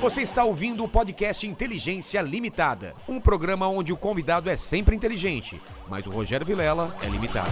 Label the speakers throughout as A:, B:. A: Você está ouvindo o podcast Inteligência Limitada, um programa onde o convidado é sempre inteligente, mas o Rogério Vilela é limitado.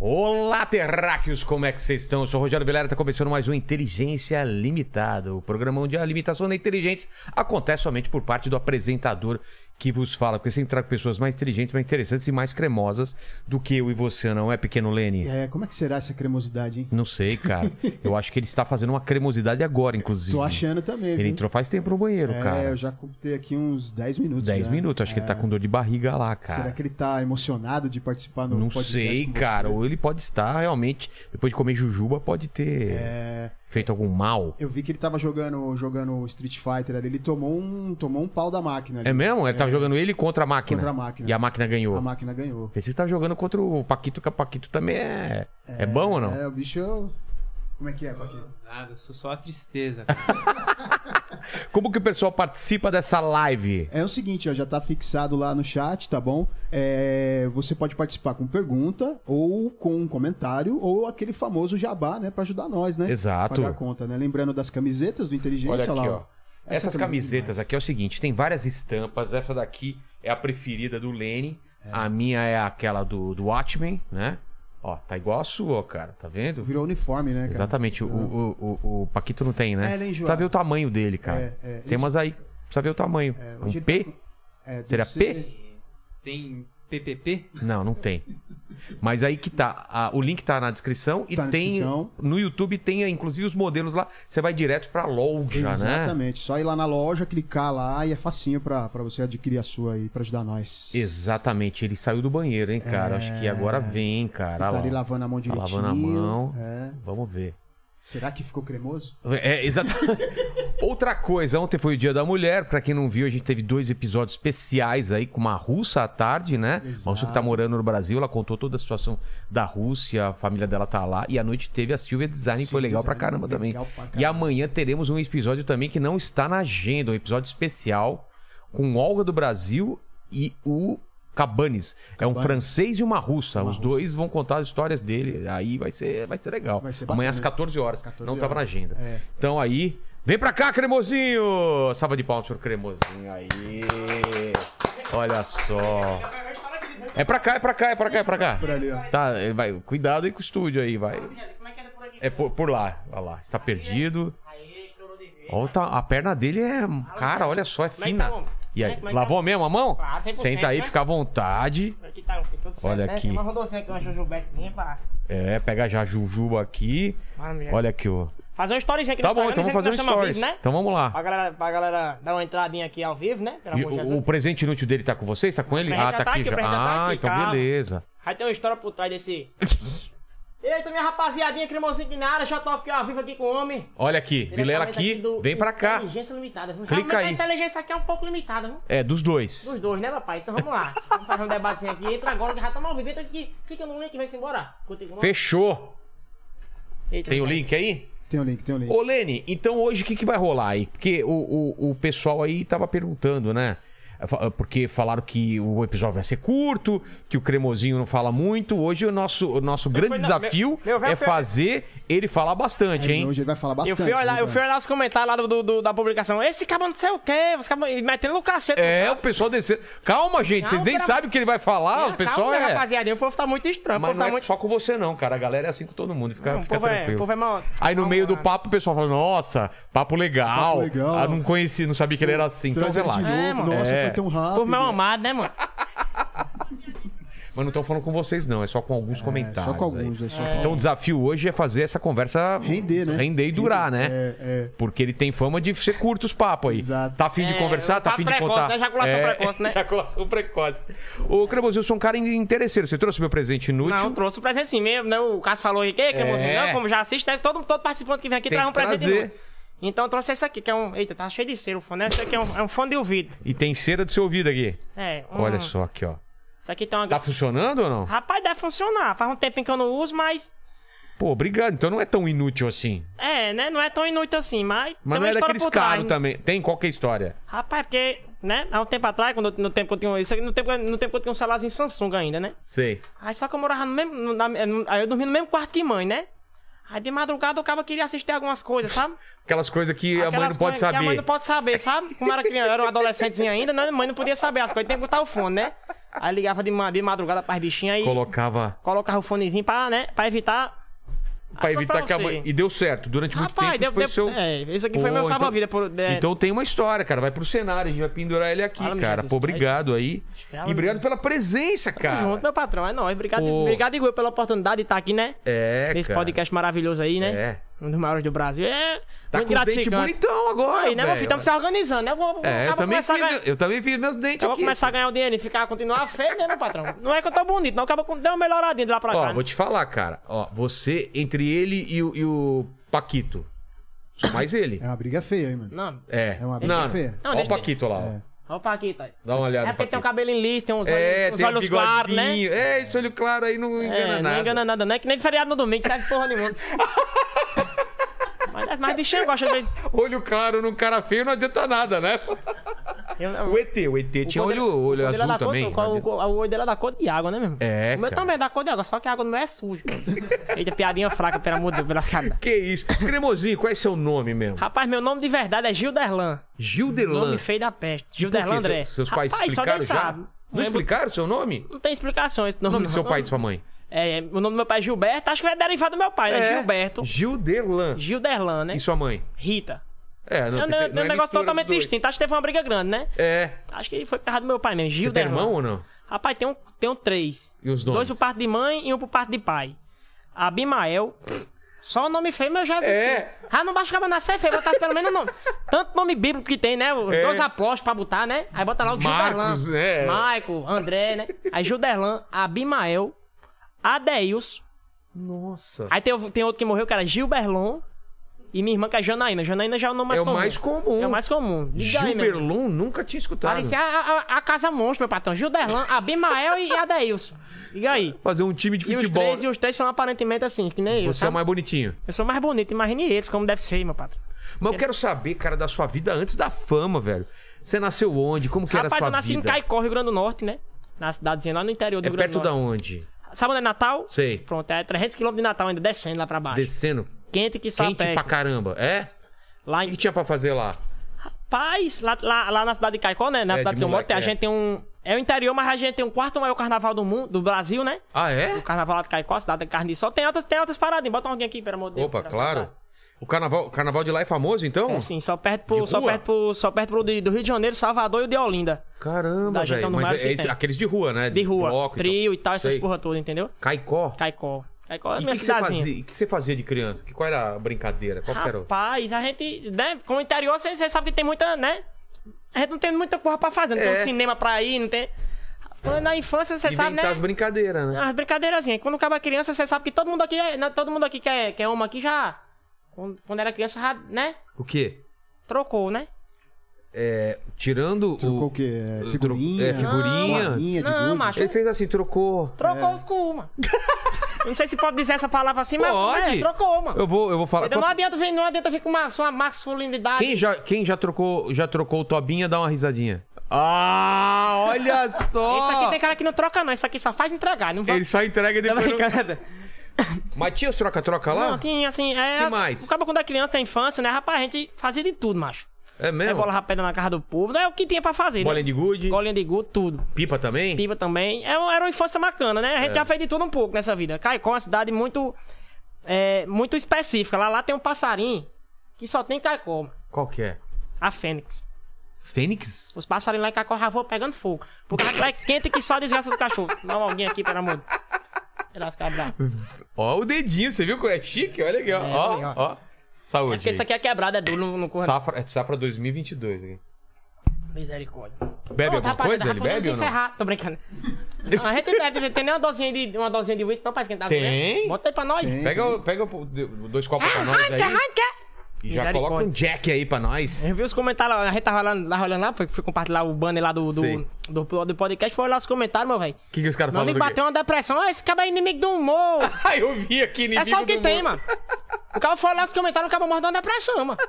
A: Olá, terráqueos! Como é que vocês estão? Eu sou o Rogério Velera, está começando mais um Inteligência Limitada, o programa onde a limitação da inteligência acontece somente por parte do apresentador que vos fala, porque eu sempre trago pessoas mais inteligentes, mais interessantes e mais cremosas do que eu e você, não é, pequeno Lene?
B: É, como é que será essa cremosidade, hein?
A: Não sei, cara. Eu acho que ele está fazendo uma cremosidade agora, inclusive.
B: Tô achando também,
A: Uhum. Ele
B: viu?
A: entrou faz tempo no banheiro,
B: É,
A: cara.
B: eu já contei aqui uns 10 minutos.
A: 10
B: já.
A: minutos, acho que ele tá com dor de barriga lá, cara.
B: Será que ele tá emocionado de participar no
A: Não
B: podcast
A: sei,
B: tipo, com você?
A: cara. Ou ele pode estar realmente, depois de comer jujuba, pode ter
B: É.
A: feito algum mal.
B: Eu vi que ele tava jogando, jogando Street Fighter ali, ele tomou um, tomou um pau da máquina ali.
A: É mesmo? Ele tava jogando ele contra a máquina.
B: Contra a máquina.
A: E a máquina ganhou.
B: A máquina ganhou.
A: Pensei que tava jogando contra o Paquito, que o Paquito também é. É, bom ou não?
B: É, o bicho. Como é que é, Paquito?
C: Nada, eu sou só a tristeza. cara.
A: Como que o pessoal participa dessa live?
B: É o seguinte, ó, já tá fixado lá no chat, tá bom? É, você pode participar com pergunta, ou com um comentário, ou aquele famoso jabá, né? Pra ajudar nós, né?
A: Exato.
B: Pagar a conta, né? Lembrando das camisetas do Inteligência,
A: Olha aqui,
B: lá,
A: ó. Essas camisetas aqui é o seguinte: tem várias estampas. Essa daqui é a preferida do Lenny. A minha é aquela do, do Watchmen, né? Ó, tá igual a sua, cara. Tá vendo?
B: Virou uniforme, né, cara?
A: Exatamente. O, o, o, o Paquito não tem, né?
B: É, ele é enjoado.
A: Precisa ver o tamanho dele, cara.
B: É, é,
A: tem umas aí. Precisa ver o tamanho. um
B: hoje ele
A: P?
B: tá com- É, deve
A: Seria
B: ser-
A: P?
C: Tem PPP?
A: Não, não tem. Mas aí que tá. Ah, o link tá na descrição e
B: Tá na
A: tem.
B: descrição.
A: No YouTube tem é, inclusive os modelos lá. Você vai direto pra loja, né?
B: Exatamente. Só ir lá na loja, clicar lá e é facinho pra, pra você adquirir a sua aí, pra ajudar nós.
A: Exatamente. Ele saiu do banheiro, hein, cara? Acho que agora vem, cara.
B: Ele
A: Olha
B: Tá
A: lá.
B: ali lavando a mão
A: Tá
B: direitinho.
A: lavando a mão.
B: É.
A: Vamos ver.
B: Será que ficou cremoso?
A: É, exatamente. Outra coisa, ontem foi o Dia da Mulher. Pra quem não viu, a gente teve dois episódios especiais aí com uma russa à tarde, né? Uma russa que tá morando no Brasil, ela contou toda a situação da Rússia, a família dela tá lá. E à noite teve a Silvia Design, que foi
B: Silvia
A: legal pra
B: Design,
A: caramba também.
B: legal pra
A: E
B: caramba.
A: amanhã teremos um episódio também que não está na agenda, um episódio especial com Olga do Brasil e o Cabanes. É um francês e uma russa. Os dois vão contar as histórias dele. Aí vai ser, vai ser legal.
B: Vai ser
A: amanhã
B: bacana.
A: às 14 horas.
B: 14
A: não tava na
B: horas.
A: agenda.
B: É.
A: Então aí, vem pra cá, Cremosinho! Salva de palmas pro Cremosinho aí. Olha só. É pra cá, é pra cá, é pra cá, é pra cá.
B: Por ali, ó.
A: Tá, ele vai, cuidado aí com o estúdio aí, vai.
D: Como é que era por aqui?
A: É por, por lá, olha lá, está perdido.
D: Aí estourou de vez.
A: Olha, tá- a perna dele é. Cara, olha só, é
D: é que
A: fina.
D: tá, mano?
A: E aí,
D: Como é que- como é que
A: lavou
D: tá?
A: mesmo a mão?
D: Claro, 100%,
A: Senta aí,
D: né?
A: fica à vontade.
D: Aqui tá foi tudo certo,
A: Olha
D: né?
A: aqui.
D: Tem uma rodolzinha aqui, uma jujubetezinha pra...
A: É, pega já a Jujuba aqui.
D: Bora, mulher.
A: Olha aqui, ó.
D: Fazer um storyzinho aqui
A: Tá
D: no
A: bom, então
D: Instagram,
A: vamos fazer um
D: sempre nós estamos ao
A: stories.
D: vivo, né?
A: Então vamos lá.
D: Pra galera, pra galera dar uma entradinha aqui ao vivo, né? Pelo
A: E
D: amor de
A: o, o
D: Jesus.
A: presente inútil dele tá com vocês? Tá com ele?
D: O presente
A: Ah,
D: já
A: tá
D: tá
A: aqui
D: aqui,
A: já.
D: o presente já tá
A: Ah,
D: aqui,
A: então
D: calma.
A: beleza.
D: Aí tem uma história por trás desse... Eita, minha rapaziadinha, cremosinho que na área, já tô aqui ao vivo aqui com o homem.
A: Olha aqui,
D: é
A: Vilela
D: Diretamente
A: aqui, vem pra cá.
D: Inteligência limitada. viu?
A: Clica
D: Realmente
A: aí.
D: a inteligência aqui é um pouco limitada, viu?
A: É, dos dois.
D: Dos dois, né, papai? Então vamos lá. vamos fazer um debatezinho aqui. Entra agora que já estamos ao vivo. Entra aqui, clica no link e vem-se embora. Continua.
A: Fechou.
D: Eita,
A: Tem o
D: sai.
A: link aí?
B: Tem o link, tem o link.
A: Ô, Lene, então hoje o que, que vai rolar aí? Porque o, o, o pessoal aí tava perguntando, né? Fa- Porque falaram que o episódio vai ser curto, que o cremosinho não fala muito. Hoje o nosso, o nosso grande
D: fui-
A: desafio
D: meu- meu velho
A: é
D: foi-
A: fazer ele falar bastante, hein?
B: Hoje ele vai falar
D: Eu
B: bastante.
D: fui, olhar,
B: né,
D: eu fui
B: cara?
D: olhar os comentários lá do, do- do- da publicação. Esse cabo não sei o quê, os cabos metendo no cacete.
A: É, o pessoal descendo. Calma, gente, vocês
D: Não,
A: nem
D: pera-
A: sabem o que ele vai falar. o pessoal
D: Calma, né,
A: é.
D: rapaziadinha, o povo tá muito estranho. o
A: Mas
D: povo
A: não
D: tá
A: é
D: muito.
A: só com você, não, cara. A galera é assim com todo mundo. Fica,
D: Não, o
A: fica
D: povo é-
A: tranquilo.
D: o povo é mal-
A: Aí no
D: mal-
A: meio do papo o pessoal fala: Nossa, papo legal.
B: Papo legal.
A: Ah, não conheci, não sabia que ele era assim. Então,
B: Traz
A: sei
B: ele
A: lá.
B: de novo.
D: É, mano.
B: Nossa,
A: É.
B: foi tão
D: O
B: rápido.
D: povo mal amado, né, mano?
A: Mas não estão falando com vocês, não. É só com alguns
B: É,
A: comentários.
B: só com alguns,
A: aí.
B: é só com
A: Então o desafio hoje tá, é fazer essa conversa
B: Render, né?
A: Render e durar, né?
B: É, é.
A: Porque ele tem fama de ser curto os papos aí.
B: Exato.
A: Tá afim de
D: É,
A: conversar? Tá afim
D: papo
A: de
D: precoce,
A: contar? É.
D: né? Ejaculação precoce, né?
A: Ejaculação precoce. Ô, Cremosinho, eu sou um cara interesseiro. Você trouxe meu presente inútil?
D: Não, trouxe um presente sim mesmo, né? O Cássio falou aí que, que
A: É.
D: não, como já assiste, né? Todo, todo participante que vem aqui
A: Tem
D: traz um
A: que
D: presente
A: trazer.
D: inútil. Então eu trouxe esse aqui, que é um. Eita, tá cheio de cera o fone, né? Esse aqui é um, é um fone de ouvido.
A: E tem cera do seu ouvido aqui.
D: É, um-
A: Olha só aqui, ó.
D: Isso aqui tem uma.
A: Tá funcionando ou não?
D: Rapaz, deve funcionar. Faz um tempinho que eu não uso, mas.
A: Pô, obrigado. Então não é tão inútil assim.
D: É, né? Não é tão inútil assim,
A: Mas
D: mas. tem
A: não
D: uma
A: é
D: história
A: daqueles
D: por trás,
A: caros
D: né?
A: também. Tem qualquer história.
D: Rapaz, porque, né? Há um tempo atrás, quando, eu- no tempo que eu tinha. Isso, aqui, no, tempo, no tempo que eu tinha um celularzinho Samsung ainda, né?
A: Sei.
D: Aí só que eu morava no mesmo. no- na- eh, no- aí eu dormia no mesmo quarto que mãe, né? Aí de madrugada o cara queria assistir algumas coisas, sabe?
A: Aquelas coisas que a mãe
D: Aquelas
A: não pode
D: coisas que
A: saber.
D: A mãe não pode saber, sabe? Como era criança, era um adolescentezinho ainda, né? A mãe não podia saber as coisas, tem que botar o fone, né? Aí ligava de, ma- de madrugada pras bichinhas e
A: Colocava
D: colocava o fonezinho pra, né? Pra evitar.
A: pra evitar que a
D: Ah, então você.
A: mãe... E deu certo. Durante muito
D: assim, Rapaz,
A: tempo
D: deu,
A: isso foi
D: deu,
A: seu...
D: é, esse aqui foi
A: Pô, então-
D: meu salva-vida. por- é,
A: Então tem uma história, cara. Vai pro cenário, a gente vai pendurar ele aqui,
D: Fala,
A: cara.
D: Jesus,
A: Pô, obrigado aí.
D: Fala,
A: E obrigado pela presença, cara.
D: né? junto, meu patrão, é nóis. Obrigado,
A: Pô.
D: obrigado Igor, pela oportunidade de estar aqui, né?
A: É,
D: Nesse
A: cara.
D: podcast maravilhoso aí, né?
A: É.
D: Um dos maiores do Brasil. É
A: Tá
D: muito
A: com os dentes
D: gratificante.
A: bonitão agora,
D: Aí, né, meu
A: velho?
D: filho? Estamos se organizando, né? Eu vou, vou-
A: É,
D: eu
A: eu
D: vou
A: também,
D: começar
A: fiz,
D: a ganhar...
A: meu- eu também fiz meus dentes
D: Eu vou
A: aqui.
D: começar a ganhar o dinheiro e ficar, continuar feio, né, meu patrão? Não é que eu tô bonito, não. Acaba com dar uma melhoradinha de lá pra cá.
A: Ó,
D: né?
A: vou te falar, cara. Ó, você, entre ele e o, e o Paquito. Só mais ele.
B: É uma briga feia, hein, mano?
D: Não.
A: É.
B: É uma briga
A: não,
B: feia.
D: Não,
A: Ó o
D: deixa-
A: Paquito lá. ó.
D: Olha o Paquito aí.
A: Dá uma olhada
D: É
A: no
D: porque tem um
A: Paquito.
D: cabelo liso, tem uns olhos,
A: É,
D: uns
A: tem um
D: olhos claros, né?
A: bigodinho. É, esse olho claro aí não engana
D: é,
A: nada.
D: Não engana nada, não é que nem feriado no domingo, que serve porra nenhuma. mas, mas bichinho gosta às vezes.
A: Olho claro num cara feio não adianta nada, né?
D: Eu-
A: O ET, o ET tinha
D: o
A: olho,
D: dele- o
A: olho
D: dele é
A: azul
D: da cor-
A: também.
D: o- o, o- o olho dele é da cor de água, né, meu irmão?
A: É,
D: O meu
A: cara.
D: também é da cor de água, só que a água não é suja. Eita, piadinha fraca, pelo amor de Deus, pelas caras.
A: Que isso? Cremosinho, qual é seu nome mesmo?
D: Rapaz, meu nome de verdade é Gilderlan.
A: Gilderlan.
D: Nome feio da peste.
A: Por
D: Gilderlan
A: quê?
D: André.
A: Seus, seus pais
D: Rapaz, só
A: explicaram
D: Deus
A: já?
D: sabe.
A: Não
D: Lembro-
A: explicaram seu nome?
D: Não tem explicação esse
A: O
D: nome.
A: nome do seu
D: não.
A: pai e de sua mãe?
D: É, o nome do meu pai é Gilberto. Acho que vai derivar do meu pai, né?
A: É.
D: Gilberto.
A: Gilderlan.
D: Gilderlan, né?
A: E sua mãe?
D: Rita.
A: É, não,
D: É um
A: pensei- não é mistura
D: negócio
A: dos
D: totalmente
A: dois.
D: distinto. Acho que teve uma briga grande, né?
A: É.
D: Acho que foi por causa do meu pai mesmo.
A: Você tem
D: Gilderlan.
A: irmão ou não?
D: Rapaz, tem um, tem um três.
A: E os nomes?
D: Dois por parte de mãe e um por parte de pai. Abimael. Só o nome feio, meu Jesus.
A: É.
D: Cristo. Ah, não basta acabar nascer feio, botar pelo menos o nome. Tanto nome bíblico que tem, né? Os
A: É.
D: Dois apóstolos pra botar, né? Aí bota logo
A: Marcos,
D: Gilderlan.
A: né?
D: Maico, André, né? Aí Gilderlan, Abimael, Adeilson.
A: Nossa.
D: Aí tem, tem outro que morreu, cara, Gilberlon. E minha irmã, que é Janaína. Janaína já é o nome mais
A: é o
D: comum.
A: mais comum.
D: É o mais comum. Diga aí, meu irmão.
A: Gilberlon nunca tinha escutado.
D: Parecia é a, a- a Casa Monstro, meu patrão. Gilderlan, Abimael e Adeilson. Diga aí.
A: Fazer um time de
D: E os,
A: futebol.
D: três, e os três são aparentemente assim, que nem eu.
A: Você é
D: sabe?
A: o mais bonitinho.
D: Eu sou mais bonito, imagine eles, como deve ser, meu patrão.
A: Mas eu quero saber, cara, da sua vida antes da fama, velho. Você nasceu onde? Como que era a
D: Rapaz,
A: sua
D: eu nasci
A: vida?
D: em Caicó, Rio Grande do Norte, né? Na cidadezinha lá no interior do
A: É
D: Rio Grande
A: perto
D: do
A: da
D: Norte.
A: onde?
D: Sabe onde é Natal?
A: Sei.
D: Pronto, é 300 km de Natal ainda, descendo lá pra baixo.
A: Descendo.
D: Quente que só a
A: Quente
D: peste.
A: pra caramba. É?
D: Lá
A: O que
D: em
A: que tinha pra fazer lá?
D: Rapaz, lá, lá, lá na cidade de Caicó, né? Na
A: É,
D: cidade
A: de
D: que eu moro,
A: moleque,
D: tem- a
A: é.
D: gente tem um. É o interior, mas a gente tem um quarto maior carnaval do mundo, do Brasil, né?
A: Ah, é?
D: O carnaval lá de Caicó, a cidade da carne só tem altas, tem altas paradinhas. Bota um alguém aqui, pelo amor de Deus.
A: Opa,
D: pra
A: claro.
D: soltar.
A: O carnaval, o carnaval de lá é famoso, então?
D: É, sim, só perto
A: De
D: pro, só
A: rua?
D: perto pro, só perto pro de- do Rio de Janeiro, Salvador e o de Olinda.
A: Caramba,
D: Da gente
A: velho.
D: é um dos
A: Mas
D: maiores
A: é,
D: que
A: esse-
D: tem.
A: aqueles de rua, né?
D: De rua,
A: bloco
D: trio e tal, essas
A: Sei.
D: porra toda, entendeu?
A: Caicó.
D: Caicó. Caicó é a
A: E o
D: minha
A: que, que você
D: cidadezinha.
A: fazia, e que você fazia de criança? Que, qual era a brincadeira? Qual que era? o-
D: Rapaz, a gente, né? Com o interior, você você sabe que tem muita, né? A gente não tem muita porra pra fazer, não tem
A: É.
D: um cinema pra ir, não tem. Quando é Na infância, você
A: Inventar
D: sabe, né? Ah.
A: as brincadeiras, né?
D: As brincadeirazinhas. Quando acaba criança, você sabe que todo mundo aqui é. né, Todo mundo aqui que é, que é uma aqui já. Quando, quando era criança, já, né?
A: O quê?
D: Trocou, né?
A: É, tirando
B: Trocou
A: o...
B: o quê? É,
A: tro-
B: Figurinha?
A: é, figurinha.
B: bolinha de
D: Não,
B: gude?
D: macho.
A: Ele fez assim, trocou...
D: Trocou os cu, mano. Eu não sei se pode dizer essa palavra assim, mas
A: Pode.
D: é, trocou, mano.
A: Eu vou, eu vou falar...
D: Então não adianta vir, não adianta vir com uma, sua masculinidade.
A: Quem já, quem já trocou já trocou o Tobinha, dá uma risadinha. Ah, olha só!
D: Isso aqui tem cara que não troca, não. Isso aqui só faz entregar. Não vai.
A: Ele só entrega e
D: Tá
A: depois... não-
D: brincando.
A: Mas tinha os troca-troca lá?
D: Não, tinha assim. É,
A: Que mais?
D: Acaba quando a criança é infância, né? Rapaz, a gente fazia de tudo, macho.
A: É
D: É,
A: mesmo?
D: bola rapeda na casa do povo. É o que tinha pra fazer.
A: Bolinha
D: né?
A: de gude,
D: Golinha de guto, tudo.
A: pipa também?
D: Pipa também. É, um- era uma infância bacana, né? A
A: É.
D: gente já fez de tudo um pouco nessa vida. Caicó é uma cidade muito, é, muito específica. Lá, lá tem um passarinho que só tem em Caicó, mano.
A: Qual que é?
D: a Fênix.
A: Fênix?
D: Os passarinhos lá em Caicó já voam pegando fogo. Porque lá é quente que só a desgraça do cachorro. Não, alguém aqui, pelo amor de Deus. Ele as cabras.
A: Ó o dedinho, você viu que é chique? Olha aqui, ó. ó,
D: legal.
A: ó. Saúde.
D: É porque
A: aí.
D: isso aqui é quebrado, é duro, não, não corre.
A: Safra, é safra 2022. aqui.
D: Misericórdia.
A: Bebe
D: Pronto,
A: alguma coisa? Ele
D: já podemos
A: bebe ou não?
D: encerrar. Tô brincando. Não, a gente bebe, tem nem uma dosinha de, uma dosinha de whisky não pra esquentar as
A: Tem.
D: mulheres. Bota aí pra nós.
B: Tem.
A: Pega, o- pega o- dois copos pra nós
D: Heineken,
A: aí.
D: Heineken.
A: E já
D: Ah, Misericórdia.
A: coloca um jack aí pra nós.
D: Eu vi os comentários lá, a gente tava lá, lá rolando lá, fui, fui compartilhar o banner lá do,
A: Sei.
D: do, do, do podcast, foi olhar os comentários, meu velho.
A: O que, que os caras
D: Não
A: falam?
D: me
A: do quê?
D: bateu uma depressão, ah, esse cara é inimigo do humor.
A: Ah, eu vi aqui inimigo
D: É só o que
A: do
D: tem,
A: mundo.
D: mano. O cara foi olhar os comentários, o cara morreu uma depressão, mano.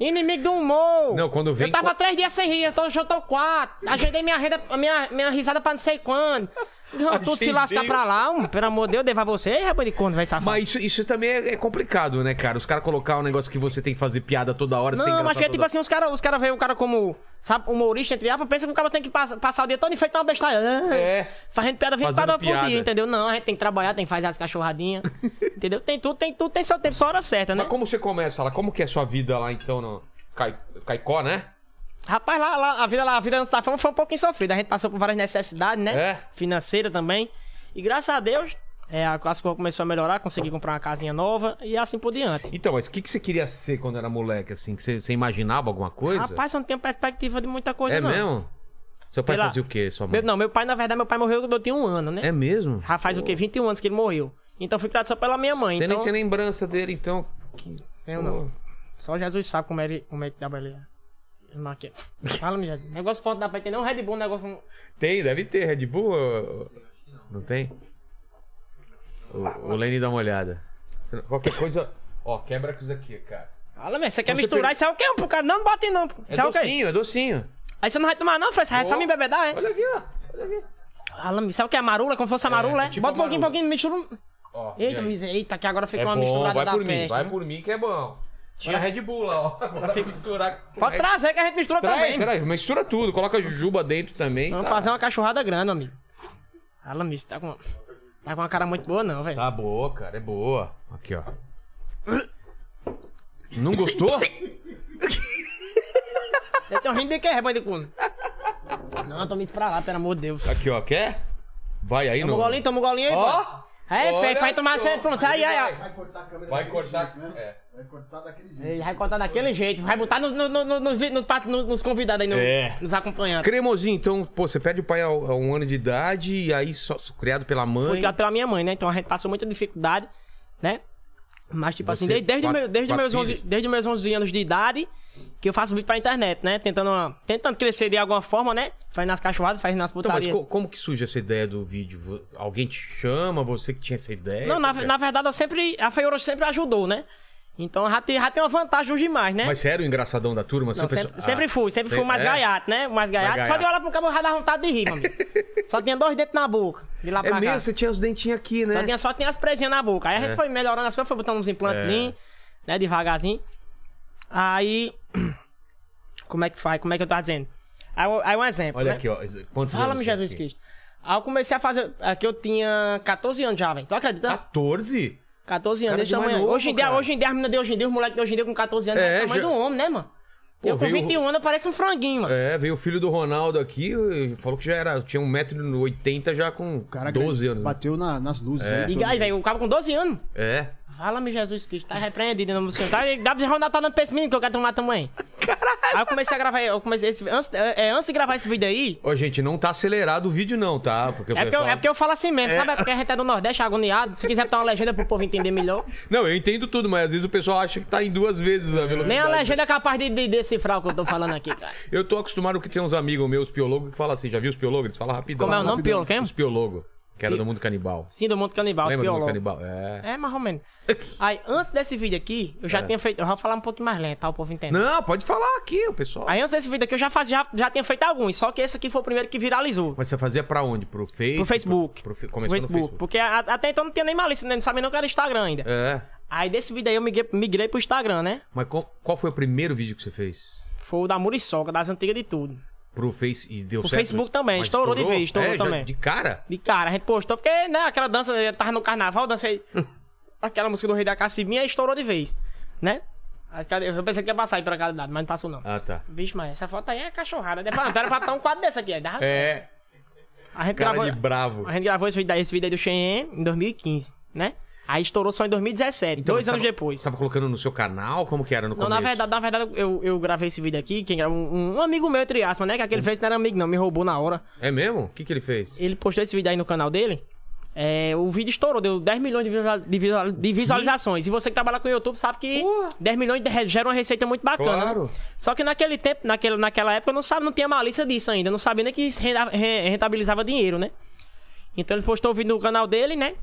D: Inimigo do humor.
A: Não, quando vem
D: Eu tava
A: co-
D: três dias sem rir, então hoje eu tô quatro. Agendei minha renda, minha, minha risada pra não sei quando. Não, tudo se
A: Agendei.
D: lascar pra lá, um, pelo amor de Deus, devo a você, rabo de corno, vai safado.
A: Mas isso, isso também é é complicado, né, cara? Os caras colocar um negócio que você tem que fazer piada toda hora sem
D: Não, mas que é tipo assim, os caras os cara veem o cara como, sabe, humorista, entre aspas, pensa que o cara tem que passa- passar o dia todo enfeitando uma besteira. Ah,
A: É.
D: Fazendo piada 20
A: Fazendo
D: piada por
A: piada.
D: dia, entendeu? Não, a gente tem que trabalhar, tem que fazer as cachorradinhas, entendeu? Tem tudo, tem tudo, tem seu tempo, sua hora certa, né?
A: Mas como você começa lá? Como que é a sua vida lá, então, no Cai- Caicó, né?
D: Rapaz, lá, lá, a vida lá, a vida antes da fama foi um pouquinho sofrida. A gente passou por várias necessidades, né?
A: É.
D: Financeira também. E graças a Deus, é, a as coisas começou a melhorar, consegui comprar uma casinha nova e assim por diante.
A: Então, mas o que, que você queria ser quando era moleque, assim? Que você, você imaginava alguma coisa?
D: Rapaz, eu não tenho perspectiva de muita coisa,
A: é
D: não.
A: mesmo? Seu pai
D: Pela-
A: fazia o quê, sua mãe?
D: Meu, não, meu pai, na verdade, meu pai morreu quando eu tinha um ano, né?
A: É mesmo?
D: Já faz o quê? 21 anos que ele morreu. Então eu fui criado só pela minha mãe.
A: Você
D: então...
A: nem tem lembrança dele, então. Que-
D: Eu não. Só Jesus sabe como é, como é que dá pra ele. Marquei. Fala-me, Jesus. Negócio forte dá pra entender. Um Red Bull, um negócio.
A: Tem, deve ter Red Bull. ô- Não tem? O, o Lenny dá uma olhada. Você- Qualquer coisa. Ó, quebra isso aqui, cara.
D: Fala-me, você quer
A: Você
D: misturar?
A: pega-
D: Isso é o quê? Pro cara, não, não bota aí não. pô.
A: É
D: Isso é o quê?
A: docinho, é docinho.
D: Aí você não vai tomar, não, França. É só
A: Ó,
D: me bebedar, é?
A: Olha aqui, ó. Olha aqui.
D: Alan, sabe o que é marula? Como se fosse a marula,
A: é
D: é?
A: tipo
D: Bota um
A: a
D: pouquinho,
A: marula.
D: pouquinho, mistura.
A: Ó,
D: Eita,
A: e aí?
D: miséria. Eita, que agora fica
A: É
D: uma
A: bom,
D: misturada
A: vai
D: da
A: por mim,
D: peste.
A: vai
D: né?
A: por mim que é bom. Tinha Red Bull lá, ó.
D: Tá
A: Agora misturar com
D: Pode
A: Red-
D: trazer que a gente mistura
A: É. Traz,
D: também.
A: traz, mistura tudo, coloca jujuba dentro também.
D: Vamos
A: tá.
D: fazer uma cachorrada grande, amigo. Alan, você tá com, tá com uma cara muito boa, não, velho.
A: Tá boa, cara, é boa. Aqui, ó. Não gostou?
D: Eu tô rindo de que é, bandicuno? Não, toma isso pra lá, pelo amor de Deus.
A: Aqui, ó, quer? Vai aí,
D: Toma um
A: não.
D: golinho, toma um golinho aí, pô.
A: Ó!
D: É,
A: olha
D: feio, vai tomar
A: só.
D: certo, pronto, sai, aí, aí.
B: Vai cortar a câmera
A: Vai
B: daquele
A: cortar.
B: jeito, né?
A: É.
B: Vai cortar daquele jeito.
D: Ele vai cortar daquele jeito, vai botar nos, nos, nos, nos- nos pat- nos- nos convidados aí, no-
A: É.
D: nos acompanhantes.
A: Cremosinho, então, pô, você perde o pai a a um ano de idade e aí só só criado pela mãe.
D: Fui criado pela minha mãe, né? Então a gente passou muita dificuldade, né? Mas, tipo assim,
A: Você,
D: desde, desde,
A: quatro-
D: meu- desde,
A: quatro
D: meus 11,
A: filhos?
D: desde meus 11 anos de idade que eu faço vídeo pra internet, né? Tentando, uma- tentando crescer de alguma forma, né? Fazendo nas cachoadas, fazendo nas
A: Então, mas
D: putarias.
A: co- como que surge essa ideia do vídeo? Vo- Alguém te chama, você que tinha essa ideia?
D: Não, na,
A: Como é?
D: na verdade, eu sempre. A Feiura sempre ajudou, né? Então já tem, já tem uma vantagem hoje demais, né?
A: Mas você era o engraçadão da turma?
D: Não, sempre,
A: pensou-
D: sempre
A: Ah,
D: fui, sempre fui o mais
A: é?
D: gaiato, né? O mais gaiato. Só de
A: gaiato.
D: olhar pro cabo já dava vontade de rir, meu amigo. Só tinha dois dentes na boca, de lá pra
A: É
D: cá.
A: mesmo, você tinha os dentinhos aqui, né?
D: Só tinha, só tinha as presinhas na boca. Aí
A: É.
D: a gente foi melhorando as coisas, foi botando uns implantezinhos, né? Devagarzinho. Aí. Como é que faz? Como é que eu tava dizendo? Aí, eu- aí um exemplo.
A: Olha
D: né?
A: aqui, ó. Quantos anos
D: Fala-me,
A: tem
D: Jesus
A: aqui?
D: Cristo. Aí eu comecei a fazer. Aqui eu tinha 14 anos já, velho. Tu acredita?
A: 14?
D: 14
A: Cara,
D: anos, desse
A: demais
D: tamanho.
A: novo,
D: hoje em dia,
A: cara.
D: hoje em dia, a menina de hoje em dia, os moleques de hoje em dia com 14 anos,
A: É,
D: é, o tamanho
A: já-
D: do homem, né, mano?
A: Pô,
D: eu com
A: veio-
D: 21 anos parece um franguinho, mano.
A: É, veio o filho do Ronaldo aqui e falou que já era, tinha 1,80m já com
B: O cara
A: 12
B: grande
A: anos. né?
B: Bateu na- nas luzes. né? aí,
D: E
B: todo
D: aí,
B: mundo.
D: velho, o cara com 12 anos.
A: É.
D: Fala-me, Jesus Cristo, tá repreendido em nome do Senhor. Tá, dá pra Ronaldo tá dando pra esse menino que eu quero tomar tamanho. Aí eu comecei a gravar, eu comecei esse. Antes, é, é, antes de gravar esse vídeo aí,
A: Ô, gente, não tá acelerado o vídeo não, tá? Porque o
D: é porque, eu,
A: pessoal-
D: é porque eu falo assim mesmo, sabe? É porque a gente é do Nordeste, agoniado. Se quiser botar uma legenda pro povo entender melhor.
A: Não, eu entendo tudo, mas às vezes o pessoal acha que tá em duas vezes a velocidade.
D: Nem a legenda é capaz de, de decifrar o que eu tô falando aqui, cara.
A: Eu tô acostumado que tem uns amigos meus, piologos, que falam assim, já viu os piologos? Eles falam rapidão.
D: Como é o nome,
B: rapidão.
D: Piolo? Quem?
A: Os piologos, que era do mundo canibal.
D: Sim, do mundo canibal, os
A: Lembra do mundo
D: piologos.
A: canibal? É.
D: É, mais ou menos. Aí, antes desse vídeo aqui, eu já tinha feito. Eu vou falar um pouquinho mais lento, tá? O povo entender.
A: Não, pode falar aqui, o pessoal.
D: Aí, antes desse vídeo aqui, eu já, fazia, já, já tinha feito alguns, só que esse aqui foi o primeiro que viralizou.
A: Mas você fazia pra onde? Pro Face?
D: Pro Facebook.
A: Pro, pro,
D: Pro
A: começou
D: Facebook,
A: no Facebook.
D: Porque a- até então não tinha nem malícia, né? Não sabia nem o que era Instagram ainda.
A: É.
D: Aí, desse vídeo aí, eu migrei, migrei pro Instagram, né?
A: Mas qual, qual foi o primeiro vídeo que você fez?
D: Foi o da Muriçoca, das antigas de tudo.
A: Pro Face e deu
D: Pro
A: certo?
D: Facebook também,
A: Mas
D: estourou de vez, estourou
A: É, já
D: também.
A: de cara?
D: De cara, a gente postou, porque, né? Aquela dança, eu tava no carnaval, dancei aquela música do Rei da Caciminha e estourou de vez, né? Aí, cara, Eu pensei que ia passar aí pra cada lado, mas não passou não.
A: Ah, tá.
D: Bicho, mas essa foto aí é cachorrada. né? Pera, pera pra botar um quadro desse aqui, aí dá certo.
A: É,
D: A gente,
A: cara
D: gravou,
A: de bravo.
D: a gente gravou esse vídeo, aí, esse vídeo aí do Cheyenne em 2015, né? Aí estourou só em 2017, dois
A: Então,
D: anos
A: tava-
D: depois.
A: Tava colocando no seu canal? Como que era no
D: Não,
A: começo?
D: na verdade, na verdade, eu, eu gravei esse vídeo aqui, quem gravou, um, um amigo meu, entre
A: Hum.
D: aspas, né? Que aquele fez não era amigo, não, me roubou na hora.
A: É mesmo? O que que ele fez?
D: Ele postou esse vídeo aí no canal dele. É, o vídeo estourou, deu 10 milhões de, visual- de visual- de visualizações. E você que trabalha com o YouTube sabe que 10 milhões de re- gera uma receita muito bacana.
A: Claro.
D: né? Só que naquele tempo, naquele, naquela época, eu não sabe, não tinha malícia disso ainda. eu Não sabia nem que isso renda- re- rentabilizava dinheiro, né? Então ele postou o vídeo no canal dele, né?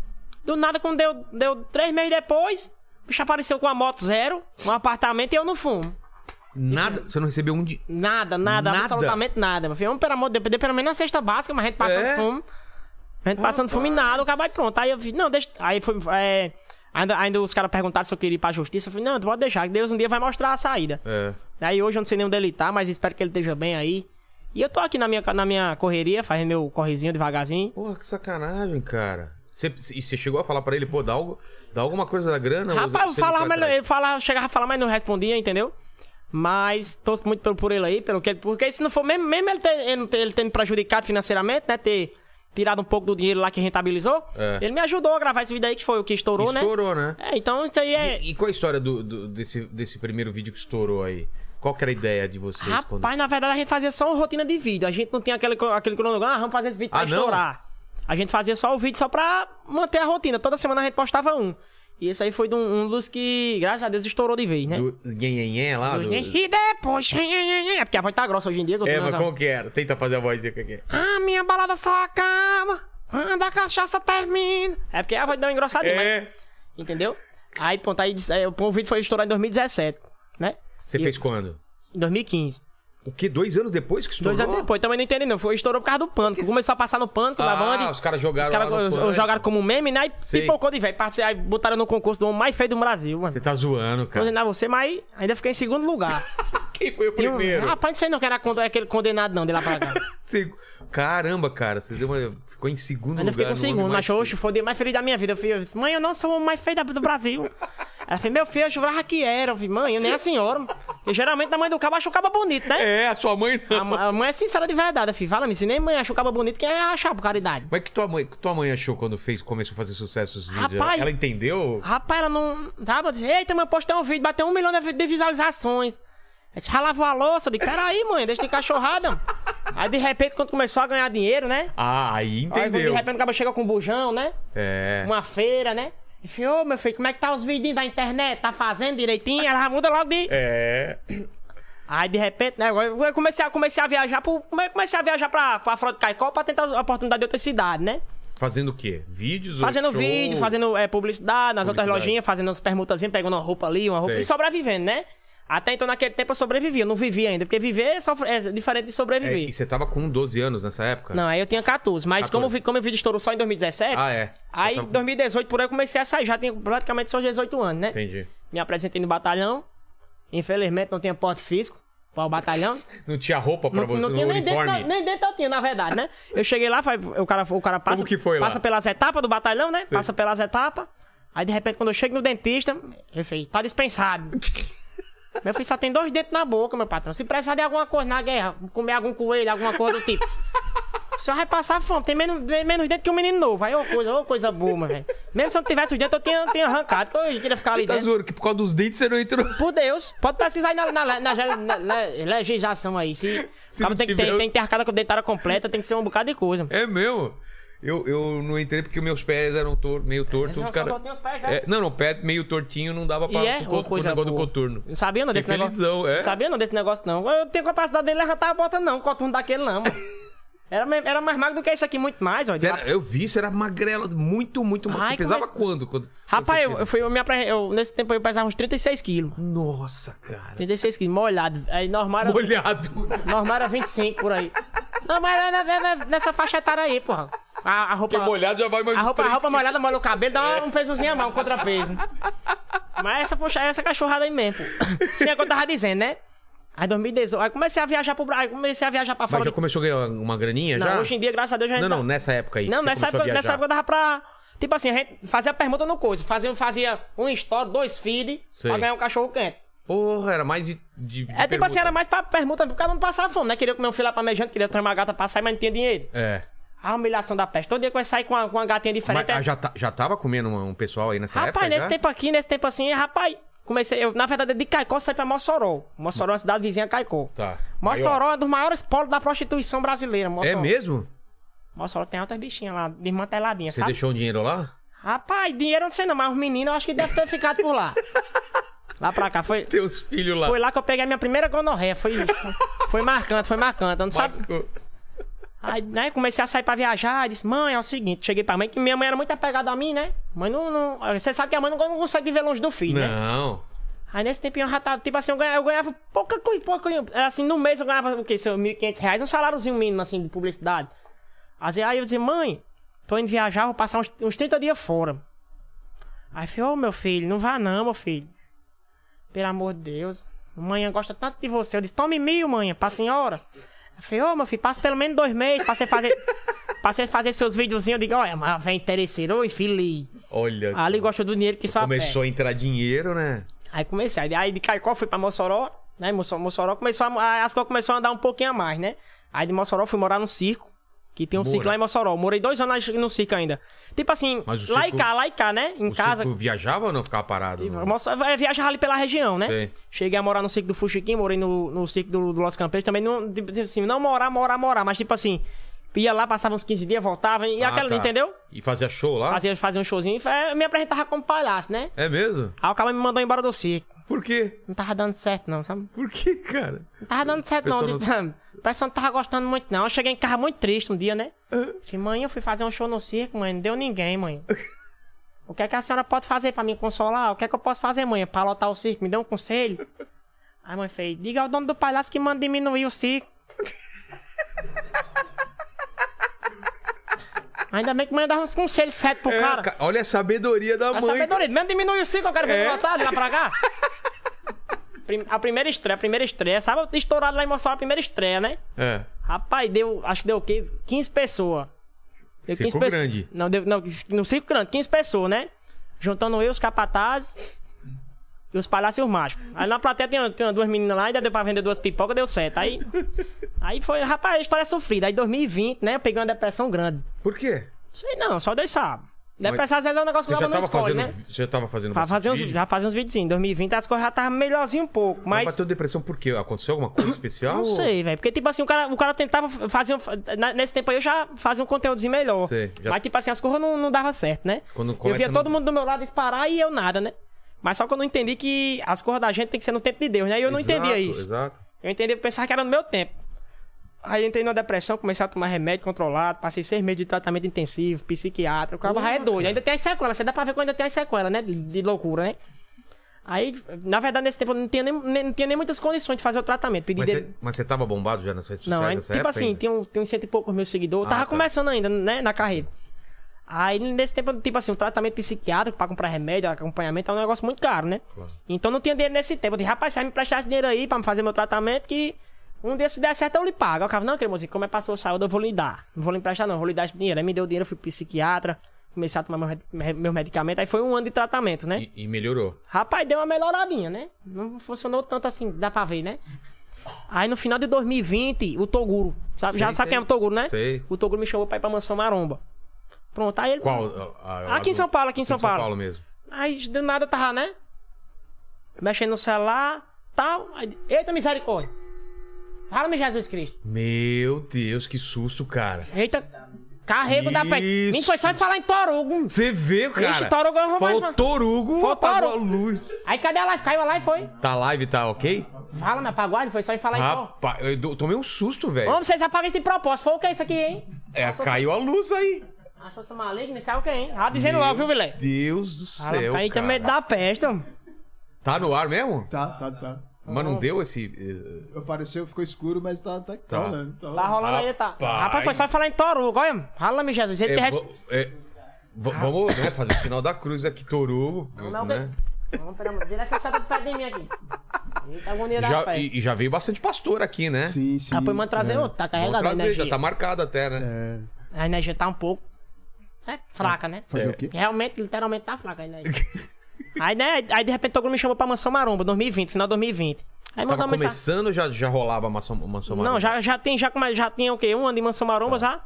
D: Do nada, quando deu, deu três meses depois, o bicho apareceu com uma moto zero, um apartamento e eu no fumo.
A: Nada. Você não recebeu um de.
D: Nada, nada,
A: Nada?
D: absolutamente nada. Meu filho, Vamos, pelo amor de Deus, pelo menos na cesta básica, mas a gente passando
A: É?
D: fome. A gente passando fome e nada, o cara vai pronto. Aí eu fiz, não, deixa. Aí foi. é, ainda, ainda os caras perguntaram se eu queria ir pra justiça. Eu falei, não, pode deixar, que Deus um dia vai mostrar a saída.
A: É.
D: Aí hoje eu não sei nem onde ele tá, mas espero que ele esteja bem aí. E eu tô aqui na minha, na minha correria, fazendo meu correzinho devagarzinho.
A: Porra, que sacanagem, cara. Você, e você chegou a falar pra ele, pô, dá, algo, dá alguma coisa da grana? ou
D: Rapaz, eu
A: você não
D: falava,
A: foi
D: mas não-
A: atrás?
D: eu falava, chegava a falar, mas não respondia, entendeu? Mas torço muito por, por ele aí, pelo que ele- Porque se não for, mesmo, mesmo ele, ter, ele, ter- ele ter me prejudicado financeiramente, né? Ter tirado um pouco do dinheiro lá que rentabilizou,
A: É.
D: ele me ajudou a gravar esse vídeo aí, que foi o que estourou, né?
A: Estourou, né?
D: É, então isso aí é.
A: E, e qual a história do, do- desse, desse primeiro vídeo que estourou aí? Qual que era a ideia de vocês? quando-
D: Rapaz, na verdade a gente fazia só uma rotina de vídeo. A gente não tinha aquele, cro- aquele cronograma, ah, vamos fazer esse vídeo pra
A: Ah, não?
D: estourar. A gente fazia só o vídeo só pra manter a rotina. Toda semana a gente postava um. E esse aí foi de um, um dos que, graças a Deus, estourou de vez, né?
A: Do nhenhenhen lá? Ah, Do...
D: E depois. É porque a voz tá grossa hoje em dia. que eu tô
A: É, mas
D: nessa-
A: como que era? Tenta fazer a voz aí, que é.
D: Ah, minha balada só acaba. Quando a cachaça termina. É porque a voz deu uma engrossadinha, mas-
A: É.
D: entendeu? Aí, pronto, aí, disse- aí o o vídeo foi estourar em 2017, né?
A: Você
D: E-
A: fez quando?
D: Em 2015.
A: O que? Dois anos depois que estourou?
D: Dois anos depois, também não entendi, não. Foi, estourou por causa do pânico. Começou a passar no pânico na
A: Ah,
D: Band.
A: os caras jogaram
D: Os caras
A: lá no
D: jo-
A: Pânico.
D: jogaram como meme, né? E
A: Sei.
D: pipocou de velho. Parti- Aí botaram no concurso do homem mais feio do Brasil, mano.
A: Você tá zoando,
D: Vou
A: cara.
D: ensinar você, mas ainda fiquei em segundo lugar.
A: Quem foi o
D: E eu-
A: primeiro?
D: um Rapaz, não sei não que era con- aquele condenado, não, de lá pra cá.
A: Você- Caramba, cara, você deu uma... ficou em segundo
D: Ainda fiquei
A: lugar.
D: com
A: no
D: o segundo,
A: homem mais
D: mas oxe, foi o dia mais feliz da minha vida. Eu falei, eu disse, mãe, eu não sou o homem mais feio da- do Brasil. Ela falou, meu filho, eu jurava que era. Eu falei, mãe, eu nem a senhora. Porque geralmente a mãe do cabo acha o cabo bonito, né?
A: É, a sua mãe
D: A,
A: não.
D: ma- a mãe é sincera de verdade, eu falei, fala, me se nem mãe acha o cabo bonito, que é achar por caridade.
A: Mas que tua mãe, que tua mãe achou quando fez, começou a fazer sucesso os vídeos?
D: Rapaz-
A: Ela, ela entendeu?
D: Rapaz, ela não. Sabe? Eu disse, eita, mãe, postei um vídeo, bateu um milhão de, vi- de visualizações. A gente já lavou a louça, eu disse, peraí, mãe, deixa de cachorrada. mano." Aí de repente, quando começou a ganhar dinheiro, né?
A: Ah, aí
D: Aí, de
A: entendeu.
D: repente o cabo chega com um bujão, né?
A: É.
D: uma feira, né? E falei, ô meu filho, como é que tá os vidinhos da internet? Tá fazendo direitinho? Ela já muda logo de.
A: É.
D: Aí de repente, né? Eu comecei a, comecei a viajar pro. come- Comecei a viajar pra, pra Fora do Caicó pra tentar a oportunidade de outra cidade, né?
A: Fazendo o quê? Vídeos? ou
D: Fazendo
A: show?
D: vídeo, fazendo é, publicidade nas outras
A: Publicidade.
D: lojinhas, fazendo umas permutazinhas, pegando uma roupa ali, uma roupa.
A: Sei.
D: E sobrevivendo, né? Até então naquele tempo eu sobrevivia, eu não vivia ainda, porque viver é, sofre- é diferente de
A: É,
D: sobreviver.
A: e você tava com 12 anos nessa época?
D: Não, aí eu tinha 14, mas
A: 14.
D: como o vi- como o vídeo estourou só em 2017,
A: Ah, é.
D: aí
A: Já
D: em
A: tava com-
D: 2018 por aí eu comecei a sair, já tinha praticamente só 18 anos, né?
A: Entendi.
D: Me apresentei no batalhão. Infelizmente não tinha porte físico para o batalhão.
A: Não tinha roupa pra
D: não,
A: você,
D: não
A: no
D: tinha nem
A: uniforme?
D: dentro, nem dentro eu tinha, na verdade, né? Eu cheguei lá, faz- o cara, o cara passa,
A: Como que foi lá?
D: passa pelas etapas do batalhão, né? Passa pelas etapas. Aí de repente quando eu chego no dentista, ele fez, tá dispensado. meu filho só tem dois dentes na boca, meu patrão. Se precisar de alguma coisa na guerra, comer algum coelho, alguma coisa do tipo. O senhor vai passar fome, tem menos, menos dente que um menino novo. Aí, ô coisa, ô coisa boa, meu velho. Mesmo se eu não tivesse os dentes, eu tinha, tinha arrancado, que eu queria ficar ali
A: Você tá
D: dentro.
A: zoando que por causa dos dentes você não entrou.
D: Por Deus, pode precisar aí na, na, na, na- na- na- legislação aí. Se,
A: Se
D: Acaba
A: não
D: tem, que
A: tiver,
D: ter,
A: eu-
D: tem que ter arcada com dentária completa, tem que ser um bocado de coisa.
A: É mesmo? Eu, eu não entrei porque meus pés eram tor meio tortos.
D: É, só-
A: os
D: só
A: cara...
D: botinha os pés, é?
A: é, não, não, pé meio tortinho não dava pra
D: E é
A: pro
D: uma
A: co-
D: coisa
A: pro negócio
D: boa.
A: do coturno.
D: Não sabia não desse
A: Fiquei
D: negócio.
A: felizão, é.
D: Não sabia não desse negócio não. Eu tenho capacidade de levantar a bota não, o coturno daquele não. mano. Era, me- era mais magro do que isso aqui, muito mais. Ó,
A: Você era- eu vi, você era magrela, muito, muito.
D: Ai,
A: magro. você
D: que
A: pesava
D: mais-
A: quando? quando? quando
D: Rapaz,
A: você assim?
D: eu,
A: fez
D: eu fui, eu me apre- eu- nesse tempo eu pesava uns 36 quilos. mano.
A: isso? Nossa, cara.
D: 36 quilos, molhado. Aí normal era,
A: Molhado.
D: normal era 25 por aí. Não, mas era era- era nessa faixa etária aí, porra. A, a roupa...
A: Porque molhado já vai mais
D: A roupa, a
A: três É.
D: roupa
A: quilos.
D: molhada molha o cabelo, dá um pesozinho a mão, um contrapeso. Mas essa, poxa, essa cachorrada aí mesmo, pô. Sim, é o que eu tava dizendo, né? Aí 2018, aí comecei a viajar pro Brasil, aí comecei a viajar pra
A: Mas
D: fora.
A: já
D: de-
A: começou a ganhar uma graninha
D: Não,
A: já?
D: hoje em dia, graças a Deus, já
A: Não,
D: tá-
A: não, nessa época aí.
D: Não,
A: que você
D: nessa
A: começou a
D: época, nessa
A: viajar.
D: época dava pra. Tipo assim, a gente fazia permuta no coisa. Fazia, fazia um story, dois feed,
A: Sei.
D: pra ganhar um cachorro quente.
A: Porra, era mais de. de- de
D: É tipo assim,
A: permuta.
D: era mais pra permuta, porque o cara não passava fome, né? Queria comer um filé parmejante, queria tomar uma gata pra sair, mas não tinha dinheiro.
A: É.
D: A humilhação da peste. Todo dia que vai sair com uma, com uma gatinha
A: Mas
D: diferente. é-
A: ah, já, ta- já tava comendo uma- um pessoal aí nessa época?
D: Rapaz, nesse
A: já?
D: tempo aqui, nesse tempo assim, rapaz, comecei. Eu, na verdade, de Caicó saí pra Mossoró. Mossoró é uma cidade vizinha a Caicó.
A: Hum. Tá.
D: Mossoró é um dos maiores polos da prostituição brasileira.
A: É
D: Mossoró.
A: mesmo?
D: Mossoró tem altas bichinhas lá, desmanteladinhas,
A: Você
D: sabe?
A: deixou o dinheiro lá?
D: Rapaz, dinheiro eu não sei não, mas os meninos eu acho que deve ter ficado por lá. lá pra cá. Foi,
A: Teus filhos lá.
D: foi lá que eu peguei a minha primeira gonorreia. Foi, foi marcante, foi marcante. Eu não sabe,
A: Marco.
D: Aí, né, comecei a sair pra viajar, disse, mãe, é o seguinte, cheguei pra mãe, que minha mãe era muito apegada a mim, né? Mãe não, não- Você sabe que a mãe não, não consegue ver longe do filho, né?
A: Não.
D: Aí nesse tempinho eu já tava, tipo assim, eu ganhava, eu ganhava pouca coisa, pouca coisa. Assim, no mês eu ganhava o quê? Seu 1.500 reais, um saláriozinho mínimo, assim, de publicidade. Aí aí eu dizia, mãe, tô indo viajar, vou passar uns, uns 30 dias fora. Aí eu falei, ô meu filho, não vá não, meu filho. Pelo amor de Deus. Manhã gosta tanto de você. Eu disse, tome mil, manhã, pra senhora. Eu falei, ô meu filho, passa pelo menos dois meses pra você fazer. pra você fazer seus videozinhos. Eu digo, olha, mas vem interesseiro, oi, filho.
A: Olha.
D: Ah, Ali
A: só.
D: gosta do dinheiro que sabe.
A: Começou a entrar dinheiro, né?
D: Aí comecei, aí- aí de Caicó fui pra Mossoró, né? Mosso- Mossoró começou a, a- as coisas começaram a andar um pouquinho a mais, né? Aí de Mossoró fui morar no circo, que tem um
A: Mora.
D: circo lá em Mossoró. Morei dois anos no circo ainda. Tipo assim,
A: Mas o
D: lá
A: circo-
D: e cá, lá e cá, né? Em
A: O
D: casa.
A: circo viajava ou não ficava parado? não?
D: Mossoró, é, viajava ali pela região, né?
A: Sei.
D: Cheguei a morar no circo do Fuxiquim, morei no, no circo do, do Los Campeiros também. Não, tipo assim, não morar, morar, morar, mas tipo assim, ia lá, passava uns 15 dias, voltava, e
A: Ah,
D: aquela,
A: tá.
D: entendeu?
A: E fazia show lá?
D: Fazia, fazia um showzinho, eh, me apresentava como palhaço, né?
A: É mesmo?
D: Aí o cara me mandou embora do circo.
A: Por quê?
D: Não tava dando certo, não, sabe?
A: Por quê, cara?
D: Não tava dando certo, não.
A: Pessoal
D: De- Parece que eu não tava gostando muito, não. Eu cheguei em casa muito triste um dia, né? Falei, mãe, eu fui fazer um show no circo, mãe. Não deu ninguém, mãe. O que é que a senhora pode fazer pra me consolar? O que é que eu posso fazer, mãe? Pra lotar o circo? Me dê um conselho? Aí, a mãe, fez, diga ao dono do palhaço que manda diminuir o circo. Ainda bem que mãe dava uns conselhos certos pro
A: É,
D: cara.
A: ca- Olha a sabedoria da
D: A
A: mãe.
D: sabedoria, mesmo diminui o ciclo, eu quero ver
A: É.
D: é. de lá pra cá. Prim- A primeira estreia, a primeira estreia, sabe? Estourado lá em Mossoró, a primeira estreia, né?
A: É.
D: Rapaz, deu, acho que deu o quê? 15 pessoas. Deu
A: Circo
D: pessoas.
A: grande.
D: Não, deu, não, no circo grande, 15 pessoas, né? Juntando eu, os capatazes e os palhaços e os mágicos. Aí na plateia tem, tem duas meninas lá, ainda deu pra vender duas pipocas, deu certo. Aí, aí foi, rapaz, a história é sofrida. Aí 2020, né? Eu peguei uma depressão grande.
A: Por quê?
D: Sei não, só Deus sabe. Depressão às vezes é um negócio
A: Você
D: que
A: já
D: não
A: tava,
D: escolhe,
A: fazendo,
D: né?
A: você já tava fazendo.
D: Pra
A: bastante
D: fazer uns,
A: vídeo?
D: já fazia uns videozinhos. Em 2020 as coisas já estavam melhorzinho um pouco,
A: Mas
D: mas.
A: bateu depressão por quê? Aconteceu alguma coisa especial?
D: Ah, Não sei, velho. Porque, tipo assim, o cara, o cara tentava fazer. um- na- Nesse tempo aí eu já fazia um conteúdozinho melhor.
A: Sei, já-
D: Mas, tipo assim, as coisas não, não davam certo, né?
A: Quando
D: eu
A: começa
D: via
A: a não-
D: todo mundo do meu lado disparar e eu nada, né? Mas só que eu não entendi que as coisas da gente tem que ser no tempo de Deus, né? E eu não
A: Exato,
D: entendia isso.
A: Exato.
D: Eu entendi, eu pensava que era no meu tempo. Aí eu entrei numa depressão, comecei a tomar remédio controlado, passei seis meses de tratamento intensivo, psiquiatra, o cara já é doido. Ainda tem as sequelas, você dá pra ver que eu ainda tem as sequelas, né? De, de loucura, né? Aí, na verdade, nesse tempo eu não tinha nem, nem- não tinha nem muitas condições de fazer o tratamento. Pedi
A: Mas
D: dele-
A: você, mas você tava bombado já nas redes
D: Não,
A: sociais
D: aí,
A: nessa
D: tipo
A: época
D: assim,
A: ainda?
D: tem, um, tem uns cento e poucos mil seguidores, eu
A: Ah,
D: tava
A: tá.
D: começando ainda, né? Na carreira. Aí, nesse tempo, tipo assim, o tratamento psiquiátrico pra comprar remédio, acompanhamento, é um negócio muito caro, né? Então não tinha dinheiro nesse tempo. Eu disse, rapaz, se vai me prestar esse dinheiro aí pra me fazer meu tratamento, que um dia se der certo eu lhe pago. Aí o cara, não, cremosinho, como é passou a saúde, eu vou lhe dar. Não vou lhe emprestar, não, eu vou lhe dar esse dinheiro. Aí me deu o dinheiro, eu fui pro psiquiatra, comecei a tomar meu, med- meu medicamento, aí foi um ano de tratamento, né?
A: E, e melhorou.
D: Rapaz, deu uma melhoradinha, né? Não funcionou tanto assim, dá pra ver, né? Aí no final de 2020, o Toguro. Sabe, já
A: Sei,
D: sabe
A: sei.
D: quem é o Toguro, né?
A: Sei.
D: O Toguro me chamou pra ir pra Mansão Maromba. Pronto, aí ele.
A: Qual? A- a- a
D: Aqui em
A: do-
D: São Paulo, aqui em São Paulo.
A: mesmo.
D: Aí do nada tava, né? Mexendo no celular, tal. Aí, Eita misericórdia! Fala-me, Jesus Cristo.
A: Meu Deus, que susto, cara.
D: Eita, carrego da pé.
A: Isso.
D: Nem foi só em falar em Torugo.
A: Você vê, cara.
D: Torugo eu não vou mais-
A: Falou Torugo,
D: Falou
A: apagou
D: Torugo.
A: a luz.
D: Aí cadê a live? Caiu a live, foi?
A: Tá live, tá ok?
D: Fala, me apagou, a live, foi só em falar em Torugo.
A: Rapaz, eu do- tomei um susto, velho.
D: então. Vamos, vocês apagam esse de propósito. Foi o que isso aqui, hein?
A: É, caiu a luz aí.
D: A força maligna, sabe o que, hein? Ah, dizendo
A: Meu
D: logo, viu, Vilé?
A: Deus do céu,
D: Aí
A: cara.
D: também dá peste, ó.
A: Tá no ar mesmo?
B: Tá, tá, tá.
A: Mas não deu esse... eh,
B: Apareceu, ficou escuro, mas tá, tá, tá rolando. Tá
D: Tá
B: rolando.
D: rolando aí, tá.
A: Rapaz.
D: Rapaz, foi só falar em Torugo, olha. Fala, meu Jesus. Ele
A: eh,
D: tem
A: vo- eh, vo- Vamos né, fazer o sinal da cruz aqui, Torugo.
D: Ah. não,
A: né?
D: Vamos, pelo amor de Deus, essa tá tudo perto de mim aqui. Eita, agonia da
A: Já,
D: fé.
A: e, e já veio bastante pastor aqui, né?
B: Sim, sim.
D: Ah, pô, manda trazer outro, tá
A: Vamos
D: carregado a
A: trazer, já
D: energia.
A: tá marcado até, né?
B: É,
D: A energia tá um pouco... É, fraca, né?
B: fazer o quê?
D: Realmente, literalmente tá fraca a energia. aí, né, aí de repente o Toguro me chamou pra Mansão Maromba, 2020, final de 2020. Aí mandou
A: Tava
D: uma mensagem...
A: começando, já, já rolava a maçã, maçã
D: Não, já, já, tem, já, come- já tinha o quê? Um ano de Mansão Maromba
A: Tá.
D: já.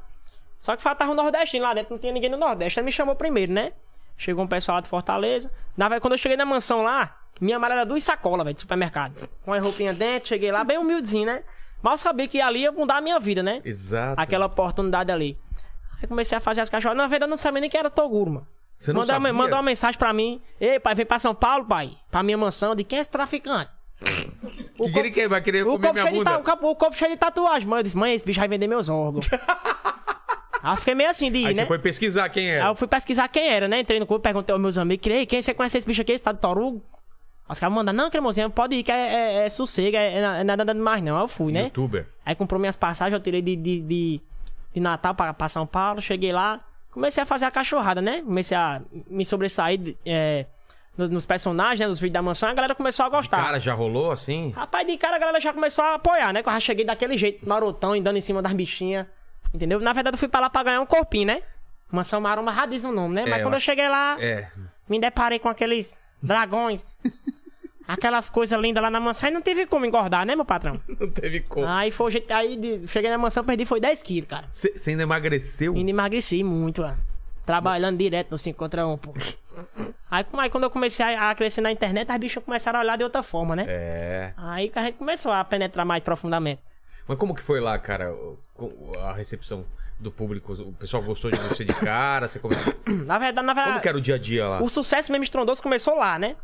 D: Só que faltava um nordestino lá dentro, não tinha ninguém no Nordeste. Aí me chamou primeiro, né? Chegou um pessoal lá de Fortaleza. Na verdade, quando eu cheguei na mansão lá, minha mala era duas sacolas, velho, de supermercado. Com as roupinhas dentro, cheguei lá bem humildezinho, né? Mal sabia que ali ia mudar a minha vida, né?
A: Exato.
D: Aquela oportunidade ali. Aí comecei a fazer as caixotas. Na verdade, eu não sabia nem que era Toguro, mano.
A: Você não
D: mandou, uma-
A: sabia?
D: mandou uma mensagem pra mim. Ei, pai, vem pra São Paulo, pai. Pra minha mansão. De quem é esse traficante?
A: O que, que ele quer? Vai querer
D: O
A: comer
D: tá copo,
A: minha
D: cheio de ta-
A: bunda?
D: o, copo, o copo cheio de tatuagem, mano. Eu disse, mãe, esse bicho vai vender meus órgãos. Aí eu fiquei meio assim de ir,
A: Aí
D: né?
A: você foi pesquisar quem é.
D: Aí eu fui pesquisar quem era, né? Entrei no clube, perguntei aos meus amigos, "Ei, quem você conhece esse bicho aqui, esse tal de Torugo? Aí Os caras mandaram, não, cremosinho, pode ir, que é, é, é sossego, é, é na- é nada demais não. Aí eu fui, né?
A: Youtuber.
D: Aí comprou minhas passagens, eu tirei de, de, de, de Natal pra, pra São Paulo, cheguei lá, comecei a fazer a cachorrada, né? Comecei a me sobressair de- é, no- nos personagens, né? Nos vídeos da mansão, a galera começou a gostar.
A: Cara, já rolou assim?
D: Rapaz, de cara a galera já começou a apoiar, né? Que eu já cheguei daquele jeito, marotão, andando em cima das bichinhas. Entendeu? Na verdade, eu fui pra lá pra ganhar um corpinho, né? Mansão Maromba já diz o nome, né?
A: eu
D: Mas quando eu
A: acho-
D: cheguei lá,
A: É.
D: me deparei com aqueles dragões. aquelas coisas lindas lá na mansão. E não teve como engordar, né, meu patrão?
A: Não teve como.
D: aí foi o jeito. Aí de- cheguei na mansão, perdi foi 10 quilos, cara.
A: Você você ainda emagreceu?
D: E emagreci muito, ó. Trabalhando direto no 5 contra 1, pô. Aí, como- aí quando eu comecei a a crescer na internet, as bichas começaram a olhar de outra forma, né?
A: É.
D: Aí que a gente começou a penetrar mais profundamente.
A: Mas como que foi lá, cara, o- com- a recepção do público? O pessoal gostou de você de cara? Você come-
D: Na verdade, na
A: Como
D: verdade,
A: que era o dia a dia lá?
D: o sucesso mesmo estrondoso começou lá, né?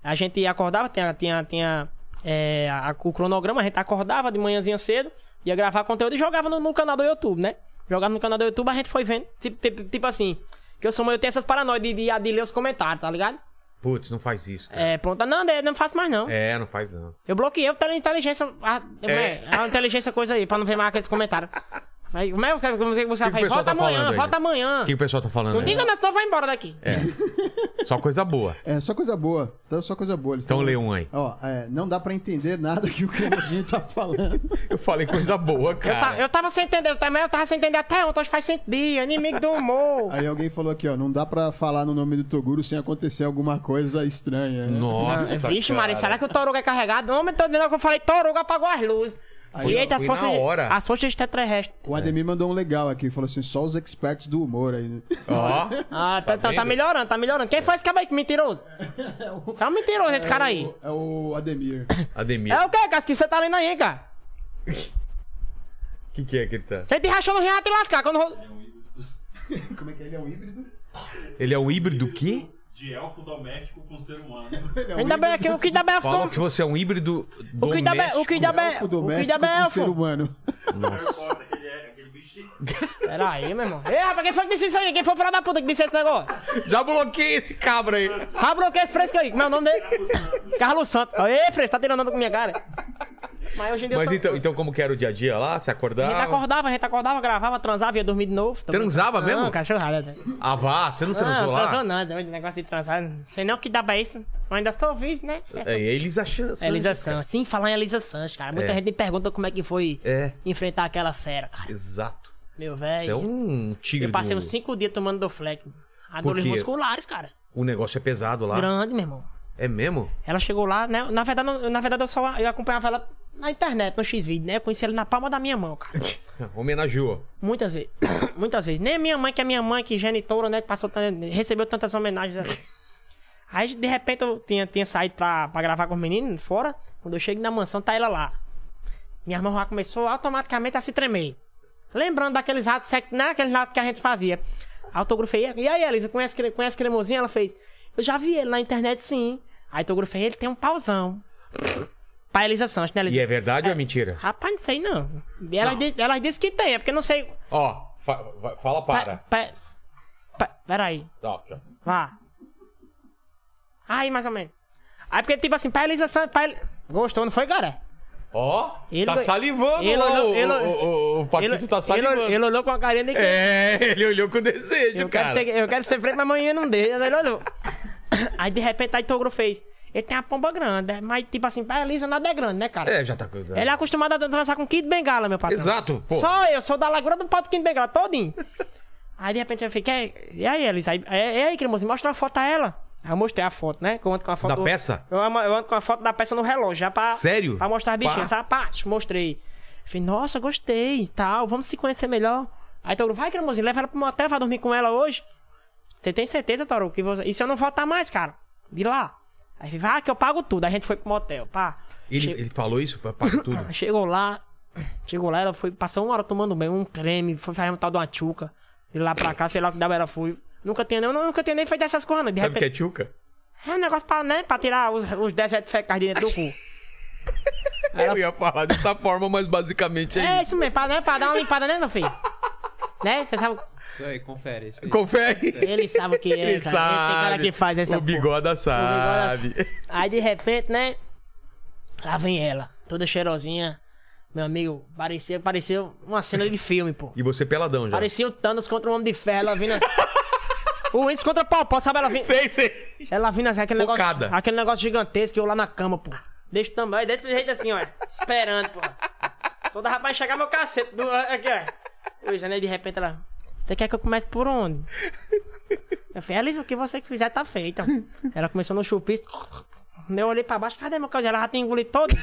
D: A gente acordava, tinha, tinha, tinha é, a- o cronograma, a gente acordava de manhãzinha cedo, ia gravar conteúdo e jogava no, no canal do YouTube, né? Jogava no canal do YouTube, a gente foi vendo, tipo, tipo, tipo assim, que eu sou mãe, eu tenho essas paranoias de, de, de ler os comentários, tá ligado?
A: Putz, não faz isso, cara.
D: É, pronto, não, André, não faço mais não.
A: É, não faz não.
D: Eu bloqueei a inteligência, ah, a,
A: É.
D: a inteligência coisa aí, pra não ver mais aqueles comentários. Vai, como é que você
A: O que que o
D: vai?
A: pessoal
D: Volta
A: tá falando
D: amanhã,
A: aí?
D: volta amanhã.
A: O que o pessoal tá falando?
D: Não
A: aí?
D: diga não, senão vai embora daqui.
A: Só coisa boa.
B: É, só coisa boa. Então, Só coisa boa. Eles
A: Então
B: tão-
A: lê um aí.
B: Ó, é, não dá pra entender nada que o Cremosinho tá falando.
A: Eu falei coisa boa,
D: Eu, ta-
A: cara.
D: eu tava sem entender, eu também eu tava sem entender até ontem, hoje faz 100 dias, inimigo do humor.
B: Aí alguém falou aqui, ó, não dá pra falar no nome do Toguro sem acontecer alguma coisa estranha. né?
A: Nossa,
D: Vixe,
A: cara.
D: Maria, será que o Toruga é carregado? Homem, tô dizendo que eu falei, Toruga apagou as luzes.
A: Foi-
D: as
A: foi
D: forças,
A: na hora.
D: as forças extraterrestres.
B: O Ademir mandou um legal aqui, falou assim, só os experts do humor aí. né?
A: Ó.
D: Ah, tá, tá- tá
A: vendo?
D: melhorando, tá melhorando. Quem foi esse cara aí, mentiroso? Você é um mentiroso, esse cara aí.
B: É o Ademir.
A: Ademir.
D: É o quê, Casquinho? Você tá lendo aí, cara?
A: O que, que é que ele tá?
D: Quem te rachou no rio vai te lascar. Quando... ro-
B: Como é que ele é um híbrido?
A: Ele é um híbrido o quê?
E: de elfo doméstico com ser humano.
B: É,
D: Ainda bem que o que dá bem é o
A: Falam
D: nome.
A: que você é um híbrido
D: O que dá bem-
A: doméstico.
D: o é que dá bem
B: Elfo
D: o que dá
B: doméstico
D: bem
B: com ser
D: elfo.
B: humano.
A: Nossa.
E: Aquele, é- aquele bicho
D: Pera aí, meu irmão. Ei, rapaz, quem foi que disse isso aí? Quem foi o filho da puta que disse esse negócio?
A: Já bloqueei esse cabra aí.
D: Rabro que esse fresco aí. Como é o nome dele? Carlos Santos. Ei, fresco, tá tirando onda com minha cara. Mas hoje em dia eu
A: Mas
D: tá sou-
A: então, então como que era o dia a dia lá? Você
D: A gente
A: acordava?
D: acordava, a gente acordava, gravava, transava, ia dormir de novo. Tô
A: Transava
D: brincando.
A: mesmo?
D: Não, cachorrada.
A: Ah, vá, você não transou
D: não,
A: lá?
D: transou nada. O negócio de transar. Não sei não o que dá pra isso. Eu ainda sou virgem, né?
A: É, e a Elisa Chance.
D: Elisa Sanches. Sim, falar em Elisa Sanches, cara. Muita
A: É.
D: gente me pergunta como é que foi
A: É.
D: enfrentar aquela fera, cara.
A: Exato.
D: Meu
A: Você é
D: velho.
A: um tigre
D: Eu passei
A: do...
D: uns 5 dias tomando do flex. A dores
A: quê?
D: musculares, cara.
A: O negócio é pesado lá.
D: Grande, meu irmão.
A: É mesmo?
D: Ela chegou lá, né? Na verdade, eu- na verdade eu só eu acompanhava ela na internet, no X-Video, né? Eu conheci ela na palma da minha mão, cara.
A: Homenageou.
D: Muitas vezes. Muitas vezes. Nem a minha mãe, que é minha mãe, que genitora, né? Que passou, tan- recebeu tantas homenagens. assim. Aí, de repente, eu tinha, tinha saído pra, pra gravar com os meninos fora. Quando eu chego na mansão, tá ela lá. Minha mão já começou automaticamente a se tremer. Lembrando daqueles ratos sexo, né? Aqueles ratos que a gente fazia. Autografei. E aí, Elisa, conhece, cre- conhece cremosinho? Ela fez. Eu já vi ele na internet, sim. Aí, autografei. Ele tem um pauzão. pra Elisa Sanches, né, Elisa?
A: E é verdade ou é mentira?
D: Rapaz, não sei não. Elas, di- elas disse que tem, é porque eu não sei.
A: Ó, fa- va- fala para.
D: Pa, pa, pa, peraí,
A: Tá, aqui, ó.
D: vá. Aí, mais ou menos. Aí, porque, tipo assim, pra Elisa Santos. pra El- Gostou, não foi, cara?
A: Ó,
D: Ele-
A: tá salivando
D: ele
A: lá,
D: olhou-
A: o,
D: ele-
A: o, o, o Paquito tá
D: ele,
A: salivando.
D: ele olhou com a carinha de que.
A: É, ele olhou com desejo,
D: eu,
A: cara.
D: quero ser, eu quero ser preto, mas amanhã não deu. Ele olhou. Aí, de repente, aí Togro fez. Ele tem uma pomba grande, mas, tipo assim, pra Elisa nada é grande, né, cara?
A: É, já tá... cuidando.
D: Ele é acostumado a dançar com Kid Bengala, meu patrão.
A: Exato, pô.
D: Só eu, sou da Lagoa do Pato do Kid Bengala, todinho. aí de repente eu fiquei, e aí, Elisa? Aí, e aí, cremosinho, mostra uma foto a ela. Aí eu mostrei a foto, né? Que eu ando com a foto.
A: Da
D: do-
A: peça?
D: Eu, amo- eu ando com a foto da peça no relógio, já pra.
A: Sério?
D: Pra mostrar as bichinhas,
A: Pá.
D: sabe? Pá, mostrei. Falei, nossa, gostei e tal, vamos se conhecer melhor. Aí Touro, vai, cremosinho, leva ela pro motel, vai dormir com ela hoje. Você tem certeza, Toru, que você. E se eu não voltar mais, cara? De lá. Aí ele, vai, que eu pago tudo. Aí a gente foi pro motel, pá.
A: Ele,
D: Che-
A: ele falou isso pra, pra tudo?
D: Chegou lá, chegou lá, ela foi, passou uma hora tomando banho, um creme, foi fazer um tal de uma tchuca. De lá pra cá, sei lá que da era fui. Nunca tinha nem, eu nunca tinha nem feito essas coisas, não. De
A: Sabe o que é
D: repente.
A: tchuca?
D: É um negócio pra, né, pra tirar os, os dejetos fecais de dentro do cu.
A: Eu ia falar dessa forma, mas basicamente é
D: É
A: isso.
D: isso mesmo, pra, né, pra dar uma limpada, né, meu filho? né? Você sabe.
C: Isso aí, confere. Isso aí.
A: Confere.
D: Ele sabe o que é,
A: Ele
D: cara.
A: sabe.
D: Tem cara que faz essa
A: O bigoda sabe.
D: é Aí de repente, né? Lá vem ela, toda cheirosinha. Meu amigo, parecia, pareceu uma cena de filme, pô.
A: E você peladão já.
D: Parecia o Thanos contra o Homem de Ferro, ela vindo. o Windows contra o Popó, sabe? Ela vindo.
A: Sei, sei.
D: Ela vindo assim, aquele
A: Focada.
D: negócio. Aquele negócio gigantesco, eu lá na cama, pô. Deixa o tamanho, deixa do jeito assim, ó. Esperando, pô. Só dá pra enxergar meu cacete. Do, aqui, ó. O Janei, de repente, ela. Você quer que eu comece por onde? Eu falei, Alice, o que você que fizer tá feito. Ela começou no chupisco. Eu olhei pra baixo, cadê meu cachorro? Ela já tinha engolido todo.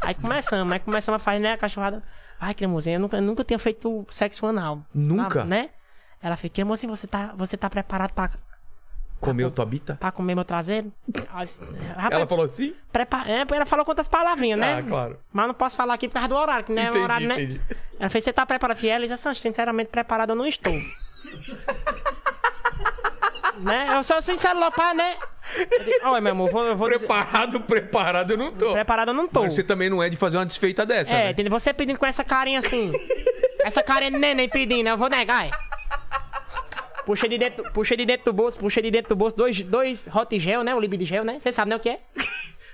D: Aí começamos, aí começamos a fazer, né, a cachorrada. Ai, cremosinha, eu nunca, nunca tinha feito sexo anal.
A: Nunca?
D: Né? Ela fez, cremosinha, você tá, você tá preparado pra,
A: Comeu tua bita?
D: pra comer meu traseiro? Aí, Rapaz,
A: Ela falou assim?
D: prepa- é, ela falou quantas palavrinhas, né?
A: Ah, claro.
D: Mas não posso falar aqui por causa do horário, que não é
A: Entendi,
D: horário,
A: entendi.
D: né? Ela fez, você tá preparado? Fiel, ela disse, "Sancho, sinceramente, preparada eu não estou. né? Eu sou sincero, Lopar, né? Eu digo, Olha, meu amor, vou, eu vou dizer-
A: Preparado, preparado, eu não tô.
D: Preparada eu não tô.
A: Mas você também não é de fazer uma desfeita dessa,
D: É,
A: né?
D: entendeu? Você pedindo com essa carinha assim. essa carinha de neném pedindo, eu vou negar. é. Puxa de, dentro, puxa de dentro do bolso, puxa de dentro do bolso, dois, dois hot gel, né? O lib de gel, né? Você sabe, né, o que é?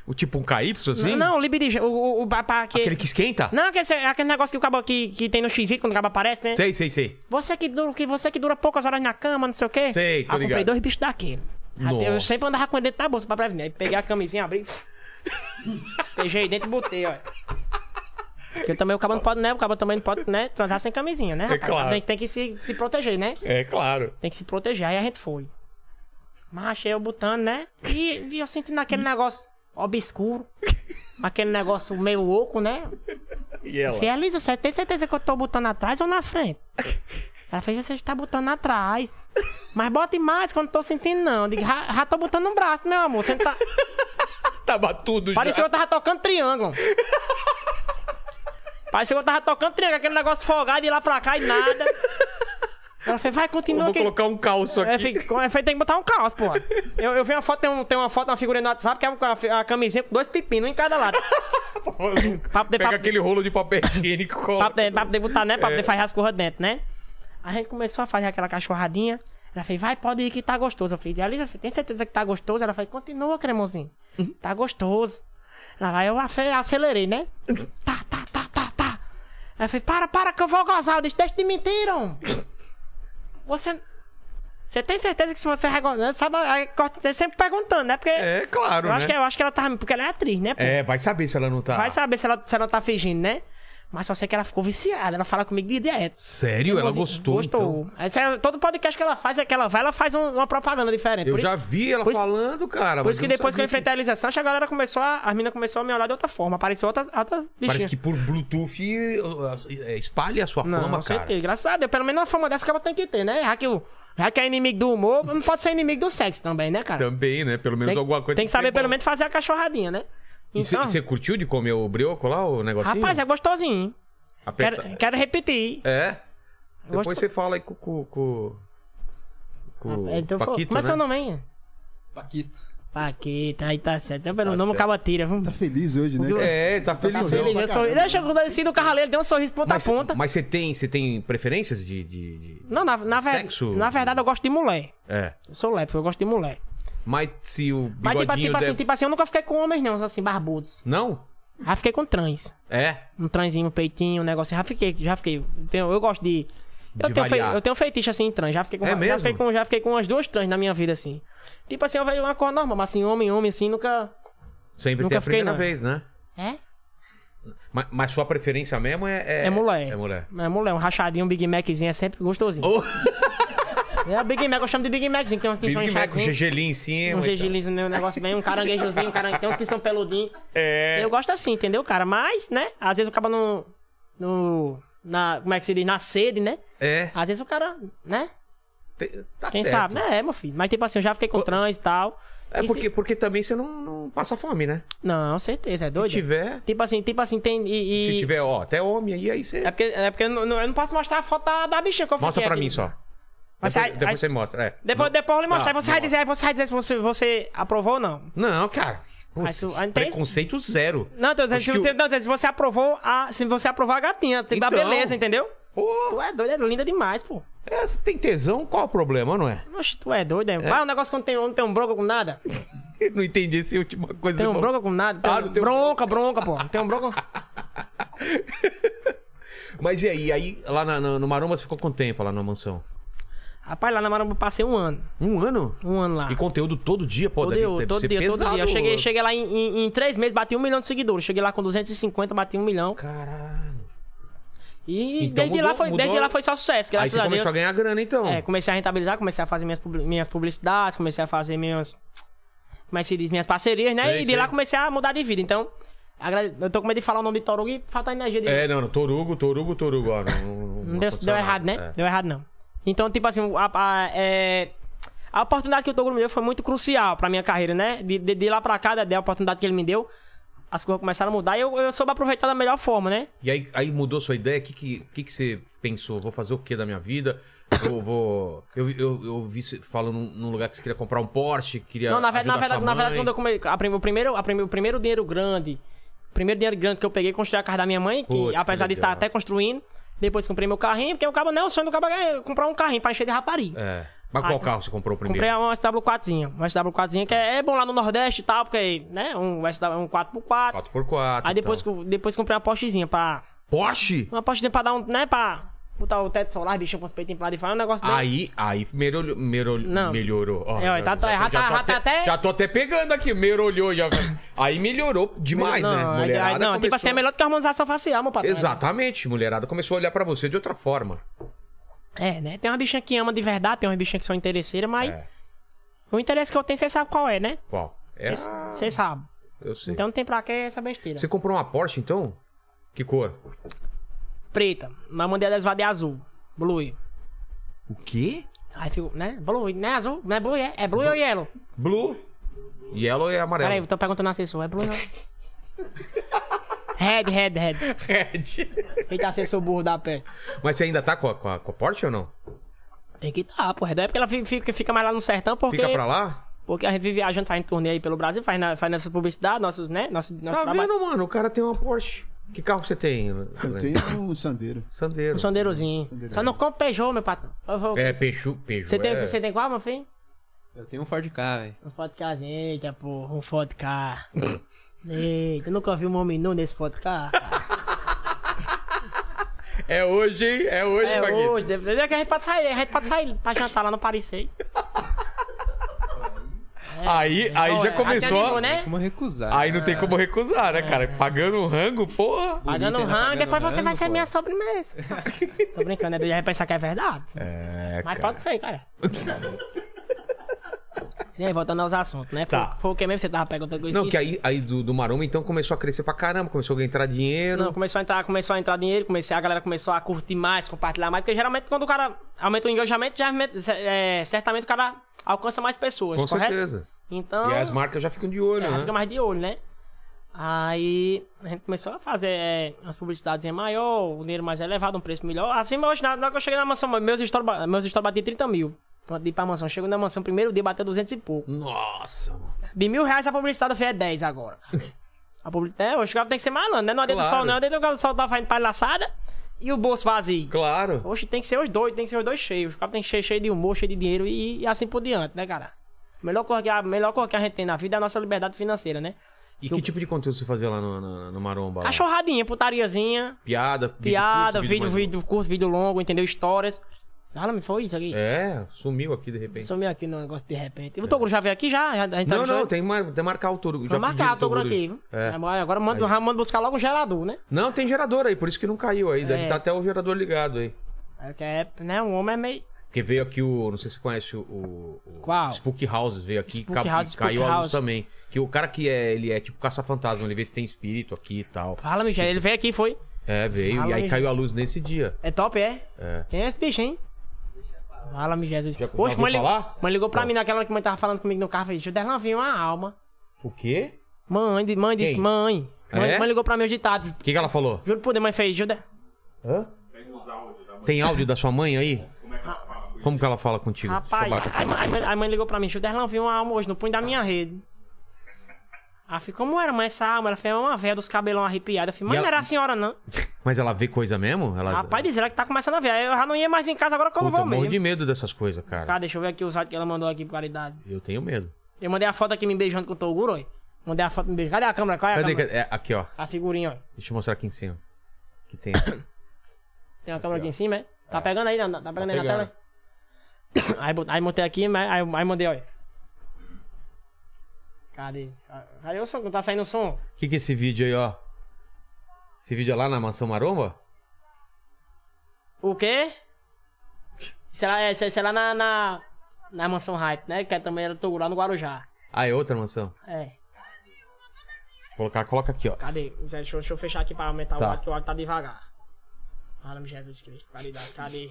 A: O tipo um KY, assim?
D: Não, o lib de gel, o, o, o ba- pra que...
A: Aquele que esquenta?
D: Não, aquele, aquele negócio que, o cabo, que, que tem no x quando o cabo aparece, né?
A: Sei, sei, sei.
D: Você que, dura, que você que dura poucas horas na cama, não sei o quê.
A: Sei, tô
D: Aí eu comprei
A: ligado.
D: dois bichos daquele. Aí Eu
A: Nossa.
D: sempre andava com ele dentro da bolsa pra prevenir. Aí peguei a camisinha, abri. despejei dentro e botei, ó. Porque também o cabo não pode, né? O cabo também não pode, né? Transar sem camisinha, né? rapaz?
A: É claro.
D: Tem, tem que se, se proteger, né?
A: É, claro.
D: Tem que se proteger. Aí a gente foi. Mas achei eu botando, né? E, e eu sentindo aquele negócio obscuro. Aquele negócio meio oco, né?
A: E ela?
D: Falei, Elisa, você tem certeza que eu tô botando atrás ou na frente? Ela fez, você tá botando atrás. Mas bote mais, que eu não tô sentindo, não. Eu Digo, já, já tô botando no braço, meu amor. Você não tá...
A: Tava tudo
D: Parecia
A: já.
D: que eu tava tocando triângulo. Parecia que eu tava tocando triângulo, aquele negócio folgado de lá pra cá e nada. Ela fez, vai,
A: Eu
D: continua
A: Vou
D: aqui.
A: colocar um calço
D: É,
A: aqui.
D: fi- com efeito tem que botar um caos, porra. Eu, eu vi uma foto, tem, um- tem uma foto, uma figurinha no WhatsApp, que é uma, fi- uma camisinha com dois pepinos, um em cada lado. Papo de-
A: Pega
D: papo-
A: aquele rolo de papel higiênico e
D: pra
A: coloca.
D: poder, pra poder botar, né? Pra
A: É.
D: poder fazer as coisas dentro, né? A gente começou a fazer aquela cachorradinha. Ela fez, vai, pode ir que tá gostoso. Eu falei, Alisa, você tem certeza que tá gostoso? Ela falou, continua, cremosinho.
A: Uhum.
D: Tá gostoso. Ela vai, eu afe- acelerei, né? Tá, tá, tá, tá, tá. Ela fez, para, para que eu vou gozar. Eu disse, deixa de mentir, homem. Você... Você tem certeza que se você vai gozar, sabe? Aí corta- você sempre perguntando, né? Porque
A: É, claro,
D: eu, acho que,
A: né?
D: eu acho que ela tava... Porque ela é atriz, né? pô?
A: É, vai saber se ela não tá.
D: Vai saber se ela, se ela tá fingindo, né? Mas só sei que ela ficou viciada. Ela fala comigo de direto.
A: Sério? Ela gostou, então?
D: Gostou. Essa- é, todo podcast que ela faz é que ela vai, ela faz um- uma propaganda diferente.
A: Eu
D: por
A: já
D: isso,
A: vi ela
D: por isso-
A: falando, cara.
D: por
A: mas
D: isso que
A: eu não
D: depois que
A: sabia
D: eu enfrentei a Elisa Sanches, a galera começou a. As meninas começou a me olhar de outra forma. Apareceu outras, outras
A: Parece
D: bichinhas.
A: que por Bluetooth eh, eh, espalha a sua
D: Não,
A: fama,
D: com certeza.
A: cara.
D: Graças a Deus. Pelo menos uma fama dessa que ela tem que ter, né? Já que, o- já que é inimigo do humor, não pode ser inimigo do sexo também, né, cara?
A: Também, né? Pelo menos
D: tem,
A: alguma coisa.
D: tem que saber
A: ser
D: pelo
A: bom.
D: menos fazer a cachorradinha, né?
A: E
D: Então,
A: você curtiu de comer o brioco lá, o negocinho?
D: rapaz, é gostosinho. hein?
A: Aperta-
D: Quero, quero repetir.
A: É? Depois
D: gosto-
A: você fala aí com. com, com... com
D: É, então,
A: o Paquito,
D: como é
A: né?
D: seu nome, hein?
C: Paquito.
D: Paquita, aí tá certo. Sabe pelo
A: Tá
D: nome, o
A: certo.
D: cabo tira. Vamos.
B: Tá feliz hoje, né?
D: Porque
B: cara?
A: É, ele tá feliz.
B: Tá
D: Ele
B: feliz.
D: deu um
B: pra
D: sorriso.
B: caramba.
D: Ele chegou assim do carro dele, deu um sorriso ponta
A: Mas,
D: a ponta.
A: mas você tem, você tem preferências de. de- de-
D: Não, na, na, ver-
A: Sexo?
D: na verdade eu gosto de mulher.
A: É.
D: Eu sou lepo, eu gosto de mulher.
A: Mas se o
D: Mas
A: bigodinho
D: tipo, tipo
A: der-
D: assim, tipo assim, eu nunca fiquei com homens, não, assim, barbudos.
A: Não?
D: Já fiquei com trans.
A: É.
D: Um transinho, um peitinho, um negócio. Já fiquei, já fiquei. Então, eu gosto de. Eu,
A: De
D: tenho fei-
A: variar.
D: eu tenho fetiche assim em trans. Já fiquei com,
A: É
D: já
A: mesmo?
D: fiquei com Já fiquei com umas duas trans na minha vida, assim. Tipo assim, eu vejo uma cor normal, mas assim, homem, homem, assim, nunca.
A: Sempre
D: Nunca
A: tem a
D: fiquei,
A: primeira
D: não.
A: vez, né?
D: É?
A: Mas, mas sua preferência mesmo é,
D: É mulher.
A: É mulher.
D: É mulher. Um rachadinho, um Big Maczinho é sempre gostosinho.
A: Ô,
D: É o Big Mac, eu chamo de Big Maczinho, que tem uns que são
A: Big Mac, com
D: inchadinhos.
A: gergelim em cima. então.
D: Um
A: e tal.
D: gergelim, um negócio bem, um caranguejozinho, um caranguejo, tem uns que são peludinhos.
A: É.
D: Eu gosto assim, entendeu, cara? Mas, né, às vezes o cara não... no na, como é que se diz? Na sede, né?
A: É.
D: Às vezes o cara, né?
A: Te- Tá
D: Quem né?
A: certo.
D: sabe, né? É, meu filho. Mas tipo assim, eu já fiquei com trans e tal.
A: É
D: E
A: porque,
D: se-
A: porque também você não, não passa fome, né?
D: Não, certeza, é
A: Se
D: doido.
A: tiver,
D: Tipo assim, tipo assim, tem. E, e-
A: se tiver, ó, até homem aí, aí você.
D: É porque, é porque eu, não, eu não posso mostrar a foto da, da bichinha que eu
A: Mostra
D: fiquei
A: pra
D: aqui.
A: mim só.
D: Mas
A: depois
D: aí-
A: depois
D: aí-
A: você mostra. É.
D: Depois, depois eu lhe mostrar,
A: Não,
D: você vai
A: não.
D: dizer, aí você vai dizer se você, você aprovou ou não.
A: Não, cara. Putz,
D: Mas o- aí não tem-
A: preconceito zero.
D: Não, tô dizendo,
A: Acho
D: se,
A: que o-
D: você- não, tô dizendo, se você aprovou a. Se você aprovar a gatinha, tem que dar
A: Então.
D: beleza, entendeu?
A: Pô,
D: Tu é doido, é linda demais, pô.
A: é, você tem tesão, qual o problema, não é?
D: Oxe, tu é doido, é. Vai um negócio que não tem, não tem um bronca com nada.
A: Eu não entendi essa última coisa.
D: Tem um
A: não.
D: bronca com nada. Tem
A: Ah,
D: um-
A: não tem um
D: bronca, bronca, pô. Tem um bronca.
A: Mas e aí? Aí lá na- na- no Maromba você ficou quanto tempo lá na mansão?
D: Rapaz, lá na Maromba eu passei um ano.
A: Um ano?
D: Um ano lá.
A: E conteúdo todo dia, pô,
D: Todo,
A: deve,
D: dia,
A: deve
D: todo
A: ser
D: dia,
A: pesado.
D: todo dia. Eu cheguei, cheguei lá em, em- em três meses, bati um milhão de seguidores. Cheguei lá com 250, bati um milhão.
A: Caralho.
D: E
A: Então
D: desde,
A: mudou-
D: lá, foi,
A: mudou-
D: desde lá foi só sucesso,
A: aí
D: graças
A: você
D: a
A: começou
D: Deus.
A: a ganhar grana, então.
D: É, comecei a rentabilizar, comecei a fazer minhas, publi- minhas publicidades, comecei a fazer minhas. Como é que se diz? Minhas parcerias, né?
A: Sei,
D: e de
A: sei.
D: lá comecei a mudar de vida. Então, agrade- eu tô com medo de falar o nome de Torugo e falta energia de
A: É, não, não, Torugo, Torugo, Torugo. Ó, não, não, não
D: Não deu,
A: aconteceu
D: deu
A: nada.
D: errado, né?
A: É.
D: Deu errado, não. Então, tipo assim, a, a- é, a oportunidade que o Toguro me deu foi muito crucial pra minha carreira, né? De, de- de lá pra cá, da, da oportunidade que ele me deu, as coisas começaram a mudar e eu, eu soube aproveitar da melhor forma, né?
A: E aí, aí mudou sua ideia? O que, que, que, que você pensou? Vou fazer o que da minha vida? Vou. vou... Eu, vi- eu, eu vi você falando num, num lugar que você queria comprar um Porsche, queria.
D: Não, na, ve-
A: ajudar
D: na verdade,
A: sua
D: na verdade,
A: mãe.
D: quando eu come, a, prim- o primeiro, a, prim- o primeiro dinheiro grande, o primeiro dinheiro grande que eu peguei, construí a casa da minha mãe, que
A: Putz, que
D: apesar de estar
A: legal.
D: até construindo, depois comprei meu carrinho, porque o cabo não, o sonho do cabo é comprar um carrinho pra encher de rapariga.
A: É. Mas qual
D: Ah,
A: carro você comprou primeiro?
D: Comprei uma SW4zinha, uma SW4zinha que é, é bom lá no Nordeste e tal, porque, né, um, SW, um 4x4.
A: 4x4.
D: Aí depois,
A: então.
D: co- depois comprei uma Porschezinha pra.
A: Porsche?
D: Uma Porschezinha pra dar um. né, pra botar o teto solar, bichinho com os peitinhos pra lá de fora, é um negócio bem.
A: Aí, aí melhorou. melhorou
D: Não.
A: Melhorou. Ó,
D: É, ó, tá-
A: já tô-
D: já tá- já tá até-
A: já tô até pegando aqui, melhorou. Já... aí melhorou demais,
D: não,
A: né?
D: aí-
A: Mulherada
D: aí- não, tipo
A: começou-
D: assim, é né? melhor do que a harmonização facial, meu patrão.
A: Exatamente, mulherada começou a olhar pra você de outra forma.
D: É, né? Tem uma bichinha que ama de verdade, tem umas bichinhas que são interesseiras, mas
A: É.
D: o interesse que eu tenho, vocês sabem qual é, né?
A: Qual? É,
D: Vocês vocês sabem.
A: eu sei.
D: Então não tem pra que essa besteira.
A: Você comprou uma Porsche, então? Que cor?
D: Preta, mas mandei ela esvaziar de azul. Blue.
A: O quê?
D: Aí ficou, né? Blue, né? Azul? Não é blue, é? É blue ou yellow?
A: Blue. Yellow é amarelo.
D: Peraí, eu tô perguntando assessor, é blue ou Red, red, red.
A: Red.
D: Eita, assessor burro da peste.
A: É, Mas você ainda tá com a, com a- com a Porsche ou não?
D: Tem que estar, porra. Daí é porque ela fi- fica, fica mais lá no sertão, porque,
A: Fica pra lá?
D: porque a gente vive viajando, faz turnê aí pelo Brasil, faz, na, faz nossa publicidade, nossos, né? Nosso, nosso
A: Tá
D: trabalho.
A: vendo, mano? O cara tem uma Porsche. Que carro você tem?
B: Eu tenho um sandeiro.
A: Sandeiro.
D: Um sondeirozinho. Só não compra Peugeot, meu patrão. Eu vou-
A: É, Peugeot. Peugeot
D: você, tem,
A: é...
D: você tem qual, meu filho?
C: Eu tenho um Ford K, velho.
D: Um Ford K, eita, porra, um Ford K. Eita, eu nunca vi um homem nu nesse Ford K.
A: É hoje, hein? É hoje,
D: É
A: Paquito.
D: hoje, depois é que a gente pode sair, a gente pode sair pra jantar lá no Paris, sei.
A: Aí, aí
D: Então,
A: já
D: é,
A: começou.
D: até animou, né? É.
C: Como recusar?
A: Aí não tem como recusar, né, cara? Pagando um rango, porra.
D: Pagando um
C: ainda
D: rango,
C: pagando
D: depois você
C: rango,
D: vai ser
C: pô.
D: minha sobremesa. Tô brincando, né? Eu já pensar que é verdade.
A: É,
D: Mas pode ser, cara. Sim, aí, voltando aos assuntos, né? Foi,
A: Tá.
D: foi o que mesmo que você tava perguntando que eu
A: Não, que
D: esqueci?
A: aí, aí do, do Maromba, então, começou a crescer pra caramba. Começou a entrar dinheiro.
D: Não, começou a entrar, começou a entrar dinheiro, comecei, a galera começou a curtir mais, compartilhar mais, porque geralmente quando o cara aumenta o engajamento, já, aumenta- é, certamente o cara alcança mais pessoas,
A: Com
D: correto?
A: certeza.
D: Então,
A: E aí as marcas já ficam de olho,
D: é,
A: né?
D: fica mais de olho, né? Aí a gente começou a fazer é, umas publicidades maior, o dinheiro mais elevado, um preço melhor. Assim, mas hoje, na na hora que eu cheguei na mansão, meus stories ba- meus stories batiam 30 mil. Quando ir pra mansão, chego na mansão, primeiro dia bateu 200 e pouco.
A: Nossa, mano.
D: De mil reais a publicidade eu fiz é 10 agora. A publicidade, é, hoje o cara tem que ser malandro, né? Não adianta
A: Claro.
D: sol, não adianta o cara sol tá fazendo palhaçada e o bolso vazio.
A: Claro.
D: Hoje tem que ser os dois, tem que ser os dois cheios. O cara tem que ser cheio de humor, cheio de dinheiro e, e assim por diante, né, cara? A melhor coisa, que a, a melhor coisa que a gente tem na vida é a nossa liberdade financeira, né?
A: E que tipo de conteúdo você fazia lá no, no, no Maromba? lá?
D: Cachorradinha, putariazinha,
A: Piada, vídeo
D: piada,
A: curto,
D: vídeo,
A: mais
D: vídeo, curto, vídeo longo, entendeu? Histórias. Ah, não me foi isso aqui?
A: longo. É, sumiu aqui de repente.
D: Sumiu aqui no negócio de repente. O Toguro já veio aqui já? já a gente tá
A: Não, não,
D: junto?
A: tem que mar- tem que marcar o touro. já
D: Vou marcar o
A: pediram
D: Toguro
A: touro.
D: aqui, viu?
A: É.
D: Agora agora manda, manda buscar logo o gerador, né?
A: Não, tem gerador aí, por isso que não caiu aí. Deve
D: É.
A: estar até o gerador ligado aí.
D: É que é, né? Um homem é meio.
A: Porque veio aqui o. Não sei se você conhece o. o- o
D: Qual?
A: Spook Houses veio aqui
D: Spook
A: e ca-
D: House,
A: e
D: Spook
A: caiu a luz
D: House.
A: também. Que o cara que é. Ele é tipo caça-fantasma, ele vê se tem espírito aqui e tal.
D: Fala, Michel. Ele veio aqui, foi.
A: É, veio.
D: Fala
A: e aí
D: aí,
A: caiu a luz nesse dia.
D: É top, é?
A: É.
D: Quem é esse bicho, hein? Fala-me, Jesus.
A: Já- já
D: Poxa,
A: ouviu
D: mãe, ligou-
A: falar?
D: mãe ligou pra
A: Não.
D: mim naquela hora que mãe tava falando comigo no carro. Falei, Juderlan, viu uma alma.
A: O quê?
D: Mãe, di- mãe disse,
A: Quem?
D: mãe. Mãe,
A: É?
D: mãe ligou pra mim hoje de tarde.
A: O que, que ela falou?
D: Juro por Deus, mãe fez, Juder.
A: Hã?
E: Pega os áudios da mãe.
A: Tem áudio da sua mãe aí?
E: Como é que ela fala?
A: Como que ela fala contigo? Deixa eu
D: Rapaz,
A: baixar.
D: aí, aí mãe- aí mãe ligou pra mim, Juderlan, viu uma alma hoje no punho da minha rede. Aí eu falei, como era, mãe, essa alma? Ela fez uma velha dos cabelão arrepiado. Eu falei, mãe,
A: E
D: não
A: ela-
D: era a senhora, não.
A: Mas ela vê coisa mesmo? Ela...
D: Rapaz, diz ela que tá começando a ver. Aí Eu já não ia mais em casa agora que eu não
A: Puta, eu
D: vou
A: morro
D: mesmo.
A: de medo dessas coisas, cara.
D: Cara, deixa eu ver aqui os áudios que ela mandou aqui por caridade.
A: Eu tenho medo.
D: Eu mandei a foto aqui me beijando com o Toguro, ó. Mandei a foto me beijando. Cadê a câmera? Qual é a
A: Cadê?
D: câmera?
A: cadê? É, aqui, ó.
D: A figurinha, ó.
A: Deixa eu mostrar aqui em cima. Que tem.
D: Tá Tem uma câmera aqui em cima, é? Tá pegando aí, não? Tá pegando aí
A: pegando.
D: na tela? Aí, bot- aí montei aqui, mas- aí, aí mandei, olha. Cadê? Cadê o som? Não tá saindo o som?
A: O que, que é esse vídeo aí, ó? Esse vídeo é lá na Mansão Maromba?
D: O quê? Isso é lá, é, isso é- isso é lá na, na, na Mansão Hype, né? Que é também era do Toguro, lá no Guarujá.
A: Ah, é outra mansão.
D: É.
A: Vou Colocar, coloca aqui, ó.
D: Cadê? Zé, deixa, eu- deixa eu fechar aqui pra aumentar
A: Tá.
D: o áudio, que o áudio tá devagar. Fala-me, Jesus Cristo. Caridade, cadê?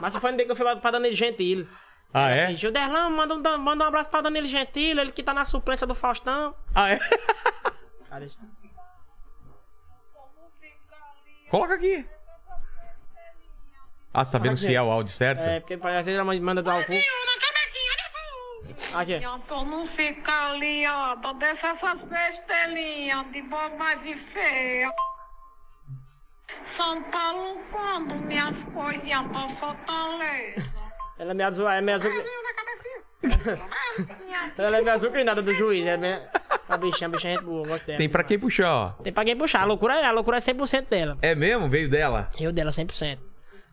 D: Mas se foi no dia que eu fui lá pra Danilo Gentili.
A: Ah,
D: E
A: é?
D: Gilderlan, manda um, dan- manda um abraço pra Danilo Gentili, ele que tá na suplência do Faustão.
A: Ah, é?
D: Cadê?
A: Então. Coloca aqui. Ah, você tá vendo se é o áudio certo?
D: É, porque às vezes ela manda do álcool.
F: na cabecinha de fogo.
D: Aqui.
F: Pra não ficar aliada dessas bestelinhas de bobagem feia. São Paulo quando minhas coisinhas pra Fortaleza.
D: Ela é meio azul, é meio azul.
F: Cabecinha na cabecinha. Cabecinha.
D: Ela é meio azul que nada do juiz, é meio... A bichinha, a bichinha é gente boa, eu gosto dela.
A: Tem pra quem puxar, ó.
D: Tem pra quem puxar, a loucura, é- a loucura é 100% dela.
A: É mesmo? Veio dela?
D: Eu dela, 100%.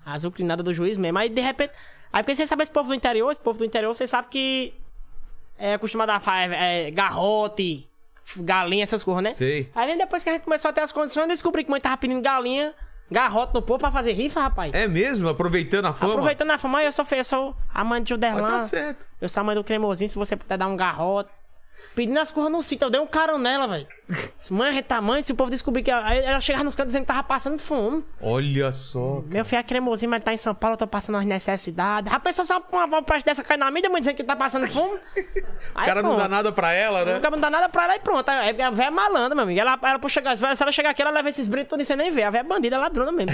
D: A azul que nada do juiz mesmo. Aí de repente... Aí porque você sabe esse povo do interior, esse povo do interior, você sabe que... É acostumado a falar é, é, garrote, galinha, essas coisas, né?
A: Sei.
D: Aí mesmo depois que a gente começou a ter as condições, eu descobri que mãe tava pedindo galinha, garrote no povo pra fazer rifa, rapaz.
A: É mesmo? Aproveitando a fama?
D: Aproveitando a fama, eu sou feio, eu sou a mãe de
A: Mas
D: Juderlan.
A: tá certo.
D: Eu sou a mãe do cremosinho, se você puder dar um garrote. Pedindo as coisas no sítio, eu dei um carão nela, velho. Mãe, a gente tá mãe, se o povo descobrir que ela, aí ela chegava nos cantos dizendo que tava passando fome.
A: Olha só.
D: Meu filho é cremosinho, mas tá em São Paulo, eu tô passando as necessidades. Rapaz, só só uma voz dessa cai na mídia, mãe, dizendo que tá passando fome.
A: O cara não dá nada pra ela,
D: O
A: né?
D: cara não dá nada pra ela e pronto. Aí A véia é malandra, meu amigo. Ela, ela puxa, se ela chegar aqui, ela leva esses brincos tudo e você nem vê. A véia é bandida, é ladrona mesmo.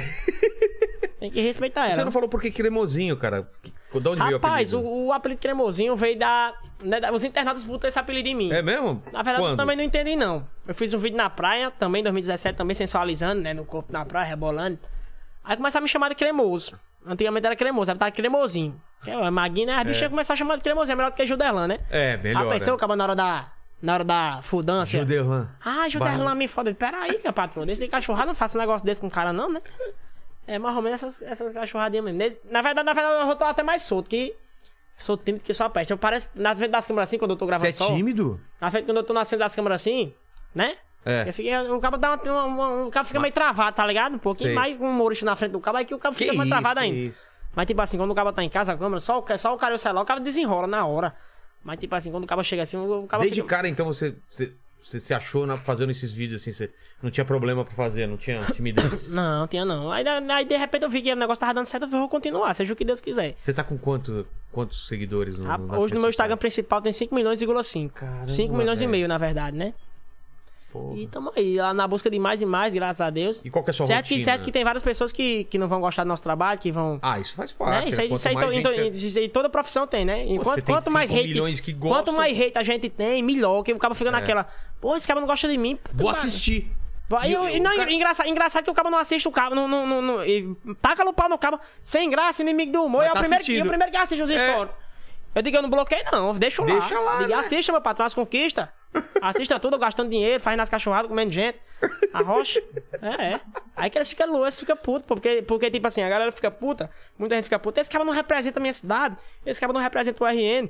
D: Tem que respeitar ela.
A: Você não falou por que cremosinho, cara. Que- De onde veio o
D: Rapaz, o,
A: apelido?
D: o apelido cremosinho veio da, né, da- Os internautas botaram esse apelido em mim.
A: É mesmo?
D: Na verdade,
A: Quando?
D: eu também não entendi, não. Eu fiz um vídeo na praia, também em 2017, também sensualizando, né? No corpo na praia, rebolando. Aí começaram a me chamar de cremoso. Antigamente era cremoso, agora tava cremosinho. Que é maguinho, né? As bichinhas começaram a chamar de cremosinho, é melhor do que Juderlan, né?
A: É, melhor,
D: Aí pensou,
A: é.
D: acaba na hora da. Na hora da fudança.
A: Juderlan.
D: Ah, Juderlan me foda. Peraí, meu patrão, deixa de cachorrada, não faça um negócio desse com o cara, não, né? É mais ou menos essas, essas cachorradinhas mesmo. Nesse- na verdade, na verdade, eu tô até mais solto, que sou tímido que só a peste. Eu pareço, na frente das câmeras assim, quando eu tô
A: Você
D: gravando
A: é
D: só.
A: tímido?
D: Na frente, quando eu tô na frente das câmeras assim, né?
A: É.
D: Eu fiquei, o cabo dá uma, uma- uma- o cabo fica meio travado, tá ligado? Um pouquinho
A: Sei.
D: mais com um mouricho na frente do cabo, aí que o cabo fica mais
A: isso,
D: travado ainda.
A: isso.
D: Mas tipo assim, quando o cabo tá em casa, a câmera, só, o ca- só o cara e o celular, o cara desenrola na hora. Mas tipo assim, quando o cabo chega assim, o cabo
A: Desde
D: fica...
A: cara, então, você, você, você se achou na- fazendo esses vídeos assim, você não tinha problema pra fazer, não tinha timidez.
D: Não, tinha não. Aí, aí, de repente eu vi que o negócio tava dando certo, eu falei, vou continuar, seja o que Deus quiser.
A: você tá com quanto, quantos seguidores no,
D: Ah,
A: nas
D: hoje no
A: redes
D: meu Instagram
A: sociais?
D: principal tem 5 milhões, 5.
A: Caramba,
D: 5 milhões
A: velho.
D: e meio, na verdade, né?
A: Porra.
D: E tamo aí, lá na busca de mais e mais, graças a Deus.
A: E qual que é a sua
D: certo que,
A: rotina?
D: certo que tem várias pessoas que, que não vão gostar do nosso trabalho, que vão...
A: Ah, isso faz
D: né?
A: parte.
D: Isso
A: né?
D: aí,
A: Quanto
D: isso aí,
A: mais
D: to-
A: gente
D: então,
A: você-
D: isso aí toda profissão tem, né? Enquanto,
A: você tem
D: quanto mais
A: cinco
D: hate.
A: milhões que
D: Quanto
A: gostam. É.
D: mais hate a gente tem, melhor. Que o cara fica naquela. Pô, esse cara não gosta de mim. Puta
A: Vou
D: que pariu.
A: assistir.
D: Aí eu-
A: E-
D: e não,
A: o cara-
D: engraçado, engraçado que o cabo não assiste o cabo, não, não, não, não- e taca no pau no cabo, sem graça, inimigo do humor,
A: Mas
D: é o,
A: tá
D: primeiro,
A: assistindo.
D: e o primeiro que assiste os
A: É.
D: stories. Eu digo, eu não bloqueio não, deixa lá.
A: Deixa lá,
D: Digo,
A: né?
D: assista, meu patrão, as conquistas. Assista tudo, gastando dinheiro, fazendo as cachorradas, comendo gente, a rocha. É, é. Aí que eles ficam loucos, eles ficam putos, porque, porque, tipo assim, a galera fica puta, muita gente fica puta, esse cara não representa a minha cidade, esse cara não representa o RN.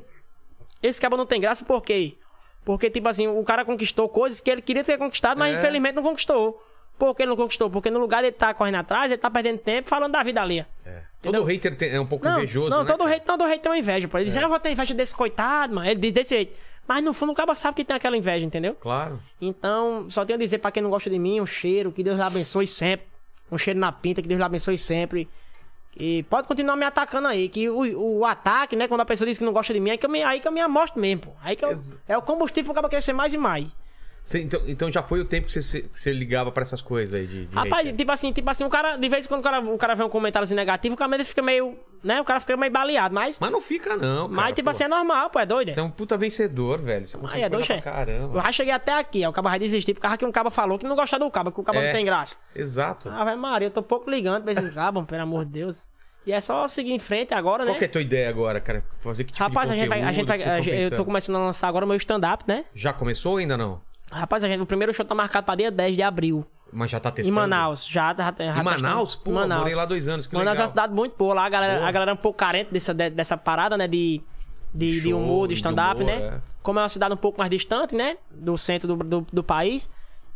D: Esse cabo não tem graça por quê? Porque, tipo assim, o cara conquistou coisas que ele queria ter conquistado, mas
A: É.
D: infelizmente não conquistou. Por que ele não conquistou? Porque no lugar de ele tá correndo atrás, ele tá perdendo tempo falando da vida ali.
A: É. Todo hater tem- é um pouco
D: Não,
A: invejoso,
D: não
A: né?
D: todo
A: cara? É.
D: rei, todo rei tem uma inveja, pô. Ele diz, ah, eu vou ter inveja desse coitado, mano. Ele diz desse jeito. Mas no fundo o cara sabe que tem aquela inveja, entendeu?
A: Claro.
D: Então, só tenho a dizer pra quem não gosta de mim, um cheiro, que Deus lhe abençoe sempre. Um cheiro na pinta, que Deus lhe abençoe sempre. Que E pode continuar me atacando aí, que o, o ataque, né? Quando a pessoa diz que não gosta de mim, aí que eu me, aí que eu me amostro mesmo, pô. Aí que eu, é o combustível pra crescer mais e mais.
A: Você- então, então já foi o tempo que você, se- você ligava pra essas coisas aí de, de
D: Rapaz,
A: hater.
D: tipo assim, tipo assim, o cara, de vez em quando o cara, o cara vê um comentário assim negativo, o cara meio fica meio, né? O cara fica meio baleado, mas,
A: Mas não fica, não. Cara,
D: mas tipo
A: pô.
D: assim, é normal, pô, é doido. é?
A: Você é um puta vencedor, velho. Você consegue
D: Aí é doido,
A: coisa
D: chefe.
A: pra
D: Eu
A: caramba.
D: já cheguei até aqui, ó. O cabo vai desistir, por causa que um cabo falou que não gosta do cabo, que o cabo
A: É.
D: não tem graça.
A: Exato.
D: Ah, vai Maria, eu tô pouco ligando pra esses cabos, pelo amor de Deus. E é só seguir em frente agora, né?
A: Qual que é a tua ideia agora, cara? Fazer que tipo
D: Rapaz,
A: de
D: a gente vai.
A: conteúdo
D: A gente
A: que
D: vai
A: vocês
D: a
A: tão
D: gente- eu tô
A: pensando?
D: começando a lançar agora o meu stand-up, né?
A: Já começou ou ainda não?
D: Rapaz, a gente, o primeiro show tá marcado pra dia 10 de abril.
A: Mas já tá
D: Em
A: testando?
D: Manaus, já, já, já tá
A: Em Manaus?
D: testando.
A: Pô, morei lá dois anos, que
D: Manaus é
A: legal.
D: uma cidade muito boa lá, a galera, a galera é um pouco carente dessa, de- dessa parada, né? De, de, de
A: Show,
D: humor,
A: de
D: de stand-up,
A: humor,
D: né?
A: é.
D: Como é uma cidade um pouco mais distante, né? Do centro do, do, do país.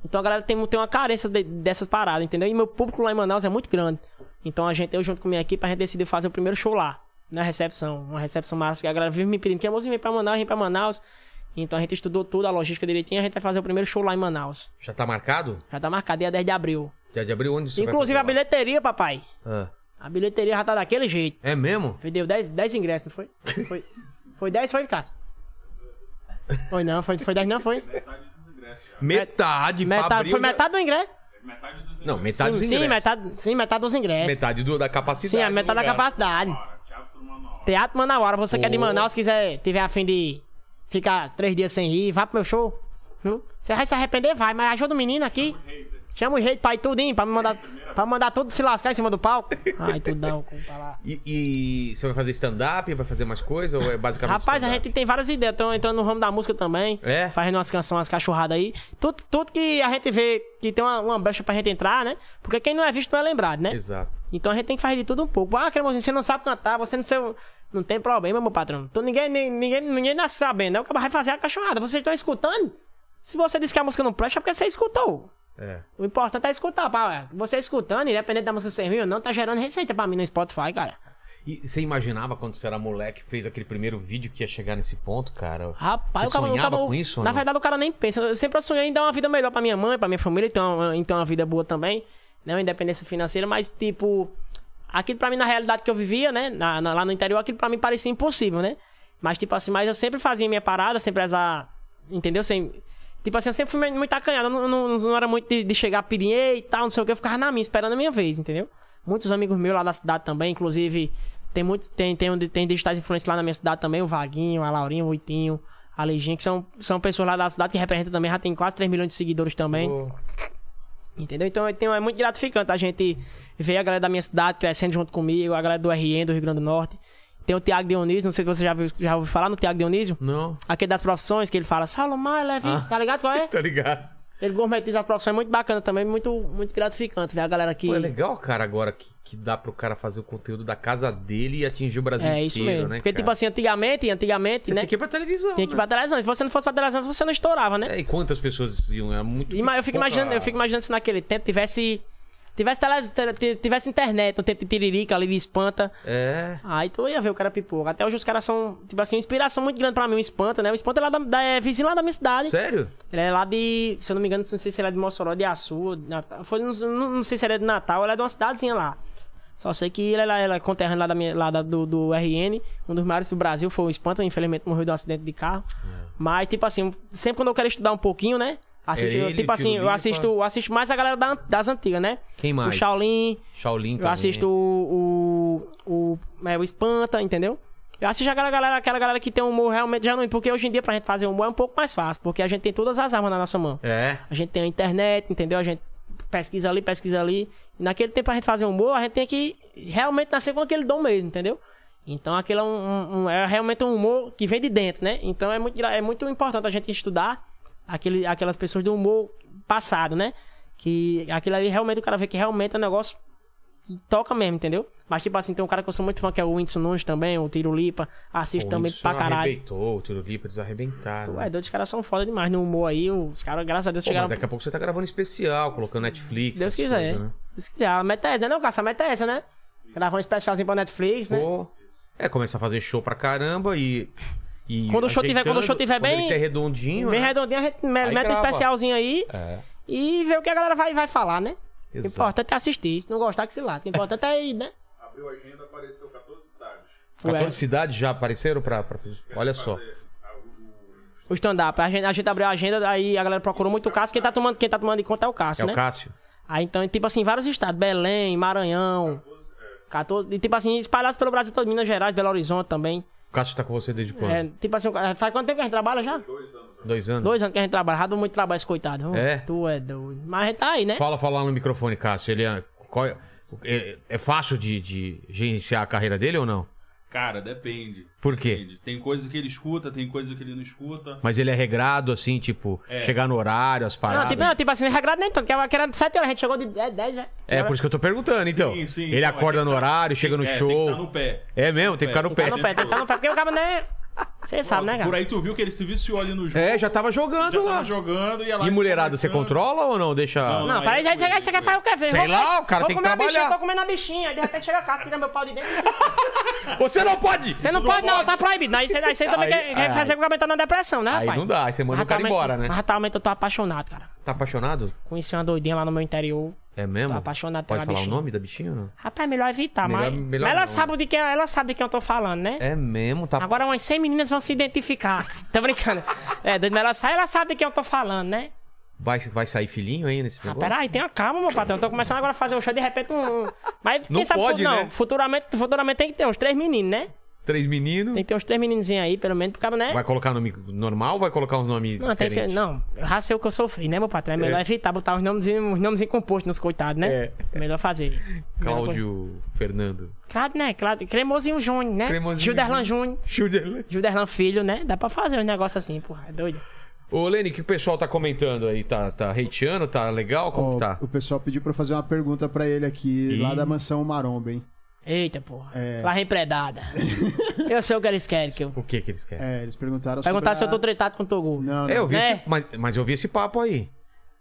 D: Então a galera tem, tem uma carência de- dessas paradas, entendeu? E meu público lá em Manaus é muito grande. Então a gente, eu junto com minha equipe, a gente decidiu fazer o primeiro show lá, na recepção. Uma recepção massa, que a galera vive me pedindo, que moço vem pra Manaus, vem pra Manaus. Então a gente estudou tudo, a logística direitinho, a gente vai fazer o primeiro show lá em Manaus.
A: Já tá marcado?
D: Já tá marcado dia 10 de abril.
A: Já de abril onde você vai
D: Inclusive a
A: fazer lá?
D: bilheteria, papai.
A: Ah.
D: A bilheteria já tá daquele jeito.
A: É mesmo?
D: Vendeu 10, 10 ingressos, não foi? Foi, foi 10, foi, Cássio? Foi não, foi, foi 10 não, foi?
A: Metade, pra
D: Metade,
A: abril
D: foi
A: já-
D: metade do ingresso?
A: Não, metade
D: sim,
A: dos
D: sim,
A: ingressos.
D: metade, sim, metade dos ingressos.
A: Metade do- da capacidade. né,
D: sim, a
A: do
D: metade da
A: lugar.
D: capacidade. Teatro Manauara, você que é de
A: Pô.
D: Manaus, quiser, tiver a fim de ficar 3 dias sem rir, vá pro meu show. Viu? Você vai se arrepender, vai, mas ajuda o menino aqui. Chama o jeito pra ir tudinho, pra me mandar, pra mandar tudo se lascar em cima do palco. Ai, tudão, pra lá.
A: E, e você vai fazer stand-up? Vai fazer mais coisa? Ou é basicamente.
D: Rapaz, a
A: stand-up?
D: gente tem várias ideias. Estão entrando no ramo da música também.
A: É?
D: Fazendo umas canções, umas cachorradas aí. Tudo, tudo que a gente vê que tem uma, uma brecha pra gente entrar, né? Porque quem não é visto não é lembrado, né?
A: Exato.
D: Então a gente tem que fazer de tudo um pouco. Ah, cremosinho, você não sabe cantar, você não sei. Não tem problema, meu patrão. Então, ninguém, ni- ninguém, ninguém nasce sabendo, né? O cara vai fazer a cachorrada. Vocês estão escutando? Se você disse que a música não presta, é porque você escutou.
A: É.
D: O importante é escutar, pá. Você escutando, independente da música ser ruim ou não, tá gerando receita pra mim no Spotify, cara.
A: E você imaginava quando você era moleque, fez aquele primeiro vídeo que ia chegar nesse ponto, cara?
D: Rapaz,
A: você
D: o cara, o
A: sonhava
D: cara-
A: com isso? ou
D: Na
A: não?
D: verdade, o cara nem pensa. Eu sempre sonhei em dar uma vida melhor pra minha mãe, pra minha família, então, então uma vida boa também, né? Uma independência financeira, mas tipo, aquilo pra mim, na realidade que eu vivia, né? na- na- lá no interior, aquilo pra mim parecia impossível, né? Mas, tipo assim, mas eu sempre fazia minha parada, sempre essa. Entendeu? Sem, tipo assim, eu sempre fui muito acanhado. Eu não, não, não era muito de, de chegar pedindo e tal, não sei o que, eu ficava na minha, esperando a minha vez, entendeu? Muitos amigos meus lá da cidade também, inclusive. Tem muitos, tem, tem, um de- tem digitais influentes lá na minha cidade também, o Vaguinho, a Laurinha, o Oitinho, a Leijinha, que são, são pessoas lá da cidade que representam também, já tem quase 3 milhões de seguidores também.
A: Pô,
D: Entendeu? Então eu tenho- é muito gratificante a gente ver a galera da minha cidade crescendo junto comigo, a galera do RN, do Rio Grande do Norte. Tem o Tiago Dionísio, não sei se você já, viu, já ouviu falar no Tiago Dionísio.
A: Não.
D: Aquele das profissões que ele fala, Salomão, é leve, tá ligado qual é?
A: Tá ligado?
D: Ele gourmetiza as profissões, é muito bacana também, muito, muito gratificante ver a galera aqui.
A: Pô, é legal, cara, agora que, que dá pro cara fazer o conteúdo da casa dele e atingir o Brasil
D: É,
A: inteiro,
D: isso mesmo.
A: né?
D: Porque,
A: cara?
D: tipo assim, antigamente, antigamente,
A: Você
D: né?
A: tinha que ir pra televisão.
D: Tinha que ir
A: né?
D: pra televisão. Se você não fosse pra televisão, você não estourava, né?
A: É, ah. e quantas pessoas iam? É muito.
D: Ima- eu, fico
A: pouca-
D: imaginando, eu fico imaginando se naquele tempo tivesse. Tivesse, tele, tele- tele- tivesse internet, no tempo de tiririca ali de espanta.
A: É.
D: Aí tu ia ver o cara pipoca. Até hoje os caras são, tipo assim, uma inspiração muito grande pra mim, o espanta, né? O espanta é, lá da, da- é vizinho lá da minha cidade.
A: Sério?
D: Ele é lá de, se eu não me engano, não sei se ele é de Mossoró, de Açu, ou de Natal. Foi, não, não- não sei se ele é de Natal, ele é de uma cidadezinha lá. Só sei que ele é, lá- ele é conterrâneo lá, da minha- lá da- do, do RN, um dos maiores do Brasil, foi o Espanta, infelizmente morreu de um acidente de carro. Mas, tipo assim, sempre quando eu quero estudar um pouquinho, né? Assisto,
A: É, ele,
D: tipo assim, eu
A: Tirolipa.
D: assisto, eu assisto mais a galera da- das antigas, né?
A: Quem mais?
D: O Shaolin,
A: Shaolin
D: eu
A: também.
D: assisto o. o, o, é, o Espanta, entendeu? Eu assisto aquela galera, aquela galera que tem um humor realmente já não. Porque hoje em dia, pra gente fazer humor é um pouco mais fácil, porque a gente tem todas as armas na nossa mão.
A: É.
D: A gente tem a internet, entendeu? A gente pesquisa ali, pesquisa ali. E naquele tempo pra gente fazer humor, a gente tem que realmente nascer com aquele dom mesmo, entendeu? Então aquele é, um, um- um- é realmente um humor que vem de dentro, né? Então é muito, gra- é muito importante a gente estudar aquele, aquelas pessoas do humor passado, né? Que aquilo ali realmente o cara vê que realmente é um negócio que toca mesmo, entendeu? Mas tipo assim, tem um cara que eu sou muito fã que é o Whindersson Nunes também, o Tiro Lipa, assisto
A: O
D: também
A: Whindersson é um
D: pra caralho.
A: Arrebentou, o Tirolipa, eles arrebentaram.
D: Ué, dois caras são foda demais no humor aí, os caras, graças a Deus,
A: Pô, mas
D: chegaram
A: daqui a pouco você tá gravando especial, colocando Netflix.
D: Se Deus
A: essas
D: quiser.
A: coisas, né?
D: Se Deus quiser. A meta é essa, né, não, Cássio? A meta é essa, né? Gravar um especialzinho pra Netflix, né?
A: Pô, é, começa a fazer show pra caramba e. e
D: Quando o show tiver- quando o show tiver
A: ajeitando, quando
D: bem-
A: Ele tá redondinho.
D: Bem
A: né?
D: redondinho, a gente me- mete um
A: grava.
D: especialzinho aí
A: É.
D: e ver o que a galera vai, vai falar, né? O
A: Exato.
D: importante é assistir. Se não gostar, que se lata. O importante é ir, né?
E: Abriu a agenda, apareceu 14 estádios.
D: Ué.
A: 14 cidades já apareceram pra, pra fazer. Olha só.
D: O stand-up. A gente, a gente abriu a agenda, aí a galera procurou muito o Cássio. Quem tá tomando, quem tá tomando de conta é o Cássio,
A: É
D: né?
A: o Cássio.
D: Aí então, tipo assim, vários estados. Belém, Maranhão. 14, e, tipo assim, espalhados pelo Brasil todo, Minas Gerais, Belo Horizonte também.
A: O Cássio tá com você desde quando?
D: É, tipo assim, faz quanto tempo que a gente trabalha já?
A: Dois anos?
D: Dois anos que a gente trabalha. Já deu muito trabalho esse coitado.
A: É?
D: Tu é doido. Mas a gente tá aí, né?
A: Fala, fala lá no microfone, Cássio. Ele é, qual é, é- é fácil de, de gerenciar a carreira dele ou não?
E: Cara, depende.
A: Por quê?
E: Depende. Tem coisa que ele escuta, tem coisa que ele não escuta.
A: Mas ele é regrado, assim, tipo,
E: É.
A: chegar no horário, as
D: Não,
A: paradas.
D: tipo, não, tipo assim, regrado nem tanto, porque era de 7 horas, a gente chegou de 10, 10 né?
A: É por isso que eu tô perguntando, então.
E: Sim, sim,
A: ele
E: então,
A: acorda
E: tem que
A: no
E: tá-
A: horário, chega no
E: é,
A: show.
E: Tem que tá no pé.
A: É mesmo, tem que ficar no pé.
D: Tá no pé, tá no pé, porque o cara não é. Você sabe, né,
E: Por
D: cara?
E: aí tu viu que ele se viciou ali no jogo.
A: É, já tava jogando
E: já tava
A: lá.
E: jogando e ia lá.
A: E mulherada, você
E: conversando.
A: controla ou não? Deixa.
E: Não,
D: Não, peraí, aí você aí você quer fazer o que?
A: Sei lá, o cara tem que
D: Bichinha,
A: trabalhar.
D: tô comendo a bichinha, aí de repente chega a casa, tira meu pau de dentro.
A: Você não pode!
D: Você não pode, não, tá proibido. Aí você, aí você também
A: Aí-
D: quer, quer
A: aí-
D: fazer com que o cara tá na depressão, né,
A: Aí
D: rapaz?
A: não dá, aí você manda o cara
D: Atualmente-
A: embora, né?
D: Mas atualmente eu tô apaixonado, cara.
A: Tá apaixonado?
D: Conheci uma doidinha lá no meu interior.
A: É mesmo?
D: Tô apaixonado
A: Pode
D: pela
A: falar
D: bichinha.
A: o nome da bichinha ou não?
D: Rapaz, é melhor evitar,
A: Melhor-
D: mas.
A: melhor
D: ela,
A: não. né?
D: sabe de quem, ela sabe de quem eu tô falando, né?
A: É mesmo, tá.
D: Agora umas 100 meninas vão se identificar. cara. Tô brincando. É, doido, mas ela sai, ela sabe de quem eu tô falando, né?
A: Vai, vai sair filhinho aí nesse
D: Ah,
A: negócio?
D: peraí, tenha calma, meu patrão. Eu tô começando agora a fazer um show, de repente um. Mas quem
A: Não
D: sabe
A: pode,
D: fu-
A: né?
D: não. Futuramente, futuramente tem que ter uns três meninos, né?
A: Três meninos.
D: Tem que ter uns três meninozinhos aí, pelo menos, porque, né?
A: Vai colocar nome normal ou vai colocar uns nomes
D: Não, tem que ser,
A: diferentes?
D: não, eu já sei o que eu sofri, né, meu patrão? É melhor evitar botar uns nomezinhos, uns nomezinhos compostos nos coitados, né? É. Melhor fazer. Melhor coisa.
A: Cláudio Fernando.
D: Claro, né? Claro. Cremosinho Júnior, né?
A: Cremosinho
D: Gilderlan Júnior.
A: Schilder.
D: Gilderlan Filho, né? Dá pra fazer uns negócios assim, porra. É doido.
A: Ô, Lene, o que o pessoal tá comentando aí? Tá, tá hateando? Tá legal? Como
B: Ó,
A: tá?
B: O pessoal pediu pra eu fazer uma pergunta pra ele aqui, lá da mansão Maromba, hein?
D: Eita, porra.
B: É.
D: Lá vem predada. eu sei o que eles querem. Que eu...
A: O que que eles querem?
B: É, eles perguntaram
D: Perguntar se
B: sobre
D: eu tô tretado com o Togu.
B: Não, não.
A: É, eu vi
D: É.
A: esse- mas, mas eu vi esse papo aí.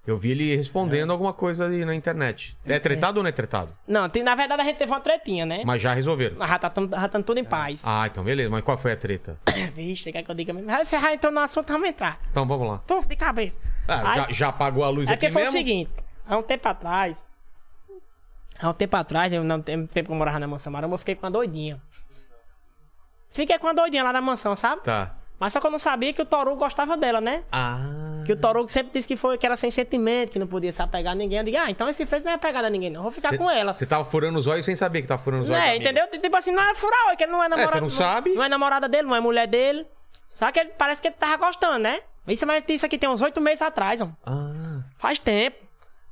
A: Eu vi ele respondendo alguma coisa ali na internet. É tretado ou não é tretado?
D: Não, tem, na verdade a gente teve uma tretinha, né?
A: Mas já resolveram.
D: Mas já tá tamo- já tamo tudo
B: É.
D: em paz.
A: Ah, então beleza. Mas qual foi a treta?
D: Vixe, você quer que eu diga mesmo? Mas Você já entrou no assunto, vamos entrar.
A: Então vamos lá.
D: Puf, de cabeça.
A: Ah,
D: Aí-
A: já, já apagou a luz
D: É
A: aqui
D: porque foi
A: mesmo?
D: o seguinte, há um tempo atrás. Há um tempo atrás, eu não tem tempo que eu morava na mansão Maromba, eu fiquei com uma doidinha. Fiquei com uma doidinha lá na mansão, sabe?
A: Tá.
D: Mas só que eu não sabia que o Torugo gostava dela, né?
A: Ah.
D: Que o Torugo sempre disse que, foi, que era sem sentimento, que não podia se apegar a ninguém. Eu digo, ah, então esse fez não é apegado a ninguém, não. Vou ficar com ela.
A: Você tava furando os olhos sem saber que tava furando os olhos. da
D: É,
A: mina.
D: entendeu? Tipo assim, não era furar, olho, que ele não é namorada.
A: você não sabe?
D: Não é namorada dele, não é mulher dele. Só que ele parece que ele tava gostando, né? Isso, mas isso aqui tem uns oito meses atrás, ó.
A: Ah.
D: Faz tempo.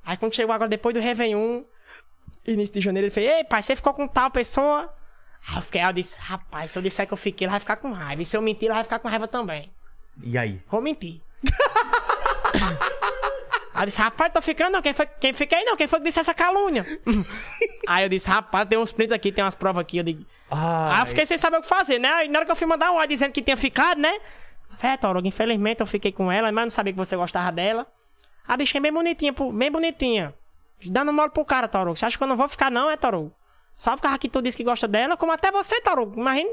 D: Aí quando chegou agora depois do Réveillon, início de janeiro, ele fez, ei, pai, você ficou com tal pessoa? Aí eu fiquei, aí eu disse, rapaz, se eu disser que eu fiquei, ela vai ficar com raiva. E se eu mentir, ela vai ficar com raiva também.
A: E aí?
D: Vou mentir. Aí eu disse, rapaz, tô ficando não. Quem foi, quem fiquei não? Quem foi que disse essa calúnia? aí eu disse, rapaz, tem uns prints aqui, tem umas provas aqui. Eu digo,
A: Ah.
D: Aí eu fiquei sem saber o que fazer, né? Aí na hora que eu fui mandar um áudio dizendo que tinha ficado, né? É, Toro, infelizmente eu fiquei com ela, mas não sabia que você gostava dela. A bichinha é bem bonitinha, pô, bem bonitinha. Dando mole pro cara, Toro. Você acha que eu não vou ficar, não, é, Toro? Só por causa que tu disse que gosta dela, como até você, Toro. Imagina.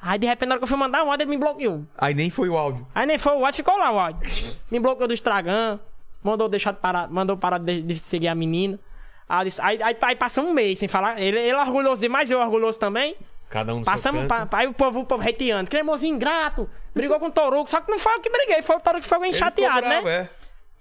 D: Aí de repente, na hora que eu fui mandar um áudio, ele me bloqueou.
A: Aí nem foi o áudio.
D: Aí nem foi o áudio, ficou lá o áudio. Me bloqueou do Instagram, mandou deixar de parar, mandou parar de, de seguir a menina. Aí, eu disse- aí, aí, aí passou um mês sem falar. Ele, ele orgulhoso demais, eu orgulhoso também.
A: Cada um no
D: Passamos,
A: seu
D: pa,
A: canto.
D: pa- aí o povo, o povo reteando, cremosinho ingrato, brigou com o Toruco, só que não foi eu que briguei, foi o Toruco que ficou
A: Ele ficou
D: chateado, né?
A: bravo, é.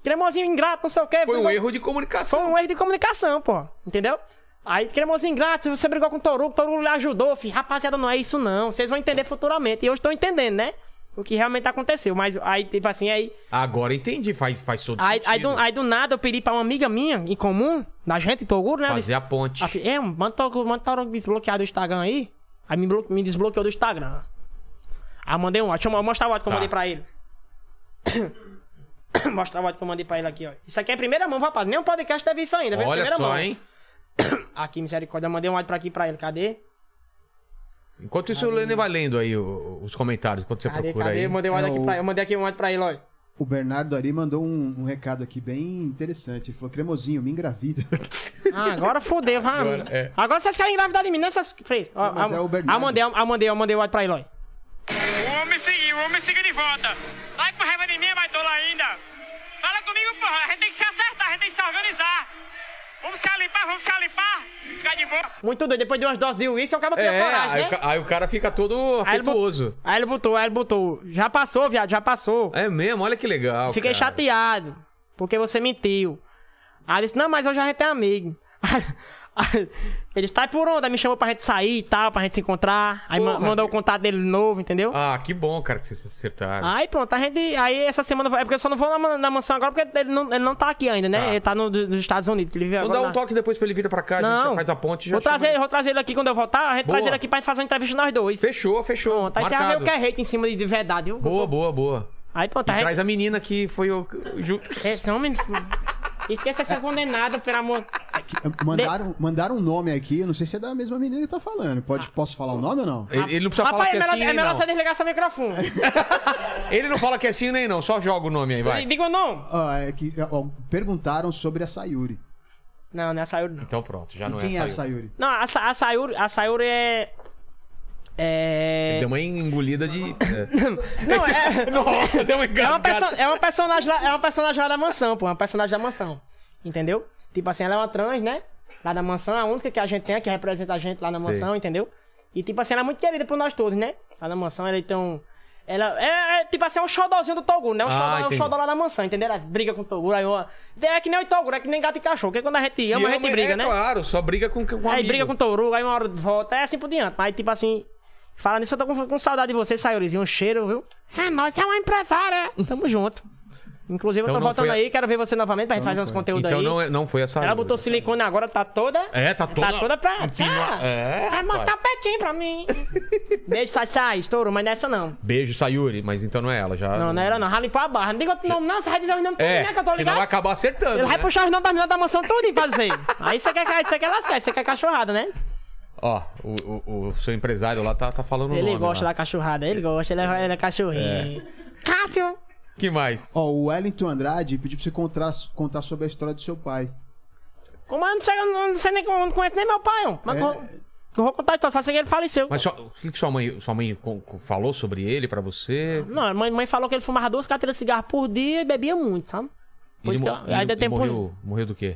D: Cremosinho ingrato, não sei o quê.
A: Foi um
D: brigou-
A: erro de comunicação.
D: Foi um erro de comunicação, pô, entendeu? Aí, cremosinho ingrato, você brigou com o Toruco, o Toruco lhe ajudou, filho, rapaziada, não é isso não, vocês vão entender futuramente, e eu estou entendendo, né? O que realmente aconteceu, mas aí, tipo assim, aí...
A: Agora entendi, faz, faz todo
D: Aí,
A: sentido.
D: aí, do, aí do nada eu pedi pra uma amiga minha, em comum, da gente, Toguro, né? Eu disse,
A: Fazer a ponte.
D: Aí, é, manda o manda Tauro desbloquear do Instagram aí. Aí me, blo- me desbloqueou do Instagram. Aí eu mandei um áudio. Deixa eu mo- mostrar o áudio que eu
A: Tá.
D: mandei pra ele. mostrar o áudio que eu mandei pra ele aqui, ó. Isso aqui é primeira mão, rapaz. Nenhum podcast teve isso ainda. viu?
A: Olha
D: primeira
A: só,
D: mão.
A: hein?
D: Aqui, misericórdia. Eu mandei um áudio pra aqui pra ele. Cadê?
A: Enquanto isso, o Lene vai lendo aí o- os comentários, enquanto você
D: Cadê,
A: procura
D: cadê?
A: aí.
D: Eu mandei um áudio
B: É,
D: aqui
B: o-
D: pra ele. Eu mandei aqui um áudio pra ele, ó.
B: O Bernardo Ari mandou um, um recado aqui bem interessante. Ele falou, cremosinho, me engravida.
D: Ah, agora fodeu, vai.
A: Agora,
D: Agora,
A: é.
D: vocês querem engravidar de mim, né, seus frescos? Ó,
B: Não, mas
D: eu-
B: é o
D: eu,
B: Bernardo.
D: mandei, eu mandei, eu mandei o áudio pra ele, ó.
G: O homem seguiu, o homem siga de volta. Vai com raiva é de mim, baitola ainda. Fala comigo, porra. A gente tem que se acertar, a gente tem que se organizar. Vamos se alipar, vamos se alipar. Ficar de boa.
D: Muito doido. Depois de umas doses de uísque, eu acaba
A: É,
D: criando coragem,
A: aí,
D: né?
A: o ca- aí o cara fica todo
D: Aí ele, bot-
A: afetuoso.
D: aí ele botou, aí ele botou. Já passou, viado, já passou.
A: É mesmo, olha que legal.
D: Fiquei
A: cara.
D: chateado, porque você mentiu. Aí ele disse, não, mas hoje a gente é amigo. Aí ele disse, tá por onde? Aí me chamou pra gente sair e tal, pra gente se encontrar. Aí ma-
A: Porra,
D: mandou
A: que-
D: o contato dele de novo, entendeu?
A: Ah, que bom, cara, que vocês se acertaram.
D: Aí pronto, a gente. Aí essa semana. É porque eu só não vou na, man- na mansão agora, porque ele não, ele não tá aqui ainda, né?
A: Tá.
D: Ele tá no, do- dos Estados Unidos. Ele vive
A: então
D: agora
A: dá
D: lá.
A: um toque depois pra ele vir pra cá, a gente já
D: Não.
A: faz a ponte e já
D: Vou trazer,
A: chama
D: ele-
A: ele.
D: vou trazer ele aqui quando eu voltar, a gente
A: Boa.
D: traz ele aqui pra gente fazer uma entrevista nós dois.
A: Fechou, fechou.
D: Pronto, aí você vai ver
A: Marcado.
D: o que é hate em cima de, de verdade, viu?
A: Boa, boa, boa.
D: Aí pronto,
A: E
D: a gente. É,
A: traz a menina que foi o. junto.
D: Esse homem. Esqueça essa condenada, pelo amor.
B: Mandaram, mandaram um nome aqui, eu não sei se é da mesma menina que tá falando. Pode, posso falar o nome ou não?
A: Ele, ele não precisa
D: Rapaz,
A: falar
D: é
A: que é
D: melhor,
A: assim,
D: é
A: nem
D: melhor
A: não.
D: você desligar seu microfone.
A: Ele não fala que é assim nem não, só joga o nome aí, vai.
D: Diga o nome.
B: Ah, é que, ó, perguntaram sobre a Sayuri.
D: Não, não é a Sayuri, não.
A: Então pronto, já
B: E
A: não
B: quem é a
A: essa aí.
B: Sayuri?
D: Não, a, Sa- a Sayuri, a Sayuri é. É.
A: Deu uma engolida de.
D: Não, é.
A: É. Nossa, deu uma
D: É uma, perso-
A: engasgada.
D: é uma personagem lá, é uma personagem lá da mansão, pô. É uma personagem da mansão. Entendeu? Tipo assim, ela é uma trans, né? Lá da mansão, é a única que a gente tem, que representa a gente lá na
A: Sei.
D: mansão, entendeu? E tipo assim, ela é muito querida por nós todos, né? Lá na mansão, ela é tão. Ela é, é, tipo assim, é um xodózinho do Toguro, né? Um
A: Ah,
D: xodó, é um
A: entendi.
D: xodó lá na mansão, entendeu? Ela briga com o Toguro, aí ó. É que nem o Toguro, é que nem gato e cachorro, que quando a gente
A: Se
D: ama, a gente
A: ama,
D: briga,
A: é
D: né?
A: Claro, só briga com, com um
D: Aí
A: amigo.
D: briga com o Toru, aí uma hora volta, é assim por diante. Mas tipo assim, falando nisso, eu tô com, com saudade de você, Sayorizinho. Um cheiro, viu? É, nós é uma empresária. Tamo junto. Inclusive,
A: Então
D: eu tô
A: não
D: voltando
A: foi a-
D: aí, quero ver você novamente pra gente fazer uns conteúdos
A: Então
D: aí.
A: não, é- não foi essa.
D: Ela botou silicone agora, tá toda.
A: É, tá toda.
D: Tá toda pra. Tá.
A: É,
D: Vai mostrar o petinho pra mim. Beijo, sai, sai, estouro, mas nessa não.
A: Beijo, Sayuri, mas então não é ela já.
D: Não, não era não. Ralipou a barra. Não diga outro nome, não. Você vai dizer os nomes tudo,
A: É,
D: né? Que eu tô
A: senão
D: ligado.
A: vai acabar acertando.
D: Ele vai
A: né?
D: puxar os nomes das meninas da mansão tudo e fazer. aí você quer, aí você quer lascar, aí você quer cachorrada, né?
A: Ó, o, o- o seu empresário lá tá, tá falando o
D: Ele
A: nome.
D: gosta
A: lá. É.
D: da cachorrada, ele gosta, ele é, ele é cachorrinho. Cássio!
A: Que mais?
B: Ó, o Wellington Andrade pediu pra você contar, contar sobre a história do seu pai.
D: Como eu não sei, eu não, eu não sei nem como, eu não conheço nem meu pai, ó. Mas
B: É.
D: eu vou- eu vou contar a história, só sei que ele faleceu.
A: Mas só- o que, que sua mãe, sua mãe co- co- falou sobre ele pra você?
D: Não, a mãe, mãe falou que ele fumava duas carteiras de cigarro por dia e bebia muito, sabe? Por
A: Ele,
D: isso que
A: mo-
D: eu-
A: ele-
D: ainda
A: ele
D: tem por-
A: morreu, morreu do quê?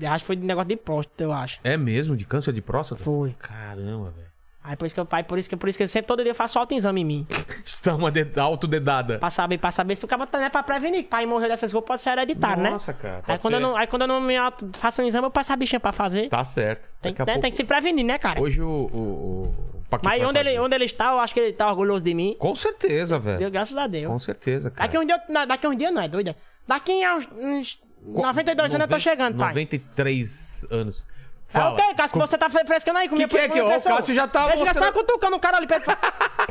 D: Eu Acho que foi de negócio de próstata, eu acho.
A: É mesmo? De câncer de próstata?
D: Foi.
A: Caramba, velho.
D: Aí por isso que eu pai, por isso que por isso que eu sempre todo dia eu faço autoexame em mim.
A: Está uma de... autodedada.
D: Pra saber, pra saber se o cara tá né, pra prevenir. que Pai morreu dessas coisas, pode ser hereditário, né?
A: Nossa, cara,
D: Aí
A: pode
D: quando,
A: ser.
D: eu não, aí quando eu não me auto- faço um exame, eu passo a bichinha pra fazer.
A: Tá certo.
D: tem,
A: Daqui
D: que,
A: a
D: né,
A: pouco-
D: tem que se prevenir, né, cara?
A: Hoje o. o, o- o Paquito
D: Mas
A: vai
D: onde ele,
A: fazer.
D: onde ele está, eu acho que ele tá orgulhoso de mim.
A: Com certeza,
D: Deu,
A: velho.
D: graças a
A: Com
D: Deus.
A: certeza, cara.
D: Daqui um dia, eu- na- daqui um dia não, é doida. Daqui a uns, uns 92 anos eu tô
A: Noven-
D: chegando, pai.
A: 93 anos.
D: Ah,
A: Fala.
D: ok, Cássio, você tá fre- frescando aí comigo.
A: que é que- ó, o Cássio já tá
D: Deixa eu
A: mostrando-
D: só cutucando o cara ali perto.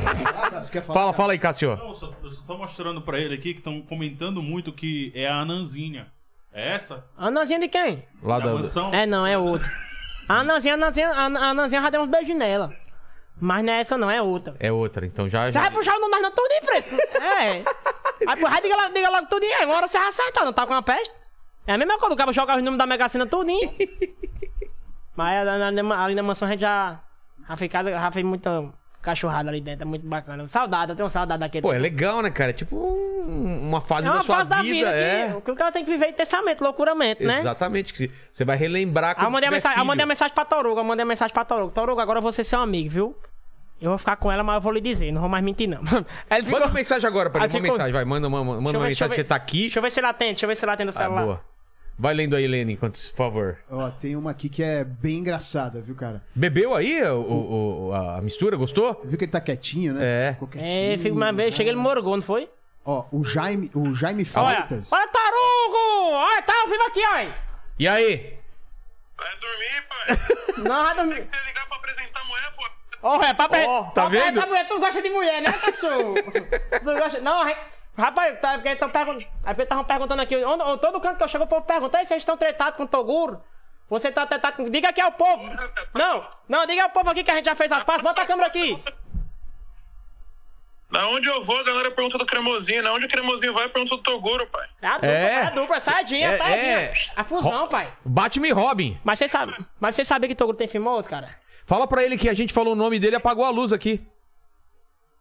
B: Você quer falar?
A: Fala, fala aí, Cássio.
E: Não, só, eu só tô mostrando pra ele aqui que estão comentando muito que é a Ananzinha. É essa?
D: Ananzinha de quem?
A: Lá
E: Da
A: da.
E: mansão?
D: É não, é outra. A Ananzinha, a Ananzinha, a Ana- a Ananzinha já deu uns beijos nela. Mas não é essa não, é outra.
A: É outra, então já.
D: Você
A: já-
D: vai puxar o nome das não tudo em fresco. É. Aí porra, diga logo, diga logo tudo aí. Uma hora você vai acertar, não tá com a peste? É a mesma coisa, o cara joga os números da Mega Sena tudinho. Mas ali na, ali na mansão a gente já, já, fica- já fez muita cachorrada ali dentro, é muito bacana. Saudade, eu tenho saudade daquele.
A: Pô, é legal, né, cara? É tipo um- uma fase
D: é uma
A: da sua
D: fase da vida
A: é.
D: que, que o cara tem que viver intensamente, loucuramente, né?
A: Exatamente. que Você vai relembrar
D: Aí eu
A: quando
D: mandei, a
A: tiver
D: mensagem, eu
A: filho.
D: mandei a mensagem pra Toruga, eu mandei a mensagem pra Toruga. Toruga, agora você é seu amigo, viu? Eu vou ficar com ela, mas eu vou lhe dizer, não vou mais mentir, não. Aí ele ficou-
A: Manda um uma mensagem agora pra
D: Aí
A: ele. Uma
D: ficou-
A: mensagem, vai. Manda uma, manda
D: Deixa eu
A: uma
D: ver- deixa eu
A: mensagem.
D: ver-
A: Você tá aqui.
D: Deixa eu ver se ele atende, deixa eu ver se ele atende o
A: Ah,
D: celular.
A: boa. Vai lendo aí, Helene, enquanto, por favor.
B: Ó, tem uma aqui que é bem engraçada, viu, cara?
A: Bebeu aí o- o- o- a mistura? Gostou?
B: Viu que ele tá quietinho, né?
A: É.
B: Ficou quietinho.
D: É, fico mais bem, cheguei ele morgou, não foi?
B: Ó, o Jaime, o Jaime
D: Olha,
B: Freitas.
D: olha Tarugo! Olha, tá ao vivo aqui, olha!
A: E aí?
G: Vai dormir, pai.
D: Não, vai dormir.
G: Você ligar pra apresentar amanhã, pô.
D: Olha, é papo
A: Ó, tá vendo?
D: tu gosta de mulher, né, cachorro? tu gosta... Não, re- rapaz, tá, porque tão pergun... é porque estavam perguntando aqui, onde, onde- todo canto que eu chego, o povo pergunta, "Ei, vocês estão tretados com o Toguro? Você tá tretado com... Diga aqui ao povo! Não, não, diga ao povo aqui que a gente já fez as pazes, bota a câmera aqui!
G: Da onde eu vou, a galera pergunta do cremosinho. Da onde o cremosinho vai, pergunta do Toguro, pai.
D: É a dupla,
A: É.
D: é a dupla, saidinha,
A: É,
D: saidinha.
A: é.
D: A fusão, pai.
A: Batman e Robin.
D: Mas vocês sabem mas vocês sabem que Toguro tem famoso, cara?
A: Fala pra ele que a gente falou o nome dele e apagou a luz aqui.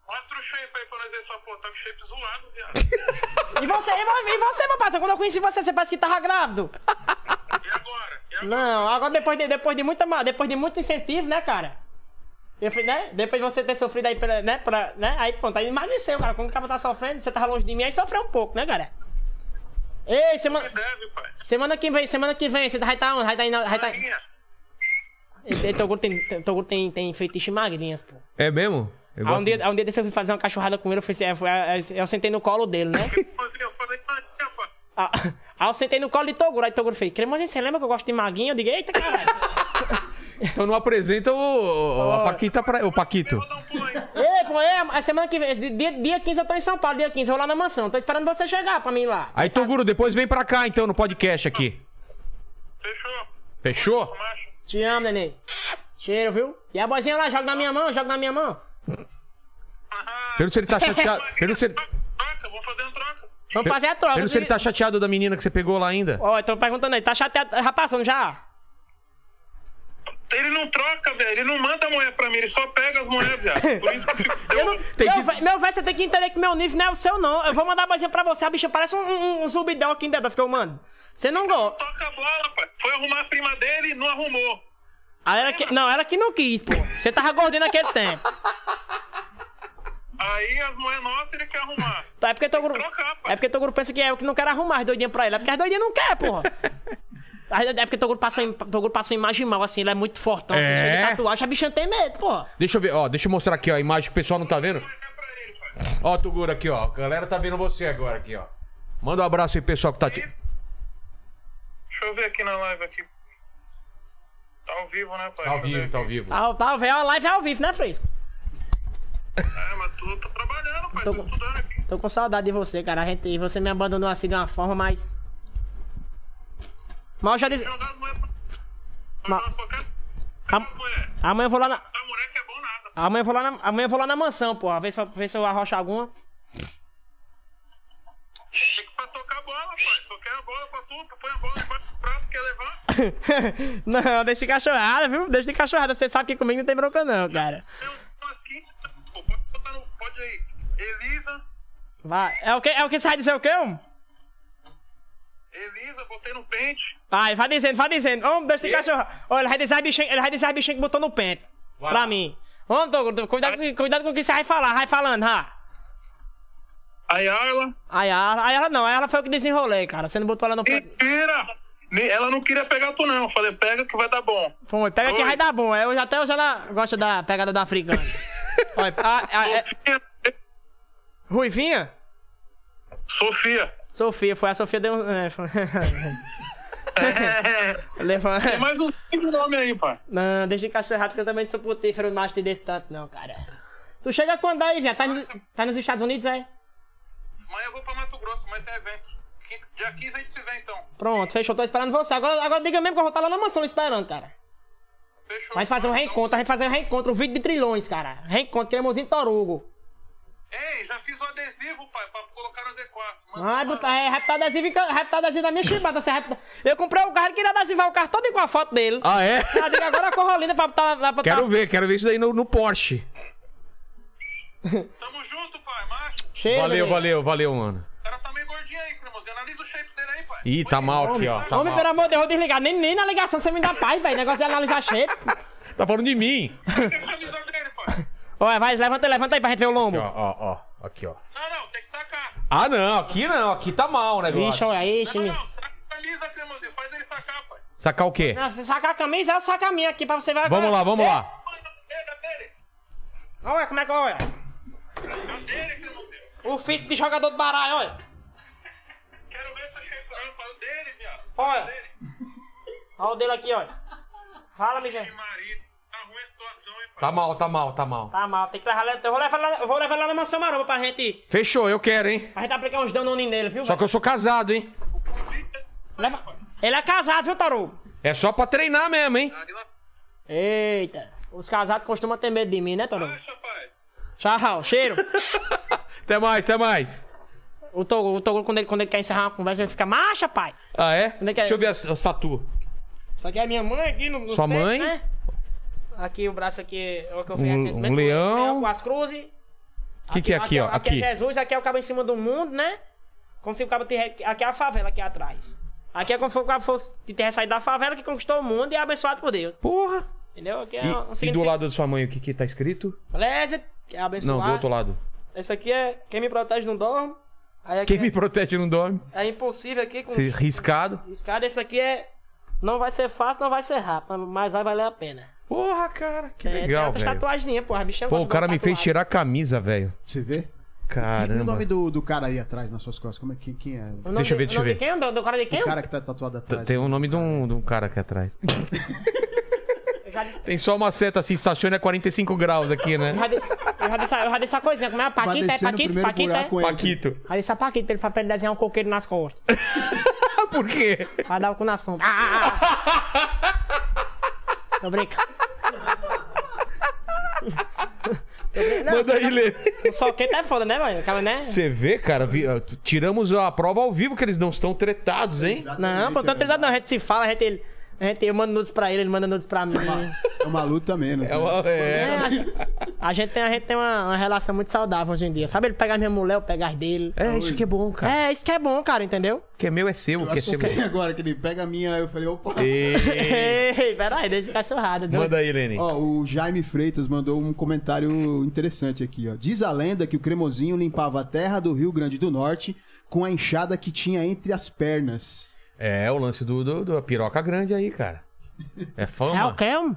G: Mostra o shape aí pra nós ver só, pô. Tá com shape zoado, viado.
D: E você, e vo- e você, meu patrão, quando eu conheci você, você parece que tava grávido.
G: E agora? E
D: Não, agora depois de, depois de muita ma- depois de muito incentivo, né, cara? Eu fui, né? Depois de você ter sofrido aí pela, né, pra, né? Aí pronto, aí emagreceu, cara. Quando o cara tá sofrendo, você tava longe de mim, aí sofreu um pouco, né, cara? Ei, semana,
G: Deve, pai.
D: semana que vem, semana que vem, você vai tá onde? Vai tá, indo- vai tá...
G: Magrinha.
D: Ei, Teu grupo tem, teu grupo tem, tem fetiche magrinhas, pô.
A: É mesmo? Eu
D: Aí
A: gosto
D: um, dia, aí um dia desse eu fui fazer uma cachorrada com ele, eu, fui, eu, fui- eu sentei no colo dele, né?
G: Mas eu falei, magrinha, pai.
D: Ah, Aí eu sentei no colo de Toguro. Aí Toguro fez, Cremosinho, você lembra que eu gosto de maguinha? Eu digo, eita, caralho.
A: de- Então não apresenta o, o- a Paquita pra... O Paquito.
G: Vou dar um pulo aí.
D: Ei, pô, é, a semana que vem, esse dia, dia 15 eu tô em São Paulo, dia 15 eu vou lá na mansão. Tô esperando você chegar pra mim ir lá.
A: Aí, Toguro, depois vem pra cá, então, no podcast aqui.
G: Fechou.
A: Fechou?
G: Macho.
D: Te amo, neném. Cheiro, viu? E a bozinha lá, joga na minha mão, joga na minha mão.
A: Pergunta se ele tá chateado... Pergunta se ele...
G: Ah, Troca, vou fazer uma troca.
D: Vamos fazer a troca.
A: Pergunta se ele tá chateado da menina que você pegou lá ainda.
D: Ó, eu tô perguntando aí, tá chateado, tá passando já?
G: Ele não troca, velho. Ele não manda a mulher pra mim, ele só pega as mulheres, viado. Por isso que eu fico.
D: Eu não,
A: Tem
D: meu,
A: que-
D: vé- meu velho, você tem que entender que meu nível não é o seu, não. Eu vou mandar a bozinha pra você, a bicha parece um, um, um zumbidão aqui dentro das que eu mando. Você não gosta.
G: Toca a bola, pai. Foi arrumar a prima dele, não arrumou.
D: Ah, ela que- não, ela que não quis, pô. Você tava gordinho naquele tempo.
G: Aí as mulheres nossas ele quer arrumar.
D: Tá, É porque teu grupo.
G: trocar, pô.
D: É porque teu grupo pensa que é eu que não quero arrumar as doidinhas pra ele. É porque as doidinhas não quer, porra. Aí É porque teu grupo passa, im- teu grupo passa uma imagem mal, assim, ele é muito fortão,
A: É?
D: assim, cheio de tatuagem, a bichinha tem medo, porra.
A: Deixa eu ver, ó, deixa eu mostrar aqui, ó, a imagem que o pessoal não tá vendo.
G: Olha é pra ele, pai.
A: Ó, Toguro aqui, ó, a galera tá vendo você agora aqui, ó. Manda um abraço aí, pessoal, que tá... te-
G: Deixa eu ver aqui na live aqui. Tá ao vivo, né, pai?
A: Tá ao
G: Deixa eu ver
A: vivo, tá ao
G: aqui.
A: vivo.
D: Tá, tá, vendo? a live é ao vivo, né, Fresco?
G: É, mas tu tô trabalhando, pai.
D: Tô
G: Tô,
D: com-
G: estudando aqui.
D: Tô com saudade de você, cara. A gente, você me abandonou assim de uma forma, mas. Mas eu já disse.
G: Jogar as mulheres é pra.
D: Ma-
G: Jogar só quero.
D: Am-
G: As mulheres.
D: Amanhã eu vou lá na.
G: A mulher que é bom nada.
D: Amanhã eu vou lá na, amanhã eu vou lá na mansão, porra. Ver se, eu- ver se eu arrocho alguma.
G: Fica pra tocar a bola, pai. Só quer a bola pra tu. Tu põe a bola embaixo do braço, quer levar.
D: não, deixa de cachorrada, viu? Deixa de cachorrada. Você sabe que comigo não tem bronca, não, cara.
G: Tem umas 15. Pô, pode botar no. Pode aí. Elisa.
D: Vai. É o que, é o que você vai dizer o quê, homem?
G: Elisa, botei no pente.
D: Vai, vai dizendo, vai dizendo. Homem, deixa de cachorro. Ó, ele vai dizer a bichinha, ele vai dizer a bichinha que botou no pente. pra mim. Homem, Douglas, cuidado, com- cuidado com o que você vai falar, vai falando, ha.
G: A Yarla.
D: Aí ela, aí ela não, aí ela foi o que desenrolei, cara. Você não botou ela no pente.
G: Mentira! Ne- Ela não queria pegar tu, não. Eu Falei, pega que vai dar bom.
D: Foi, pega que
G: Oi.
D: vai dar bom. É, Eu já até hoje ela gosta da pegada da africana. Olha, a- a- é-
G: Sofia.
D: Ruivinha?
G: Sofia.
D: Sofia, foi a Sofia deu. um- É, foi...
G: É.
D: Levanta.
G: Tem mais uns cinco nomes aí, pai.
D: Não, deixa de cachorro errado que eu também não sou putífero, não macho desse tanto, não, cara. Tu chega quando aí, viado? Tá, nos- tá nos Estados Unidos aí?
G: Amanhã eu vou pra Mato Grosso, amanhã tem evento. Quinta- Dia 15 a gente se vê então.
D: Pronto, fechou, tô esperando você. Agora, agora diga mesmo que eu vou estar lá na mansão esperando, cara.
G: Fechou.
D: Vai fazer um reencontro, a gente fazer um reencontro, um vídeo de trilhões, cara. Reencontro, cremosinho Torugo.
G: Ei, já fiz o adesivo, pai, pra colocar no Z4. Mas-
D: Ai, botar, é, raptar adesivo, em ca- raptar adesivo da minha chibata. Você rapta... Eu comprei o carro, ele queria adesivar o carro todo com a foto dele.
A: Ah, é?
D: Eu digo, agora a corrolina pra botar... Pra botar...
A: Quero ver, quero ver isso daí no, no Porsche.
G: Tamo junto, pai, macho.
D: Cheiro,
A: Valeu,
D: menino.
A: valeu, valeu, mano.
G: O cara tá meio gordinho aí, cremosinho. Analisa o shape dele aí, pai.
A: Ih,
G: Põe
A: tá
G: aí.
A: mal aqui, ó. Tá,
D: Homem,
A: mal.
D: pelo amor de Deus, eu vou desligar. Nem, nem na ligação você me dá paz, velho. Negócio de analisar shape.
A: Tá falando de mim.
G: Tem a camisa dele, pai.
A: é,
D: Olha, vai, levanta, levanta aí pra gente ver o lombo.
A: Ó, ó, ó. Aqui, ó.
G: Não, não, tem que sacar.
A: Ah, não, aqui não, aqui tá mal o negócio.
D: Vixe, olha aí,
G: Não,
D: time.
G: não, saca a camisa, cremosinho. Faz ele sacar, pai.
A: Sacar o quê?
D: Ah, você saca a camisa, eu saco a minha aqui pra você ver agora. é.
A: Vamos lá, vamos lá.
G: Põe na cadeira dele.
D: Olha como é que olha.
G: Na dele, cremosinho.
D: O físico de jogador de baralho, olha.
G: Quero ver essa shape não, pai. O dele, viado.
D: Olha.
G: Saca o dele.
D: Olha o dele aqui, olha. Fala, Mijé.
G: Ih, Maria, tá ruim a situação, hein, pai.
A: Tá mal, tá mal, tá mal.
D: Tá mal, tem que levar. Eu vou levar lá, eu vou levar lá na mansão maromba pra gente.
A: Fechou, eu quero, hein?
D: Pra gente aplicar uns danoninhos nele, viu?
A: Só que eu sou casado, hein?
D: velho? Leva- Ele é casado, viu, Taru?
A: É só pra treinar mesmo, hein?
D: Eita. Os casados costumam ter medo de mim, né, Taru?
G: Fecha, pai.
D: Tchau, cheiro.
A: Até mais, até mais.
D: o Togo, o Togo quando, ele, quando ele quer encerrar uma conversa, ele fica, marcha, pai.
A: Ah, é?
D: é que é?
A: Deixa eu ver as, as tatu.
D: Isso aqui é minha mãe aqui no, nos
A: Sua
D: peitos,
A: mãe?
D: né? Aqui o braço aqui é o que eu fiz
A: Um-
D: recentemente,
A: um leão.
D: com as cruzes.
A: O que, que é aqui, ó?
D: Aqui
A: Aqui.
D: é Jesus, aqui é o cabo em cima do mundo, né? Como se o cabo tivesse... Aqui é a favela aqui atrás. Aqui é como foi o cara fosse que ter saído da favela, que conquistou o mundo e é abençoado por Deus.
A: Porra!
D: Entendeu? Aqui é um
A: E, e do
D: significado.
A: lado da sua mãe, o que que tá escrito?
D: Blessed, que é abençoado.
A: Não, do outro lado.
D: Esse aqui é quem me protege não dorme. Aí aqui
A: Quem me protege não dorme.
D: é, é impossível aqui com
A: Se riscado.
D: riscado. Esse aqui é. Não vai ser fácil, não vai ser rápido, mas vai valer a pena.
A: Porra, cara, que
D: é, tem
A: legal,
D: outras
A: velho.
D: tatuagens, porra. Bicho,
A: Pô, o cara me fez tirar a camisa, velho.
B: Você vê? E, e o
A: Caramba.
B: nome do, do cara aí atrás nas suas costas? Como é, quem, quem é? O
A: Deixa eu ver, deixa eu ver.
D: Quem? Do, do cara de quem?
B: cara que tá tatuado atrás.
A: Tem o nome de um, de um cara aqui atrás.
D: Eu já disse.
A: Tem só uma seta assim, estaciona 45 graus aqui, né?
D: Eu já, disse- eu já disse, eu já disse a coisinha, como é a
B: Vai
D: Paquita, é
B: descendo o
D: Paquita,
B: primeiro
D: Paquita, é?
B: buraco entra.
A: Paquito.
D: Aí disse a Paquita pra ele fala pra ele desenhar um coqueiro nas costas.
A: Ah, por quê?
D: Vai dar o cu na sombra. Ah! Tô brincando.
A: Manda aí ler.
D: O soquete é foda, né, mano? Acaba, né?
A: Você vê, cara, vi- ah, t- tiramos a prova ao vivo que eles não estão tretados, hein?
D: Não, pô, tô tentando, não. A gente se fala, a gente. ele- A gente, eu mando nudes pra ele, ele manda nudes pra mim.
B: É uma luta menos.
A: É,
B: né?
A: uma-
D: É,
A: é,
D: a gente, a gente tem, a gente tem uma, uma relação muito saudável hoje em dia. Sabe? Ele pega as minhas mulher, eu pego as dele.
A: é isso que é bom, cara.
D: É, isso que é bom, cara, entendeu?
A: O que é meu é seu, o
B: Eu
A: que é seu. é
B: assustei agora que ele pega a minha, eu falei, opa.
D: Ei, peraí, deixa de cachorrada. Deus.
A: Manda aí, Lenny.
B: Ó, o Jaime Freitas mandou um comentário interessante aqui, ó. Diz a lenda que o Cremosinho limpava a terra do Rio Grande do Norte com a enxada que tinha entre as pernas.
A: É o lance do, do, do- da piroca grande aí, cara. É fama.
D: É o quê? um?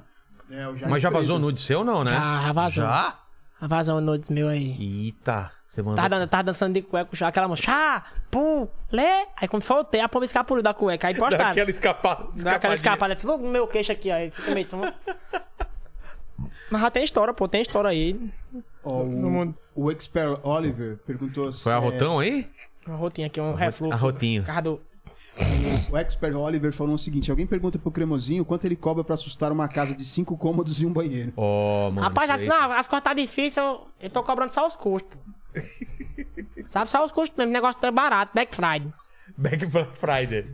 B: É, o Jaime
A: Mas já vazou
B: Freitas.
A: nude seu, não, né?
D: Já, já vazou.
A: Já?
D: A vazão nudes meu aí.
A: Eita, você mandou.
D: Tava, dan- tava dançando de cueca com o chá, aquela mão, chá, pu, lê. Aí quando faltei, a pomba escapulou da cueca. Aí
A: Dá
D: postaram.
A: aquela escapada.
D: Dá aquela escapada, ficou no meu queixo aqui, ó. aí Fica meio tumbo. Mas já tem história, pô, tem história aí.
B: Ó, o, o expert Oliver perguntou se-
A: Foi
B: é,
A: arrotão aí?
D: Uma rotinha aqui, um refluxo.
A: arrotinho.
D: Por causa do-
B: O expert Oliver falou o seguinte: alguém pergunta pro Cremosinho quanto ele cobra pra assustar uma casa de cinco cômodos e um banheiro.
A: Ó, mano.
D: Rapaz,
A: isso
D: assim,
A: aí-
D: não, as coisas tá difíceis, eu, eu tô cobrando só os custos. Sabe, só os custos mesmo, o negócio tá barato, Black Friday.
A: Back Black Friday.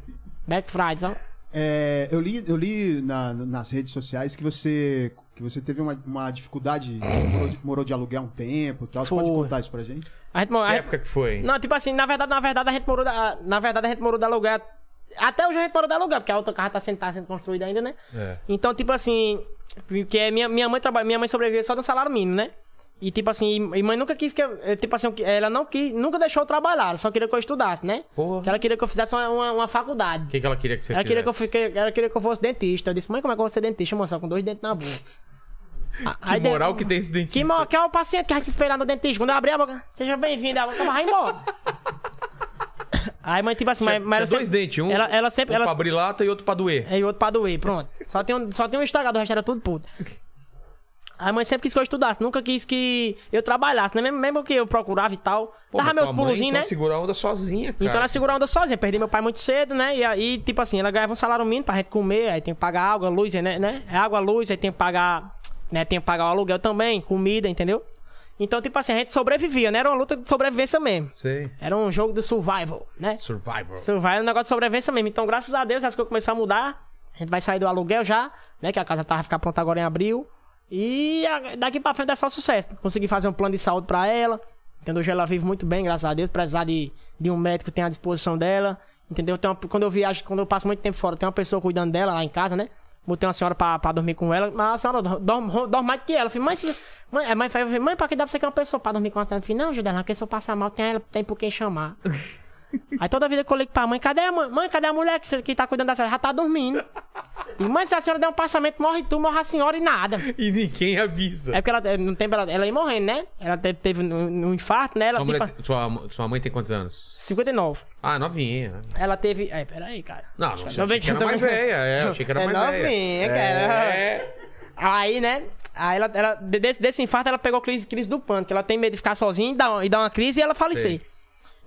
D: Black Friday, só.
B: É, eu li, eu li na- nas redes sociais que você, que você teve uma, uma dificuldade, você morou de, morou de aluguel há um tempo e tal. Você
D: Foi.
B: pode contar isso pra gente?
D: A gente, mo- a
A: Que é
D: gente-
A: época que foi? hein?
D: Não, tipo assim, na verdade, na verdade, a gente morou da, na verdade, a gente morou da lugar. Até hoje a gente morou da lugar, porque a outra casa tá sendo, tá sendo construída ainda, né?
A: É.
D: Então, tipo assim, porque minha, minha mãe trabalha, minha mãe sobrevive só do salário mínimo, né? E tipo assim, e mãe nunca quis que eu, eh, tipo assim, ela não quis, nunca deixou eu trabalhar, ela só queria que eu estudasse, né?
A: Porra.
D: Que ela queria que eu fizesse uma, uma, uma faculdade.
A: O que, que ela queria que você
D: Ela queria que, eu,
A: fizesse?
D: fique- ela queria que eu fosse dentista. Eu disse, mãe, como é que eu vou ser dentista, moça? Com dois dentes na boca.
A: Que moral que tem esse dentista.
D: Que mal, que é o paciente que vai se esperar no dentista. Quando eu abrir a boca, seja bem-vindo, a boca vai embora. Aí, mãe, tipo assim,
A: Tinha,
D: mas,
A: tinha
D: mas ela
A: dois
D: sempre-
A: dentes, um,
D: Ela, ela sempre.
A: um
D: Ela, É.
A: pra abrir lata e outro pra doer.
D: e outro pra doer, pronto. Só tem um, só tem um estragado, o resto era tudo puto. A mãe sempre quis que eu estudasse, nunca quis que eu trabalhasse, né? Mesmo, mesmo que eu procurava e tal.
A: Pô,
D: Dava
A: mas
D: meus
A: tua mãe,
D: pulozinhos,
A: então,
D: né?
A: segura a onda sozinha, cara.
D: Então ela segurou a onda sozinha, perdi meu pai muito cedo, né? E aí, tipo assim, ela ganhava um salário mínimo pra gente comer, aí tem que pagar água, luz, né? né? É Água, luz, aí tem que pagar, né? Tem que pagar o aluguel também, comida, entendeu? Então, tipo assim, a gente sobrevivia, né? Era uma luta de sobrevivência mesmo.
A: Sei.
D: Era um jogo de survival, né?
A: Survivor.
D: Survival é um negócio de sobrevivência mesmo. Então, graças a Deus, as coisas começaram a mudar. A gente vai sair do aluguel já, né? Que a casa tá, vai ficar pronta agora em abril. E a- daqui pra frente é só sucesso. Consegui fazer um plano de saúde pra ela. Entendeu? Hoje ela vive muito bem, graças a Deus. Precisar de, de um médico tem à disposição dela. Entendeu? Tem uma- quando eu viajo, quando eu passo muito tempo fora, tem uma pessoa cuidando dela lá em casa, né? Botei uma senhora pra, pra dormir com ela, mas a senhora dorme, dorme- dorme mais que ela. Eu falei, mãe, se- mãe, a mãe, falou, mãe, pra que dá pra você que é uma pessoa pra dormir com a senhora? Eu falei, não, Judela, porque se eu passar mal, tem, ela, tem por quem chamar. Aí toda vida que eu ligo pra mãe, cadê a mãe? Mãe, cadê a mulher que, você- que tá cuidando da senhora? Já tá dormindo. E mãe, se a senhora der um passamento, morre tu, morre a senhora e nada.
A: E ninguém avisa.
D: É porque ela eh, não tem ela, ela ia morrendo, né? Ela teve, teve um, um infarto, né? Ela
A: Sua,
D: tipo,
A: mulher- sua- sua mãe tem quantos anos?
D: 59.
A: Ah, novinha. né?
D: Ela teve. É, peraí, cara.
A: Não, não sei.
D: Tô
A: Achei que era
D: brincando,
A: mais
D: tô brincando.
A: velha. É, achei que era
D: então É
A: mais
D: novinha,
A: velha.
D: cara.
A: É.
D: Aí, né? Aí ela, ela- de- desse, desse infarto, ela pegou crise, crise do pânico. Ela tem medo de ficar sozinha e dar, uma- e dar uma crise e ela falecer.
A: Sei.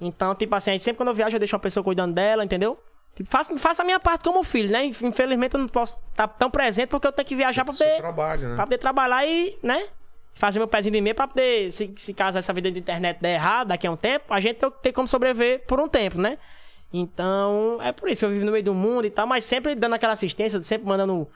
D: Então, tipo assim, aí sempre quando eu viajo, eu deixo uma pessoa cuidando dela, entendeu? Tipo, faço, faço a minha parte como filho, né? Inf- Infelizmente eu não posso estar tão presente porque eu tenho que viajar pra
A: Seu
D: poder,
A: trabalho, né?
D: pra poder trabalhar e, né? Fazer meu pezinho de meia pra poder, se, se caso essa vida de internet der errado daqui a um tempo, a gente tem, tem como sobreviver por um tempo, né? Então, é por isso que eu vivo no meio do mundo e tal, mas sempre dando aquela assistência, sempre mandando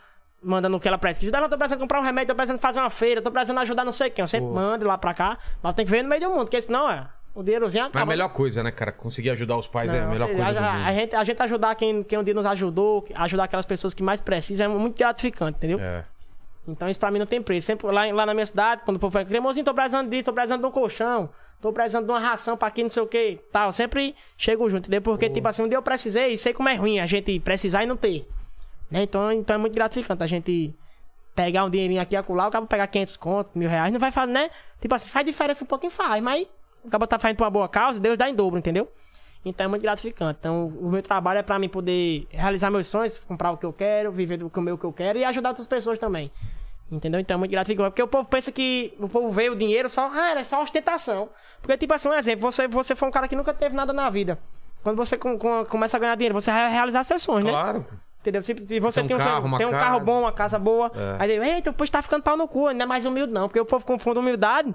D: mandando o que ela precisa. Judá, eu tô precisando comprar um remédio, tô precisando fazer uma feira, tô precisando ajudar não sei quem. Eu sempre mando lá pra cá, mas tem que ver no meio do mundo, porque senão é. O dinheirozinho
A: Mas
D: acaba.
A: a melhor coisa, né, cara? Conseguir ajudar os pais é a
D: Não,
A: melhor
D: sei,
A: coisa do
D: a,
A: mundo.
D: a gente, a gente ajudar quem, quem um dia nos ajudou, ajudar aquelas pessoas que mais precisam, é muito gratificante, entendeu?
A: É.
D: Então isso pra mim não tem preço. Sempre lá, em- lá na minha cidade, quando o povo fala, cremosinho, tô precisando disso, tô precisando de um colchão, tô precisando de uma ração pra aqui, não sei o que, tal. Sempre chego junto, entendeu? Porque, tipo assim, um dia eu precisei e sei como é ruim a gente precisar e não ter. Né? Então, então é muito gratificante a gente pegar um dinheirinho aqui e acolá, o cabo pegar 500 conto, mil reais, não vai fazer, né? Tipo assim, faz diferença um pouquinho, faz, mas o cabo tá fazendo pra uma boa causa, Deus dá em dobro, entendeu? Então é muito gratificante. Então, o meu trabalho é pra mim poder realizar meus sonhos, comprar o que eu quero, viver do comer o que eu quero e ajudar outras pessoas também. Entendeu? Então é muito gratificante. Porque o povo pensa que o povo vê o dinheiro só. Ah, era só ostentação. Porque, tipo assim, um exemplo, você, você foi um cara que nunca teve nada na vida. Quando você com- com- começa a ganhar dinheiro, você vai realizar seus sonhos, né?
A: Claro.
D: Entendeu? Se, se você
A: Tem
D: tem,
A: um
D: um, sonho-
A: carro, uma
D: tem um
A: casa. É.
D: carro bom, uma casa boa, aí ele, eita, pois tá ficando pau no cu, não é mais humilde não, porque o povo confunde humildade,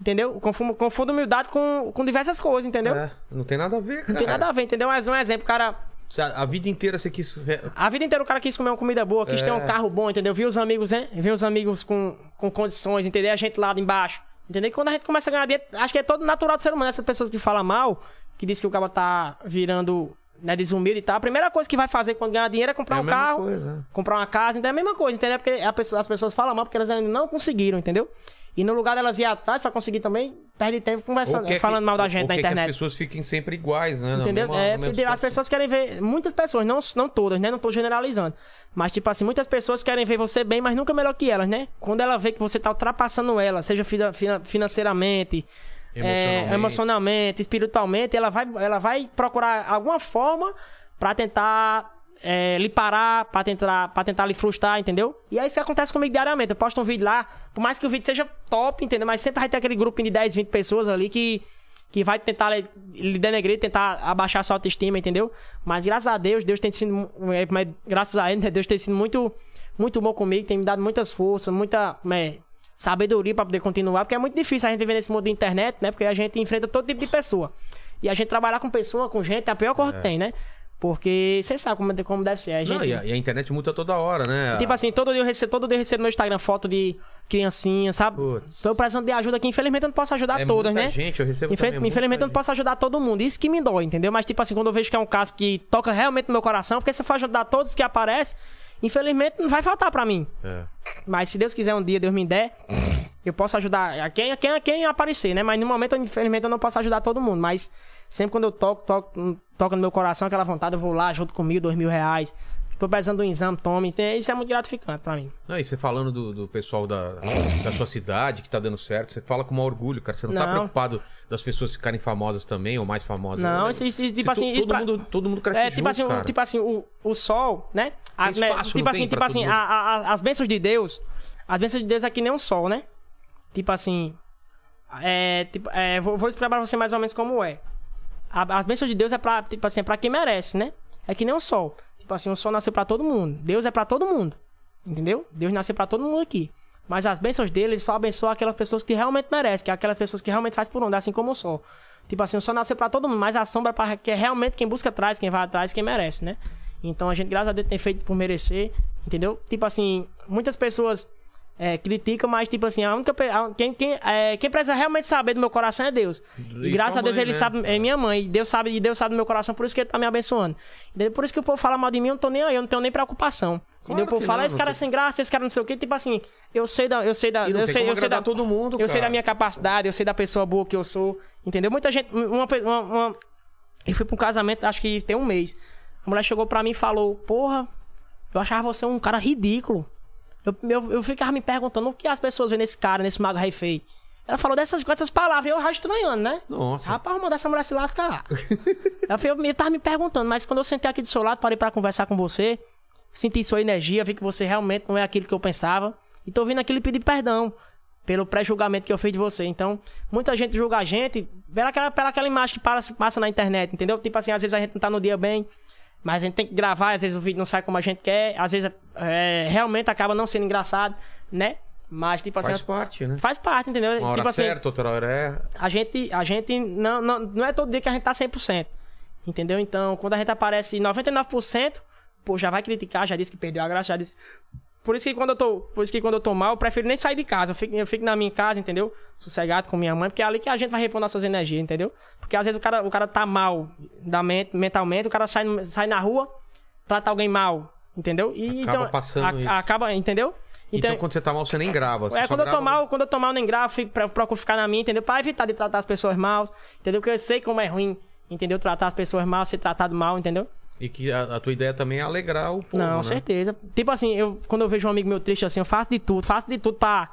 D: entendeu? Confunde, confunde humildade com, com diversas coisas, entendeu?
A: É, Não tem nada a ver, cara.
D: Não tem nada a ver, entendeu? Mas um exemplo, o cara,
A: A a vida inteira você quis. re-
D: a vida inteira o cara quis comer uma comida boa, quis ter um
A: É.
D: carro bom, entendeu? Viu os amigos, né? Viu os amigos com, com condições, entendeu? A gente lá embaixo. Entendeu? E quando a gente começa a ganhar dinheiro, acho que é todo natural do ser humano. Essas pessoas que falam mal, que diz que o cara tá virando né, desumilde e tal, a primeira coisa que vai fazer quando ganhar dinheiro é comprar
A: É a
D: um
A: mesma
D: carro,
A: coisa.
D: comprar uma casa, então é a mesma coisa, entendeu? Porque a pessoa- as pessoas falam mal porque elas ainda não conseguiram, entendeu? E no lugar delas ir atrás pra conseguir também, perde tempo conversando,
A: Ou quer que-
D: falando mal da
A: ou-
D: gente
A: ou
D: na
A: quer
D: internet.
A: Que as pessoas fiquem sempre iguais, né? Na
D: Entendeu?
A: mesma-
D: é,
A: na mesma
D: porque as
A: situação.
D: pessoas querem ver. Muitas pessoas, não, não todas, né? Não tô generalizando. Mas, tipo assim, muitas pessoas querem ver você bem, mas nunca melhor que elas, né? Quando ela vê que você tá ultrapassando ela, seja fina- fina- financeiramente, é, emocionalmente.
A: Emocionalmente.
D: espiritualmente, ela vai, ela vai procurar alguma forma pra tentar. É, lhe parar pra tentar, pra tentar lhe frustrar, entendeu? E é isso que acontece comigo diariamente. Eu posto um vídeo lá, por mais que o vídeo seja top, entendeu? Mas sempre vai ter aquele grupinho de 10, 20 pessoas ali que que vai tentar lhe- lhe denegrir, tentar abaixar sua autoestima, entendeu? Mas graças a Deus, Deus tem sido, mu- é, mas graças a Ele, né, Deus tem sido muito, muito bom comigo, tem me dado muitas forças, muita né, sabedoria pra poder continuar, porque é muito difícil a gente viver nesse mundo de internet, né? Porque a gente enfrenta todo tipo de pessoa. E a gente trabalhar com pessoa, com gente, é a pior coisa que tem, né? Porque você sabe como, é de- como deve ser. A gente...
A: Não, e a, e a internet muda toda hora, né?
D: Tipo assim, todo dia eu recebo, todo dia eu recebo no meu Instagram foto de criancinha, sabe?
A: Putz.
D: Tô precisando de ajuda aqui, infelizmente eu não posso ajudar
A: É
D: todas,
A: muita
D: né?
A: gente, eu recebo
D: Infel-
A: também, muita
D: Infelizmente eu não
A: gente.
D: posso ajudar todo mundo, isso que me dói, entendeu? Mas tipo assim, quando eu vejo que é um caso que toca realmente no meu coração, porque se eu for ajudar todos que aparecem, infelizmente não vai faltar pra mim.
A: É.
D: Mas se Deus quiser um dia, Deus me der, eu posso ajudar a quem, a quem, a quem aparecer, né? Mas no momento, infelizmente, eu não posso ajudar todo mundo. Mas sempre quando eu toco, toco, hum, toca no meu coração aquela vontade, eu vou lá junto com mil, dois mil reais. Tô precisando de um exame, tome. Então, Isso é muito gratificante pra mim.
A: Não, Ah, e você falando do, do pessoal da, da sua cidade que tá dando certo, você fala com maior orgulho, cara. Você não, tá
D: Não.
A: preocupado das pessoas ficarem famosas também, ou mais famosas.
D: Não,
A: né?
D: isso- isso- tipo
A: Se to-
D: assim,
A: Todo,
D: isso pra-
A: mundo, todo mundo cresce
D: É,
A: junto,
D: tipo assim, o,
A: cara.
D: tipo assim, o, o sol, né? A-
A: Tem
D: né,
A: espaço,
D: tipo
A: não
D: assim,
A: tem
D: tipo
A: pra
D: assim,
A: todo mundo.
D: a- a- a- as bênçãos de Deus, as bênçãos de Deus é que nem um sol, né? Tipo assim, é, tipo, é, vou, vou explicar pra você mais ou menos como é. A- as bênçãos de Deus é pra, tipo assim, é pra quem merece, né? É que nem um sol. Tipo assim, o sol nasceu pra todo mundo. Deus é pra todo mundo. Entendeu? Deus nasceu pra todo mundo aqui. Mas as bênçãos dele, ele só abençoa aquelas pessoas que realmente merecem, que é aquelas pessoas que realmente faz por onde, assim como o sol. Tipo assim, o sol nasceu pra todo mundo, mas a sombra é pra que é realmente quem busca atrás, quem vai atrás, quem merece, né? Então a gente, graças a Deus, tem feito por merecer, entendeu? Tipo assim, muitas pessoas é, criticam, mas tipo assim, a única pe- a- quem, quem, é, quem precisa realmente saber do meu coração é Deus.
A: E
D: E graças
A: sua
D: a Deus
A: mãe,
D: ele
A: né?
D: sabe, é minha mãe, e Deus sabe, e Deus sabe do meu coração, por isso que ele tá me abençoando. Entendeu? Por isso que o povo fala mal de mim, eu não tô nem aí, eu não tenho nem preocupação. entendeu? O povo
A: que
D: fala,
A: não,
D: esse
A: não
D: cara é
A: tem-
D: sem graça, esse cara não sei o quê, tipo assim, eu sei da, eu sei da,
A: E não
D: eu
A: tem
D: sei,
A: como
D: eu sei da
A: agradar todo mundo,
D: eu sei
A: cara.
D: da minha capacidade, eu sei da pessoa boa que eu sou, entendeu? Muita gente, um, uma, pe- uma, uma- eu fui pra um casamento, acho que tem um mês. A mulher chegou pra mim e falou: Porra, eu achava você um cara ridículo. Eu, eu, eu ficava me perguntando o que as pessoas veem nesse cara, nesse mago rei feio. Ela falou dessas, com essas palavras, e eu já estranhando, né?
A: Nossa.
D: Rapaz, manda essa mulher se lascar. eu, fui- eu tava me perguntando, mas quando eu sentei aqui do seu lado, parei pra conversar com você, senti sua energia, vi que você realmente não é aquilo que eu pensava. E tô vindo aqui lhe pedir perdão pelo pré-julgamento que eu fiz de você. Então, muita gente julga a gente pela aquela, pela aquela imagem que passa, passa na internet, entendeu? Tipo assim, às vezes a gente não tá no dia bem, mas a gente tem que gravar, às vezes o vídeo não sai como a gente quer, às vezes é, realmente acaba não sendo engraçado, né? Mas, tipo assim,
A: Faz parte, né?
D: faz parte, entendeu?
A: Uma hora
D: tipo assim,
A: certa, outra hora é.
D: a gente, a gente não, não, não é todo dia que a gente tá 100%. Entendeu? Então, quando a gente aparece 99%, pô, já vai criticar, já disse que perdeu a graça, já disse Por isso que quando eu tô, por isso que quando eu tô mal, eu prefiro nem sair de casa. Eu fico, eu fico na minha casa, entendeu? Sossegado com minha mãe, porque é ali que a gente vai repor nossas energias, entendeu? Porque às vezes o cara, o cara tá mal da mente, mentalmente, o cara sai, no- sai na rua, trata alguém mal, entendeu? E então,
A: Acaba passando isso.
D: acaba, entendeu?
A: Então, quando você tá mal, você nem grava. você
D: É,
A: só
D: quando eu,
A: grava-
D: tô mal, quando eu tô mal nem gravo, fico, pra- procuro ficar na minha, entendeu? Pra evitar de tratar as pessoas mal, entendeu? Porque eu sei como é ruim, entendeu? Tratar as pessoas mal, ser tratado mal, entendeu?
A: E que a, a tua ideia também é alegrar o povo,
D: Não,
A: né?
D: certeza. Tipo assim, eu, quando eu vejo um amigo meu triste assim, eu faço de tudo, faço de tudo pra,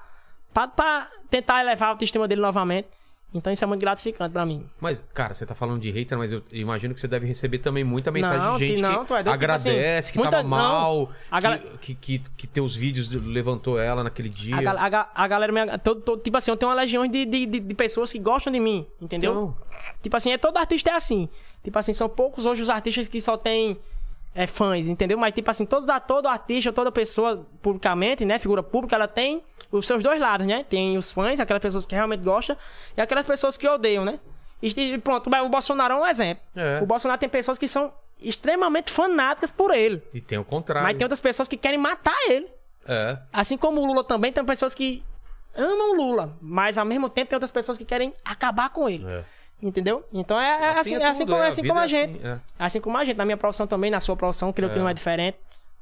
D: pra, pra tentar elevar a autoestima dele novamente. Então isso é muito gratificante pra mim.
A: Mas, cara, você tá falando de hater, mas eu imagino que você deve receber também muita mensagem
D: Não,
A: de gente
D: que não,
A: que
D: tu é doido, tipo
A: agradece,
D: assim,
A: que
D: muita-
A: tava mal,
D: não, a gal-
A: que, que, que, que teus vídeos levantou ela naquele dia.
D: A, gal- a ga- a galera, me, todo, todo- tipo assim, eu tenho uma legião de, de, de- de pessoas que gostam de mim, entendeu?
A: Então-
D: Tipo assim, é, todo artista é assim. Tipo assim, são poucos hoje os artistas que só têm é, fãs, entendeu? Mas tipo assim, todo, todo artista, toda pessoa, publicamente, né, figura pública, ela tem os seus dois lados, né? Tem os fãs, aquelas pessoas que realmente gostam, e aquelas pessoas que odeiam, né? E, e pronto, mas o Bolsonaro é um exemplo.
A: É.
D: O Bolsonaro tem pessoas que são extremamente fanáticas por ele.
A: E tem o contrário.
D: Mas tem outras pessoas que querem matar ele.
A: É.
D: Assim como o Lula também, tem pessoas que amam o Lula, mas ao mesmo tempo tem outras pessoas que querem acabar com ele.
A: É.
D: Entendeu? Então é, é
A: Assim
D: assim,
A: é
D: é assim
A: tudo,
D: como,
A: é,
D: é
A: a
D: assim
A: vida
D: como
A: é
D: a gente.
A: assim, é.
D: Assim como a gente, na minha profissão também, na sua profissão, creio que não é diferente.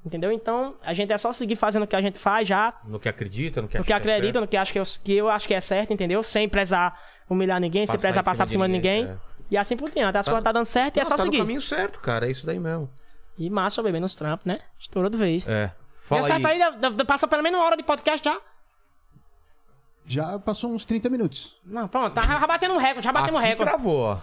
D: Entendeu? Então a gente é só seguir fazendo o que a gente faz já,
A: No que acredita, no que
D: no que
A: acha é
D: acredita,
A: certo.
D: no que, acho que, eu, que eu acho que é certo, entendeu? Sem precisar humilhar ninguém,
A: Passar
D: sem precisar
A: em
D: passar por
A: cima
D: cima
A: de
D: de ninguém.
A: ninguém,
D: E assim por diante. As coisas tá dando certo e é
A: Nossa,
D: só
A: tá no
D: seguir.
A: caminho certo, cara. É isso daí mesmo.
D: E massa, bebê, nos trampos, né? Estourou de vez. É.
A: É. Fala aí.
D: certo aí, da- da- da- passa pelo menos uma hora de podcast já.
B: Já passou uns 30 minutos.
D: Não, pronto, tá já batendo um recorde, já batendo um
A: Aqui
D: recorde.
A: travou, ó.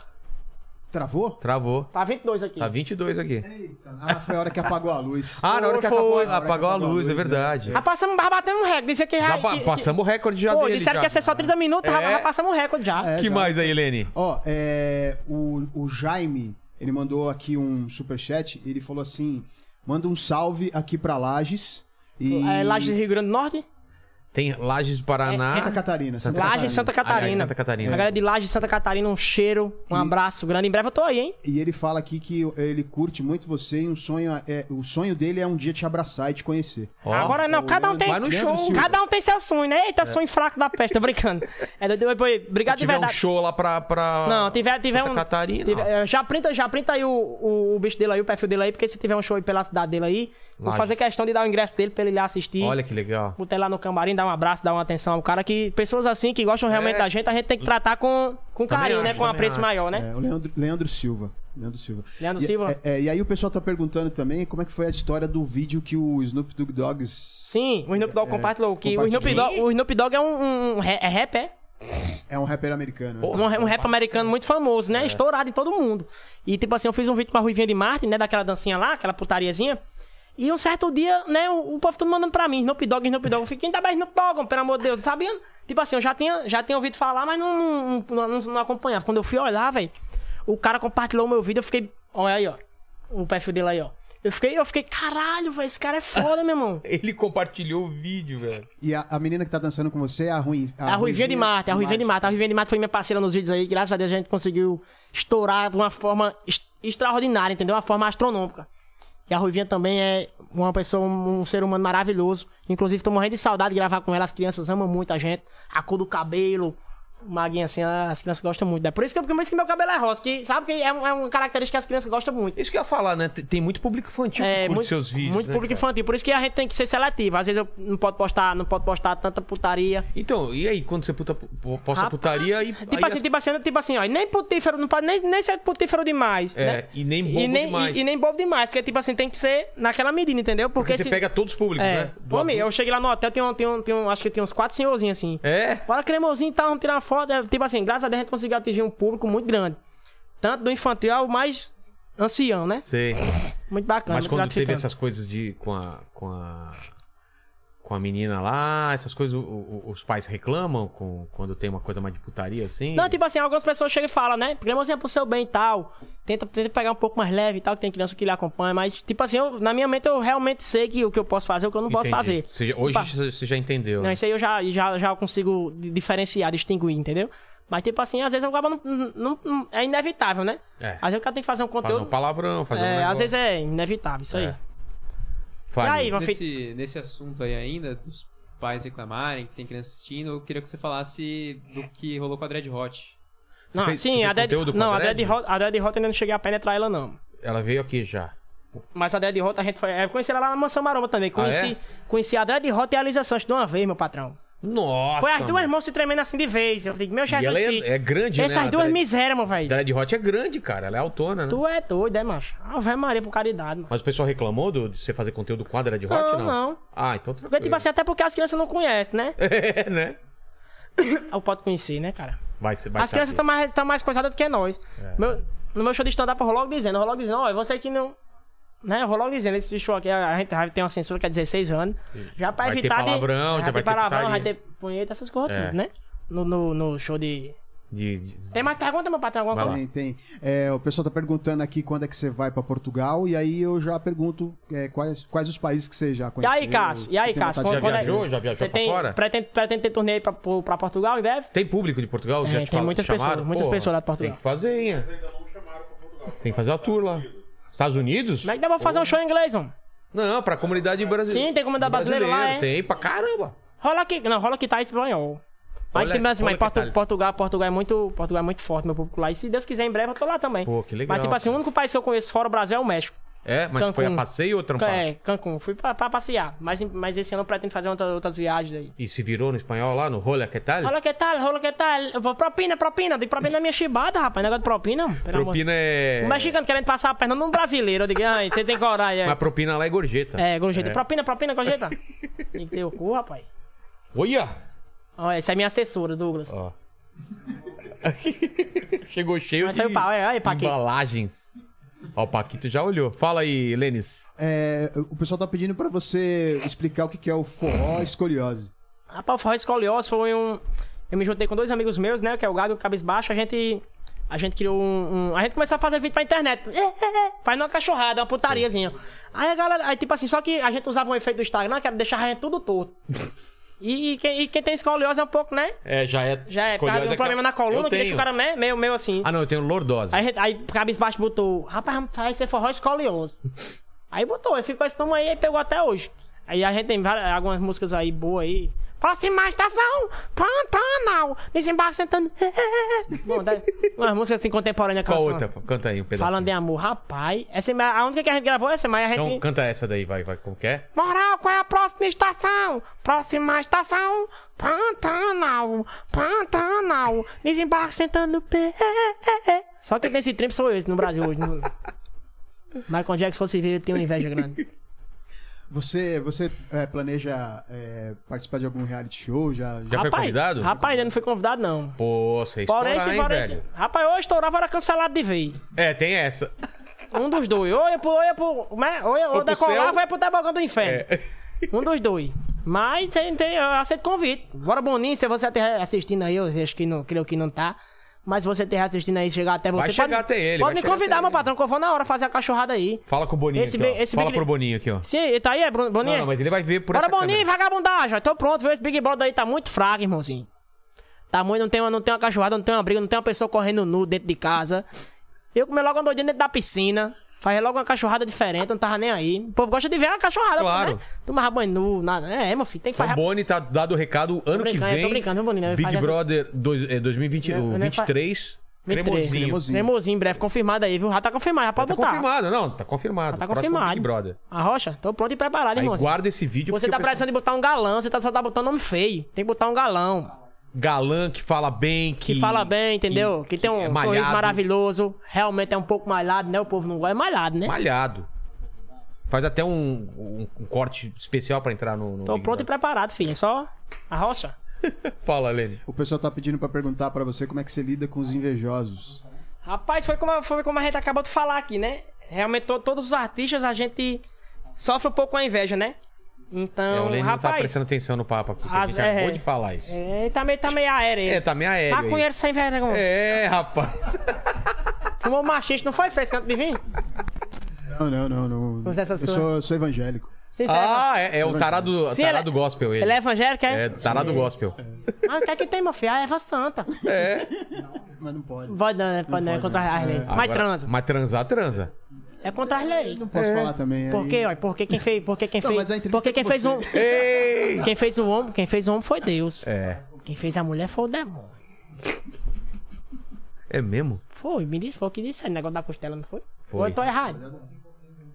B: Travou?
A: Travou.
D: Tá 22 aqui.
A: Tá 22 aqui.
B: Eita, ah, foi a hora que apagou a luz.
A: Ah, na hora que
D: Foi,
A: acabou,
D: foi.
A: apagou, a luz, é verdade.
D: Já passamos, já batendo um recorde. Disse que já.
A: Já pa-
D: que- que-
A: passamos o recorde já
D: Pô,
A: dele.
D: disseram
A: já.
D: que ia ser só 30 minutos, já-
A: É.
D: já passamos um recorde já.
B: É,
A: que
B: já.
A: mais aí, Helene?
B: Ó, é, o, o Jaime, ele mandou aqui um superchat, ele falou assim, manda um salve aqui pra Lages e...
D: É, Laje do Rio Grande do Norte?
A: Tem Lages do
D: É,
A: Paraná.
B: Santa Catarina. Santa
D: Laje
B: Catarina.
D: de Santa
A: Aliás,
D: Catarina.
A: Santa Catarina.
D: A galera de Laje de Santa Catarina, um cheiro, um abraço grande. Em breve eu tô aí, hein?
B: E ele fala aqui que ele curte muito você e um sonho é, o sonho dele é um dia te abraçar e te conhecer.
A: Ó,
D: Agora não, cada um tem.
A: Vai no show. É.
B: Silva.
D: Cada um tem seu sonho, né? Eita, sonho fraco da peste, tô brincando. É, doido, depois, obrigado
A: Se
D: de
A: tiver um
D: verdade.
A: show lá pra. pra
D: Não, tiver, tiver
A: Santa
D: um.
A: Catarina.
D: tiver- é, já, printa, já printa aí o, o, o bicho dele aí, o perfil dele aí, porque se tiver um show aí pela cidade dele aí, vou
A: Lages.
D: fazer questão de dar o ingresso dele pra ele ir lá assistir.
A: Olha que legal.
D: Botar ele lá no camarim, dar um abraço, dar uma atenção. O cara que. Pessoas assim que gostam realmente
A: É.
D: da gente, a gente tem que tratar com, com
A: Também
D: carinho, né?
A: acho,
D: Com um
A: também
D: apreço
A: acho.
D: maior, né?
B: É, o Leandro, Leandro Silva. Leandro Silva.
D: Leandro
B: E-
D: Silva.
B: é, é, e aí o pessoal tá perguntando também como é que foi a história do vídeo que o Snoop Dogg Dogs
D: Sim, o Snoop
A: É.
D: Dogg compartilhou. Que o, Snoop
B: compartilhou.
D: Dogg, o Snoop Dogg é um, um- um re- é rap, é?
B: é um rapper americano. né?
A: Porra.
D: Um, um rap americano muito famoso, né? Estourado em todo mundo. E tipo assim, eu fiz um vídeo com a Ruivinha de Martin, né? Daquela dancinha lá, aquela putariazinha. E um certo dia, né, o, o povo todo mandando pra mim, Snoop Dogg, Snoop Dogg. Eu fiquei, ainda mais Snoop Dogg, pelo amor de Deus, sabia? Tipo assim, eu já tinha, já tinha ouvido falar, mas não, não, não, não acompanhava. Quando eu fui olhar, velho, o cara compartilhou o meu vídeo, eu fiquei, olha aí, ó. O perfil dele aí, ó. Eu fiquei, eu fiquei, caralho, velho, esse cara é foda, meu irmão.
A: Ele compartilhou o vídeo, velho.
B: E a, a menina que tá dançando com você é a Ruim.
D: A Ruivinha de
B: é
D: Marte, é a Ruivinha de Marte. A Ruivinha de Marte foi minha parceira nos vídeos aí. Graças a Deus a gente conseguiu estourar de uma forma es- extraordinária, entendeu? Uma forma astronômica. E a Ruivinha também é uma pessoa, um ser humano maravilhoso. Inclusive, tô morrendo de saudade de gravar com ela. As crianças amam muito a gente. A cor do cabelo, o maguinho assim, as crianças gostam muito. É por isso que, eu- por isso que meu cabelo é rosa, que sabe que é, um- é uma característica que as crianças gostam muito
A: Isso que eu ia falar, né? Tem tem muito público infantil que curte seus vídeos.
D: É, muito
A: né,
D: público
A: cara?
D: infantil. Por isso que a gente tem que ser seletivo. Às vezes eu não posso postar, não posso postar tanta putaria.
A: Então, e aí, quando você puta, po- posta
D: Rapaz,
A: putaria e.
D: Tipo
A: aí
D: assim,
A: as-
D: tipo assim, tipo assim, ó, e nem putífero, não pode nem, nem ser putífero demais,
A: É,
D: né?
A: e nem bobo
D: e nem,
A: demais.
D: E, e nem bobo demais, porque tipo assim, tem que ser naquela medida, entendeu? Porque,
A: Porque você
D: se-
A: pega todos os públicos,
D: é.
A: né? Do
D: Homem, eu
A: adulto.
D: cheguei lá no hotel, tem um, tem um, tem um, acho que tem uns quatro senhorzinhos assim.
A: É?
D: Bora cremosinho e tal, vamos tirar uma foto. É, Tipo assim, graças a Deus a gente conseguiu atingir um público muito grande. Tanto do infantil ao mais ancião, né?
A: Sei.
D: Muito bacana,
A: Mas
D: muito
A: quando teve
D: gratificante.
A: essas coisas de. com a. com a. com a menina lá, essas coisas, o- o- os pais reclamam com, quando tem uma coisa mais de putaria assim?
D: Não, tipo assim, algumas pessoas chegam e falam, né? Cremosinho é pro seu bem e tal. Tenta, tenta pegar um pouco mais leve e tal, que tem criança que lhe acompanha. Mas, tipo assim, eu- na minha mente eu realmente sei que o que eu posso fazer e o que eu não posso
A: Entendi.
D: fazer.
A: Você já- hoje
D: Tipo,
A: você- você já entendeu.
D: Não,
A: né?
D: isso aí eu já, já, já consigo di- diferenciar, distinguir, entendeu? Mas, tipo assim, às vezes eu acabo não, não- não- É inevitável, né?
A: É.
D: Às vezes o cara tem que fazer um
A: Fazer
D: conteúdo.
A: um palavrão, fazer um
D: é,
A: negócio.
D: às vezes é inevitável, isso aí.
A: É. Fale.
D: E aí, meu filho?
C: Nesse, nesse assunto aí ainda, dos pais reclamarem que tem criança assistindo, eu queria que você falasse do que rolou com a Dread Hot.
A: Você
D: Não,
A: fez- você
D: sim,
A: fez
D: a Dead,
A: conteúdo com
D: não,
A: a
D: a Dead
A: Dread?
D: Hot, a Dead Hot ainda não cheguei a penetrar ela, não.
A: Ela veio aqui já.
D: Mas a Dread Hot a gente foi. é, conheci ela lá na Mansão Maromba também.
A: Ah,
D: Conheci,
A: é?
D: conheci a Dread Hot e a Lisa Santos de uma vez, meu patrão.
A: Nossa!
D: Foi as duas
A: mano.
D: irmãs se tremendo assim de vez. Eu digo, meu
A: E
D: Jesus
A: ela
D: Cristo.
A: é, é grande, né?
D: Essas
A: a
D: duas
A: Dread-
D: misérias, meu velho.
A: Dread Hot é grande, cara. Ela é autona, né?
D: Tu é doido, é, macho? Ave Maria, por caridade, mano.
A: Mas o pessoal reclamou do- de você fazer conteúdo com a Dread Hot?
D: Não,
A: Não,
D: não.
A: Ah, então
D: Porque,
A: tranquilo.
D: tipo assim, até porque as crianças não conhecem, né?
A: É, né?
D: Eu posso conhecer, né, cara?
A: Vai, ser- vai
D: As crianças estão
A: saber. É.
D: mais, tão mais coisadas do que nós. Meu- no meu show de stand-up, eu vou logo dizendo, eu vou logo dizendo, ó, você que não. Né, eu vou logo dizendo, esse show aqui, a gente vai ter uma censura que é 16 anos. Já pra
A: Vai ter
D: evitar.
A: palavrão,
D: de,
A: já vai ter
D: palavrão, vai
A: putaria.
D: ter punheta, essas coisas,
A: É.
D: tudo, né? No, no, no show de.
A: De- de-
D: Tem mais pergunta, meu patrão? Alguma
A: Vai lá.
D: coisa?
B: Tem, tem. É, o pessoal tá perguntando aqui quando é que você vai pra Portugal, e aí eu já pergunto é, quais, quais os países que você já
D: E
B: conheceu.
D: aí, Cássio? E aí,
B: você tem
D: Cássio? é
B: vontade
A: quando-
B: de
A: Já viajou?
B: viajar?
A: Já viajou
D: Você
A: pra
D: tem-
A: fora?
D: Pretende, pretende ter turnê aí pra, pro- pra Portugal em breve?
A: Tem público de Portugal?
D: Tem,
A: já te
D: É, tem
A: fala-
D: muitas
A: chamaram?
D: pessoas, muitas pessoas lá de Portugal.
A: Tem que fazer, hein?
E: Ainda não me chamaram pra Portugal.
A: Tem que fazer a tour lá. Estados Unidos?
D: Como é que dá pra fazer um show em inglês, mano?
A: Não, pra comunidade brasileira.
D: Sim, tem comunidade brasileira lá, é.
A: Tem, pra caramba.
D: Rola aqui, não, rola que tá em espanhol. Mas,
A: Olha-
D: tem- mas,
A: olha
D: mas
A: que
D: Portu-
A: tal.
D: Portugal, Portugal é muito, Portugal é muito forte, meu público lá. E se Deus quiser, em breve eu tô lá também.
A: Pô, que legal,
D: Mas tipo assim, o único país que eu conheço fora o Brasil é o México.
A: É, mas foi a
D: Cancún.
A: passeio ou trampar?
D: É, Cancún. Fui pra, pra passear. Mas, mas esse ano eu pretendo fazer outra- outras viagens aí.
A: E se virou no espanhol lá, no Rola Que Tal?
D: Rola que tal, rola que tal. Eu vou- Propina, propina. De propina é minha chibada, rapaz. Negócio de propina. Pelo amor.
A: Propina é...
D: O mexicano querendo passar a perna num brasileiro. Eu digo, ai, você tem coragem.
A: Mas
D: É,
A: propina lá é gorjeta.
D: é gorjeta. Propina, propina, gorjeta. tem que ter o cu, rapaz.
A: Olha!
D: Olha, essa é minha assessora, Douglas.
A: Ó. Chegou cheio
D: Mas
A: de
D: saiu pau, é, olha, Paquito.
A: embalagens. Ó, o Paquito já olhou. Fala aí, Lênis.
B: É, o pessoal tá pedindo pra você explicar o que que é o forró escoliose.
D: Rapaz, o Forró Escoliose foi um. Eu me juntei com dois amigos meus, né? Que é o Gago e o Cabisbaixo. A gente. A gente criou um, um- A gente começou a fazer vídeo pra internet. Faz uma cachorrada, uma putariazinha. Aí a galera. Aí, tipo assim, só que a gente usava um efeito do Instagram que era deixar a gente tudo torto. E, e quem, e quem tem escoliose é um pouco, né?
A: É, já é...
D: Já é. Cara, um problema na coluna que deixa o cara né, meio, meio assim.
A: Ah, não, eu tenho lordose.
D: Aí, a gente- aí o Cabisbaixo botou. Rapaz, faz ser forró escoliose. aí botou, aí ficou esse nome aí e pegou até hoje. Aí a gente tem várias, algumas músicas aí boas aí. assim, Próxima estação, tá um Pantanal, desembarque sentando. Bom, daí, umas músicas assim contemporâneas
A: Qual
D: canção.
A: outra? Canta aí um pedacinho.
D: Falando de amor, rapaz. Essa, é a a única que a gente gravou essa, mas a gente.
A: Então canta essa daí, vai, vai. Como que é?
D: Moral, qual é a próxima estação? Próxima estação, Pantanal, Pantanal, desembarque sentando pé. Só quem tem esse trimpo sou eu esse no Brasil hoje. No... Michael Jackson fosse ver, eu tenho inveja grande.
B: Você, você é, planeja é, participar de algum reality show? Já,
A: Já foi
D: Rapaz,
A: convidado?
D: Rapaz, ainda não fui convidado, não.
A: Pô, você
D: Porém,
A: estourar,
D: se
A: hein,
D: porém, se...
A: velho?
D: Rapaz, ou eu estourava, ou era cancelado de vez.
A: É, tem essa.
D: Um dos dois. Ou eu, pro- ou eu, pro- né? ou eu, ou
A: Ou pro
D: decolava,
A: céu. É.
D: ou eu pro tabagão do inferno. Um dos dois. Mas tem, tem, eu aceito convite. Bora, Boninho, se você estiver assistindo aí, eu acho que não, creio que não tá. Mas se você estiver assistindo aí, chegar até você.
A: Vai chegar até ele, vai
D: Pode me
A: chegar
D: convidar,
A: até
D: meu
A: ele.
D: patrão, que eu vou na hora fazer a cachorrada aí.
A: Fala com o Boninho
D: Esse
A: aqui,
D: bi-
A: ó.
D: esse
A: Fala
D: Big-
A: pro Boninho aqui, ó.
D: Sim, tá aí, é, Bru- Boninho?
A: Não, não, mas ele vai ver por
D: Bora,
A: essa
D: Boninho,
A: câmera.
D: vagabundagem. ó. Tô pronto, viu? Esse Big Brother aí tá muito fraco, irmãozinho. Tá muito, não tem, uma, não tem uma cachorrada, não tem uma briga, não tem uma pessoa correndo nu dentro de casa. Eu comi logo uma doidinha dentro da piscina. Fazia logo uma cachorrada diferente, não tava nem aí. O povo gosta de ver uma cachorrada,
A: Claro.
D: né? Tomava banho nu, nada. É, meu filho, tem que
A: Então,
D: fazer.
A: o Boni tá dado o recado ano que
D: brincando, eu tô
A: vem.
D: brincando, viu, Boninho? Eu
A: Big
D: faço
A: Brother dois, é, 2020,
D: Eu- eu
A: o
D: nem fa-
A: 23,
D: 23.
A: cremosinho.
B: Cremosinho.
D: Cremosinho, em breve, confirmado aí, viu? Já tá confirmado, já pode
A: Tá
D: botar.
A: confirmado, não, tá confirmado.
D: Já tá
A: Próximo
D: confirmado.
A: Big Brother.
D: A rocha, tô pronto e preparado,
A: Aí
D: irmãozinho.
A: guarda esse vídeo.
D: Você
A: porque
D: tá
A: o pessoal-
D: precisando de botar um galã, você tá, só tá botando nome feio. Tem que botar um galão.
A: Galã que fala bem, que...
D: que fala bem, entendeu? Que, tem um
A: é
D: sorriso
A: malhado.
D: maravilhoso. Realmente é um pouco malhado, né? O povo não gosta. É malhado, né?
A: Malhado. Faz até um, um- um corte especial pra entrar no... no
D: Tô
A: Big
D: pronto e
A: Brother.
D: preparado, filho. É só a rocha.
A: Fala, Lene.
B: O pessoal tá pedindo pra perguntar pra você como é que você lida com os invejosos.
D: Rapaz, foi como, foi como a gente acabou de falar aqui, né? Realmente, to- todos os artistas, a gente sofre um pouco com a inveja, né?
A: É, o
D: Então,
A: Lene não tá
D: rapaz...
A: prestando atenção no papo aqui. que a
D: As-
A: gente acabou
D: é.
A: de falar isso.
D: É, tá meio, tá meio aéreo.
A: É, tá meio aéreo aí.
D: Maconheiro sem vergonha.
A: É, rapaz.
D: Fumou machista, não foi frescante de vir?
B: Não, não, não. não.
D: Usa essas
B: Eu sou, sou evangélico.
D: Sinceramente.
A: Ah, é, é o tarado,
D: Sim,
A: tarado
D: ele-
A: gospel ele.
D: Ele é evangélico, é?
A: É, tarado gospel.
D: Ah, o que é que tem, meu filho? Ah, Eva Santa.
B: Mas não pode.
D: Pode não, né? Pode não, é contra as leis. Mas
A: Agora-
D: transa.
A: Mas transar, transa.
D: É contra as leis.
B: Não posso falar também.
D: Por
B: aí-
D: quê, ó? Porque quem fez. Porque quem
B: Não,
D: fez.
B: mas a entrevista
D: Porque
B: é
D: quem
B: com
D: fez
B: você.
D: um.
A: Ei!
D: Quem fez o homem, quem fez o homem foi Deus.
A: É.
D: Quem fez a mulher foi o demônio.
A: É mesmo?
D: Foi, me disse, foi o que disse, o negócio da costela, não foi?
A: Foi.
D: Ou eu tô errado?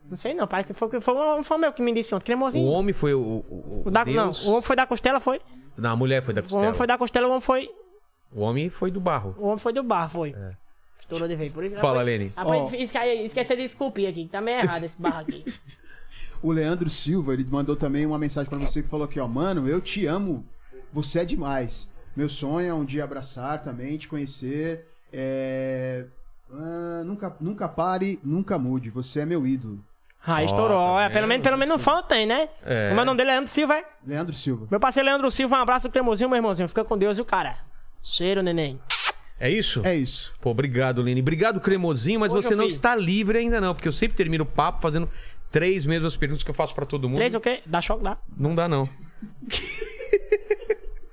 D: Não sei não, parece que foi, foi, foi, foi o meu que me disse ontem,
A: O
D: cremosinho.
A: homem foi o. o, o
D: O da- não,
A: Deus...
D: o homem foi da costela, foi?
A: Não, a mulher foi da
D: O
A: costela.
D: homem foi da costela, o homem foi,
A: do barro.
D: o homem foi do bar, foi. Estourou de vez, por isso...
A: É. Fala,
D: rapaz,
A: Lene.
D: Rapaz,
B: Ó.
D: esque- esquece de esculpir aqui, que tá meio errado esse barro aqui.
B: O Leandro Silva, ele mandou também uma mensagem pra você que falou aqui, ó, mano, eu te amo, você é demais. Meu sonho é um dia abraçar também, te conhecer. É... ah, nunca, nunca pare, nunca mude. Você é meu ídolo.
D: Ah,
A: Ó,
D: estourou,
A: tá
D: ó, é,
A: vendo,
D: pelo menos, pelo menos no fã tem, né?
A: É.
D: Como é o nome dele, é Leandro Silva, é?
B: Leandro Silva.
D: Meu parceiro Leandro Silva, um abraço, cremosinho, meu irmãozinho, fica com Deus e o cara. Cheiro, neném.
A: É isso?
B: É isso.
A: Pô, obrigado, Lene. Obrigado, Cremosinho, mas
D: Foi,
A: você
D: meu
A: não
D: filho.
A: está livre ainda, não, porque eu sempre termino o papo fazendo três mesmas perguntas que eu faço pra todo mundo.
D: Três o quê? Dá choque, dá.
A: Não dá, não.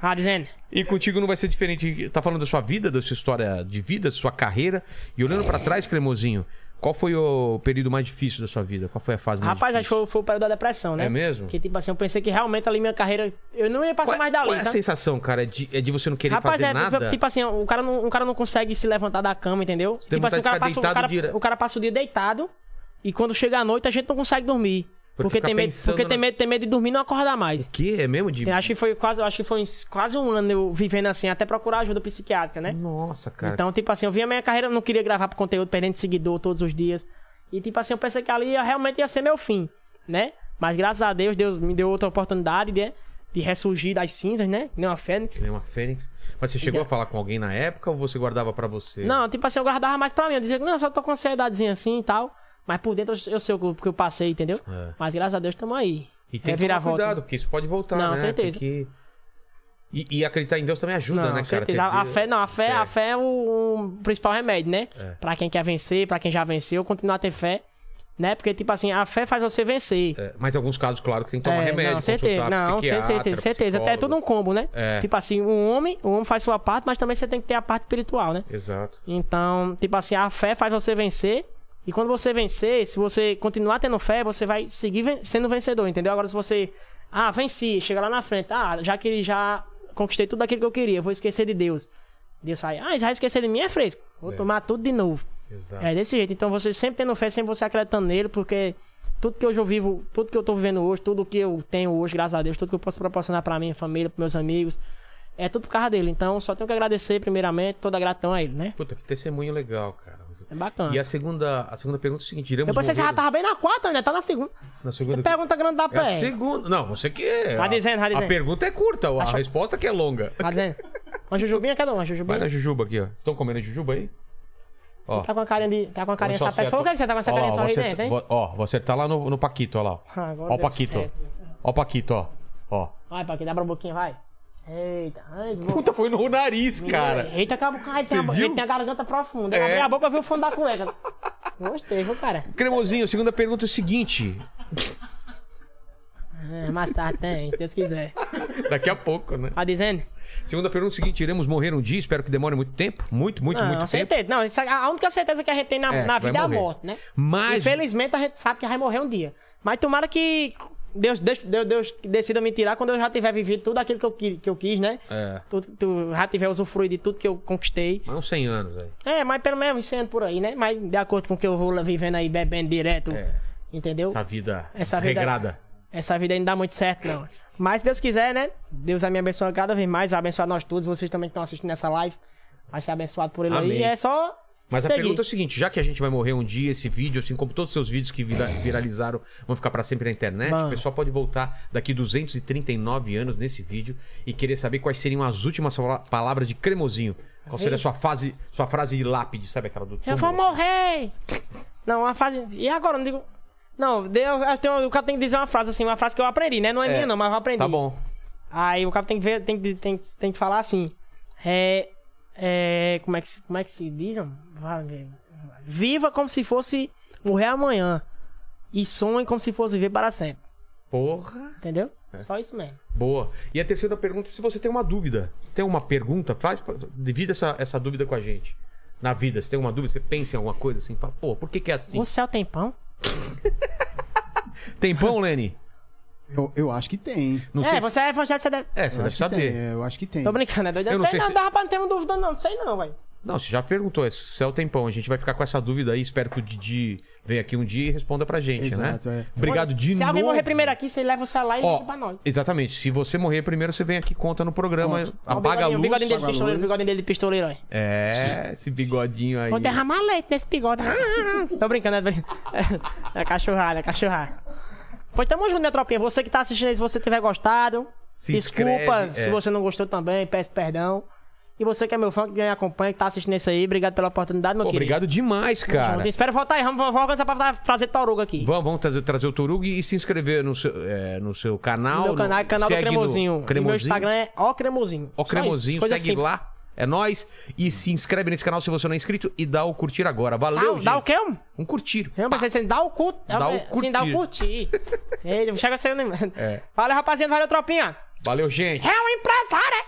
D: Ah, dizendo.
A: E contigo não vai ser diferente. Tá falando da sua vida, da sua história de vida, da sua carreira. E olhando pra trás, Cremosinho, qual foi o período mais difícil da sua vida? Qual foi a fase mais
D: Rapaz, acho que
A: difícil?
D: foi, foi o período da depressão, né?
A: É mesmo?
D: Que tipo assim, eu pensei que realmente ali minha carreira. Eu não ia passar mais
A: qual
D: dali,
A: é a
D: sabe?
A: sensação, cara? É de, é de você não querer
D: Rapaz,
A: fazer
D: é,
A: nada?
D: tipo assim, o cara, não, o cara não consegue se levantar da cama, entendeu?
A: Tem
D: tipo
A: vontade
D: assim,
A: de
D: o cara,
A: ficar
D: passa, o,
A: deitado
D: cara,
A: dire-
D: o cara passa o dia deitado e quando chega a noite a gente não consegue dormir. Porque,
A: fica
D: tem, medo,
A: pensando
D: porque tem,
A: na-
D: medo, tem medo de dormir e não acordar mais.
A: Que? É mesmo? De...
D: Eu acho que foi quase, eu acho que foi uns- quase um ano eu vivendo assim, até procurar ajuda psiquiátrica, né?
A: Nossa, cara.
D: Então, tipo assim, eu via minha carreira, eu não queria gravar pro conteúdo, perdendo seguidor todos os dias. E, tipo assim, eu pensei que ali ia- realmente ia ser meu fim, né? Mas graças a Deus, Deus me deu outra oportunidade de, de ressurgir das cinzas, né? Que Nem uma fênix.
A: Nenhuma Fênix. Mas você chegou a falar com alguém na época ou você guardava pra você?
D: Então Não, tipo assim, eu guardava mais pra mim. Eu dizia, não, eu só tô com ansiedadezinha assim e tal. Mas por dentro eu, eu sei o que, eu- que eu passei, entendeu?
A: É.
D: Mas graças a Deus, tamo aí.
A: E tem que
D: Reviravolta.
A: tomar cuidado, porque isso pode voltar,
D: é Não,
A: né?
D: certeza.
A: Tem que- E, e acreditar em Deus também ajuda,
D: Não,
A: né, cara?
D: certeza.
A: Tem
D: A, a
A: que-
D: fé, não, a fé, a fé é o, um principal remédio, né?
A: É.
D: Pra quem quer vencer, pra quem já venceu, continuar a ter fé, né? Porque, tipo assim, a fé faz você vencer.
A: É, mas em alguns casos, claro, que tem que tomar
D: É,
A: remédio,
D: não, certeza,
A: consultar
D: não, tem
A: psiquiatra,
D: certeza, certeza. Até é
A: psicólogo.
D: tudo um combo, né?
A: É.
D: Tipo assim, um homem, o homem faz sua parte, mas também você tem que ter a parte espiritual, né?
A: Exato.
D: Então, tipo assim, a fé faz você vencer. E quando você vencer, se você continuar tendo fé, você vai seguir ven- sendo vencedor, entendeu? Agora, se você. Ah, venci, chega lá na frente. Ah, já que ele já conquistei tudo aquilo que eu queria, eu vou esquecer de Deus. Deus fala, ah, já esquecer de mim é fresco. Vou tomar tudo de novo.
A: Exato.
D: É desse jeito. Então você sempre tendo fé, sempre você acreditando nele, porque tudo que hoje eu vivo, tudo que eu tô vivendo hoje, tudo que eu tenho hoje, graças a Deus, tudo que eu posso proporcionar pra minha família, pros meus amigos, é tudo por causa dele. Então só tenho que agradecer primeiramente, toda a gratidão a ele, né?
A: Puta, que testemunho legal, cara.
D: É bacana.
A: E a segunda, a segunda pergunta é o seguinte: iremos
D: Eu pensei que você já
A: morrer
D: tava bem na quarta, né? Tá na segunda.
A: na segunda.
D: Pergunta grande da
A: É a
D: pé.
A: segunda. Não, você que.
D: Tá
A: a-
D: dizendo, tá
A: A
D: dizendo.
A: pergunta é curta, a
D: Acho-
A: resposta que é longa.
D: Tá dizendo? Uma jujubinha, cadê uma
A: Vai
D: jujubinha?
A: na Jujuba aqui, ó. Estão comendo a Jujuba aí? Ó.
D: Tá com a carinha de. Tá com a carinha
A: Vou só
D: sapé. Foi o que
A: acertar-
D: que você tá com essa
A: Ó lá, vou
D: carinha sorridente,
A: acertar-
D: hein?
A: vou- Ó, vou acertar lá no, no Paquito, ó lá. ó.
D: Ah, agora
A: Ó o
D: deu
A: Paquito.
D: certo.
A: Ó o Paquito, ó. Ó.
D: Vai, Paquito, abre a boquinha, vai. Eita, ai, vou-
A: Puta, foi no nariz, cara.
D: Eita, acabou. Ai,
A: Cê
D: tem a,
A: viu?
D: ele tem a garganta profunda.
A: É.
D: Abre a boca e ver o fundo da cueca. Gostei, viu, cara?
A: Cremosinho, a segunda pergunta é o seguinte.
D: É, mais tarde tem, se Deus quiser.
A: Daqui a pouco, né?
D: Tá dizendo?
A: Segunda pergunta é o seguinte: iremos morrer um dia, espero que demore muito tempo. Muito, muito,
D: Não,
A: muito tempo.
D: Ah, certeza. Não, isso é- a única certeza que a gente tem na,
A: É,
D: na
A: que vai
D: vida é a
A: morrer.
D: morte, né?
A: Mas-
D: Infelizmente a gente sabe que vai morrer um dia. Mas tomara que Deus, Deus, Deus, Deus decida me tirar quando eu já tiver vivido tudo aquilo que eu, qui- que eu quis, né?
A: É.
D: Tu, tu já tiver usufruído de tudo que eu conquistei.
A: Mais uns 100 anos aí.
D: É, mas pelo menos sendo por aí, né? Mas de acordo com o que eu vou lá vivendo aí, bebendo direto.
A: É.
D: Entendeu?
A: Essa vida
D: Essa vida-
A: regrada.
D: Essa vida ainda dá muito certo, não. Mas se Deus quiser, né? Deus vai me abençoar cada vez mais, vai abençoar nós todos, vocês também que estão assistindo essa live. Vai ser abençoado por ele
A: Amém.
D: aí. E é só.
A: Mas a
D: seguir.
A: pergunta é o seguinte: já que a gente vai morrer um dia, esse vídeo, assim como todos os seus vídeos que vira- viralizaram, vão ficar pra sempre na internet,
D: É. Mano.
A: o pessoal pode voltar daqui 239 anos nesse vídeo e querer saber quais seriam as últimas fala- palavras de cremosinho. Qual seria a sua, fase, sua frase lápide, sabe aquela do túmulo?
D: Eu vou
A: assim?
D: morrer! Não, uma frase. E agora? Eu Não digo. Não, eu, eu tenho, o cara tem que dizer uma frase assim, uma frase que eu aprendi, né? Não é,
A: É.
D: minha, não, mas eu aprendi.
A: Tá bom.
D: Aí o cara tem que ver, tem que, tem, que- tem que falar assim. É. é como, é que, se- como é que se diz? mano? Vai ver. Viva como se fosse morrer amanhã. E sonhe como se fosse viver para sempre.
A: Porra.
D: Entendeu?
A: É.
D: Só isso mesmo.
A: Boa. E a terceira pergunta é se você tem uma dúvida. Tem uma pergunta? Faz, divida essa, essa dúvida com a gente. Na vida, se tem uma dúvida, você pensa em alguma coisa assim, fala, pô, por que, que é assim?
D: O céu tem pão?
A: Tem pão, Lene?
B: Eu, eu acho que tem.
A: Não
D: É,
A: sei.
D: você é evangélico, você deve.
A: É, você
B: eu
A: deve
B: acho que tem,
A: saber.
B: é, eu acho que tem.
D: Tô brincando, é doido.
A: Eu
D: Eu
A: não
D: não
A: sei
D: sei não,
A: se-
D: dava pra não ter uma dúvida, não. Não sei não, velho.
A: Não, você já perguntou, é céu tempão. A gente vai ficar com essa dúvida aí. Espero que o Didi venha aqui um dia e responda pra gente,
B: Exato,
A: né?
B: é.
A: Obrigado,
D: Se
A: Didi.
D: alguém morrer primeiro aqui, você leva o celular e
A: Ó,
D: liga pra nós.
A: exatamente. Se você morrer primeiro, você vem aqui, conta no programa,
B: Conta.
A: apaga a
D: o bigodinho,
A: luz.
D: o bigodinho dele
B: apaga a
D: de pistoleiro, o
B: luz.
D: bigodinho dele de pistoleiro, aí.
A: É, esse bigodinho aí.
D: Vou derramar leite nesse bigode. Tô brincando, é, brin- é cachorrada, é cachorrada. Pois tamo junto, né, tropinha? Você que tá assistindo aí, se você tiver gostado,
A: Se
D: desculpa
A: inscreve,
D: se
A: é.
D: você não gostou também, peço perdão. E você que é meu fã, que me acompanha, que tá assistindo isso aí, obrigado pela oportunidade, meu
A: Pô,
D: querido.
A: obrigado demais,
D: Tamo
A: cara.
D: junto. Espero voltar aí, vamos, vamos organizar pra tra- trazer Tauruga aqui.
A: Vamos, vamos trazer, trazer o Turugo e se inscrever no seu, é, no seu canal.
D: No meu canal, é canal do
A: segue no
D: Cremosinho. E meu
A: Cremosinho.
D: Instagram é ó Cremosinho.
A: Ó,
D: Só isso,
A: Cremosinho,
D: coisa
A: segue
D: simples.
A: lá. É nóis. E se inscreve nesse canal se você não é inscrito e dá o curtir agora.
D: Dá,
A: Valeu,
D: dá o
A: gente.
D: quê? um?
A: Um curtir.
D: Eu pensei assim, dá o cu.
A: Dá o É.
D: Sim, dá o curtir. Ele chega sendo. Valeu, rapaziada, valeu, tropinha.
A: Valeu, gente.
D: É um empresário, é?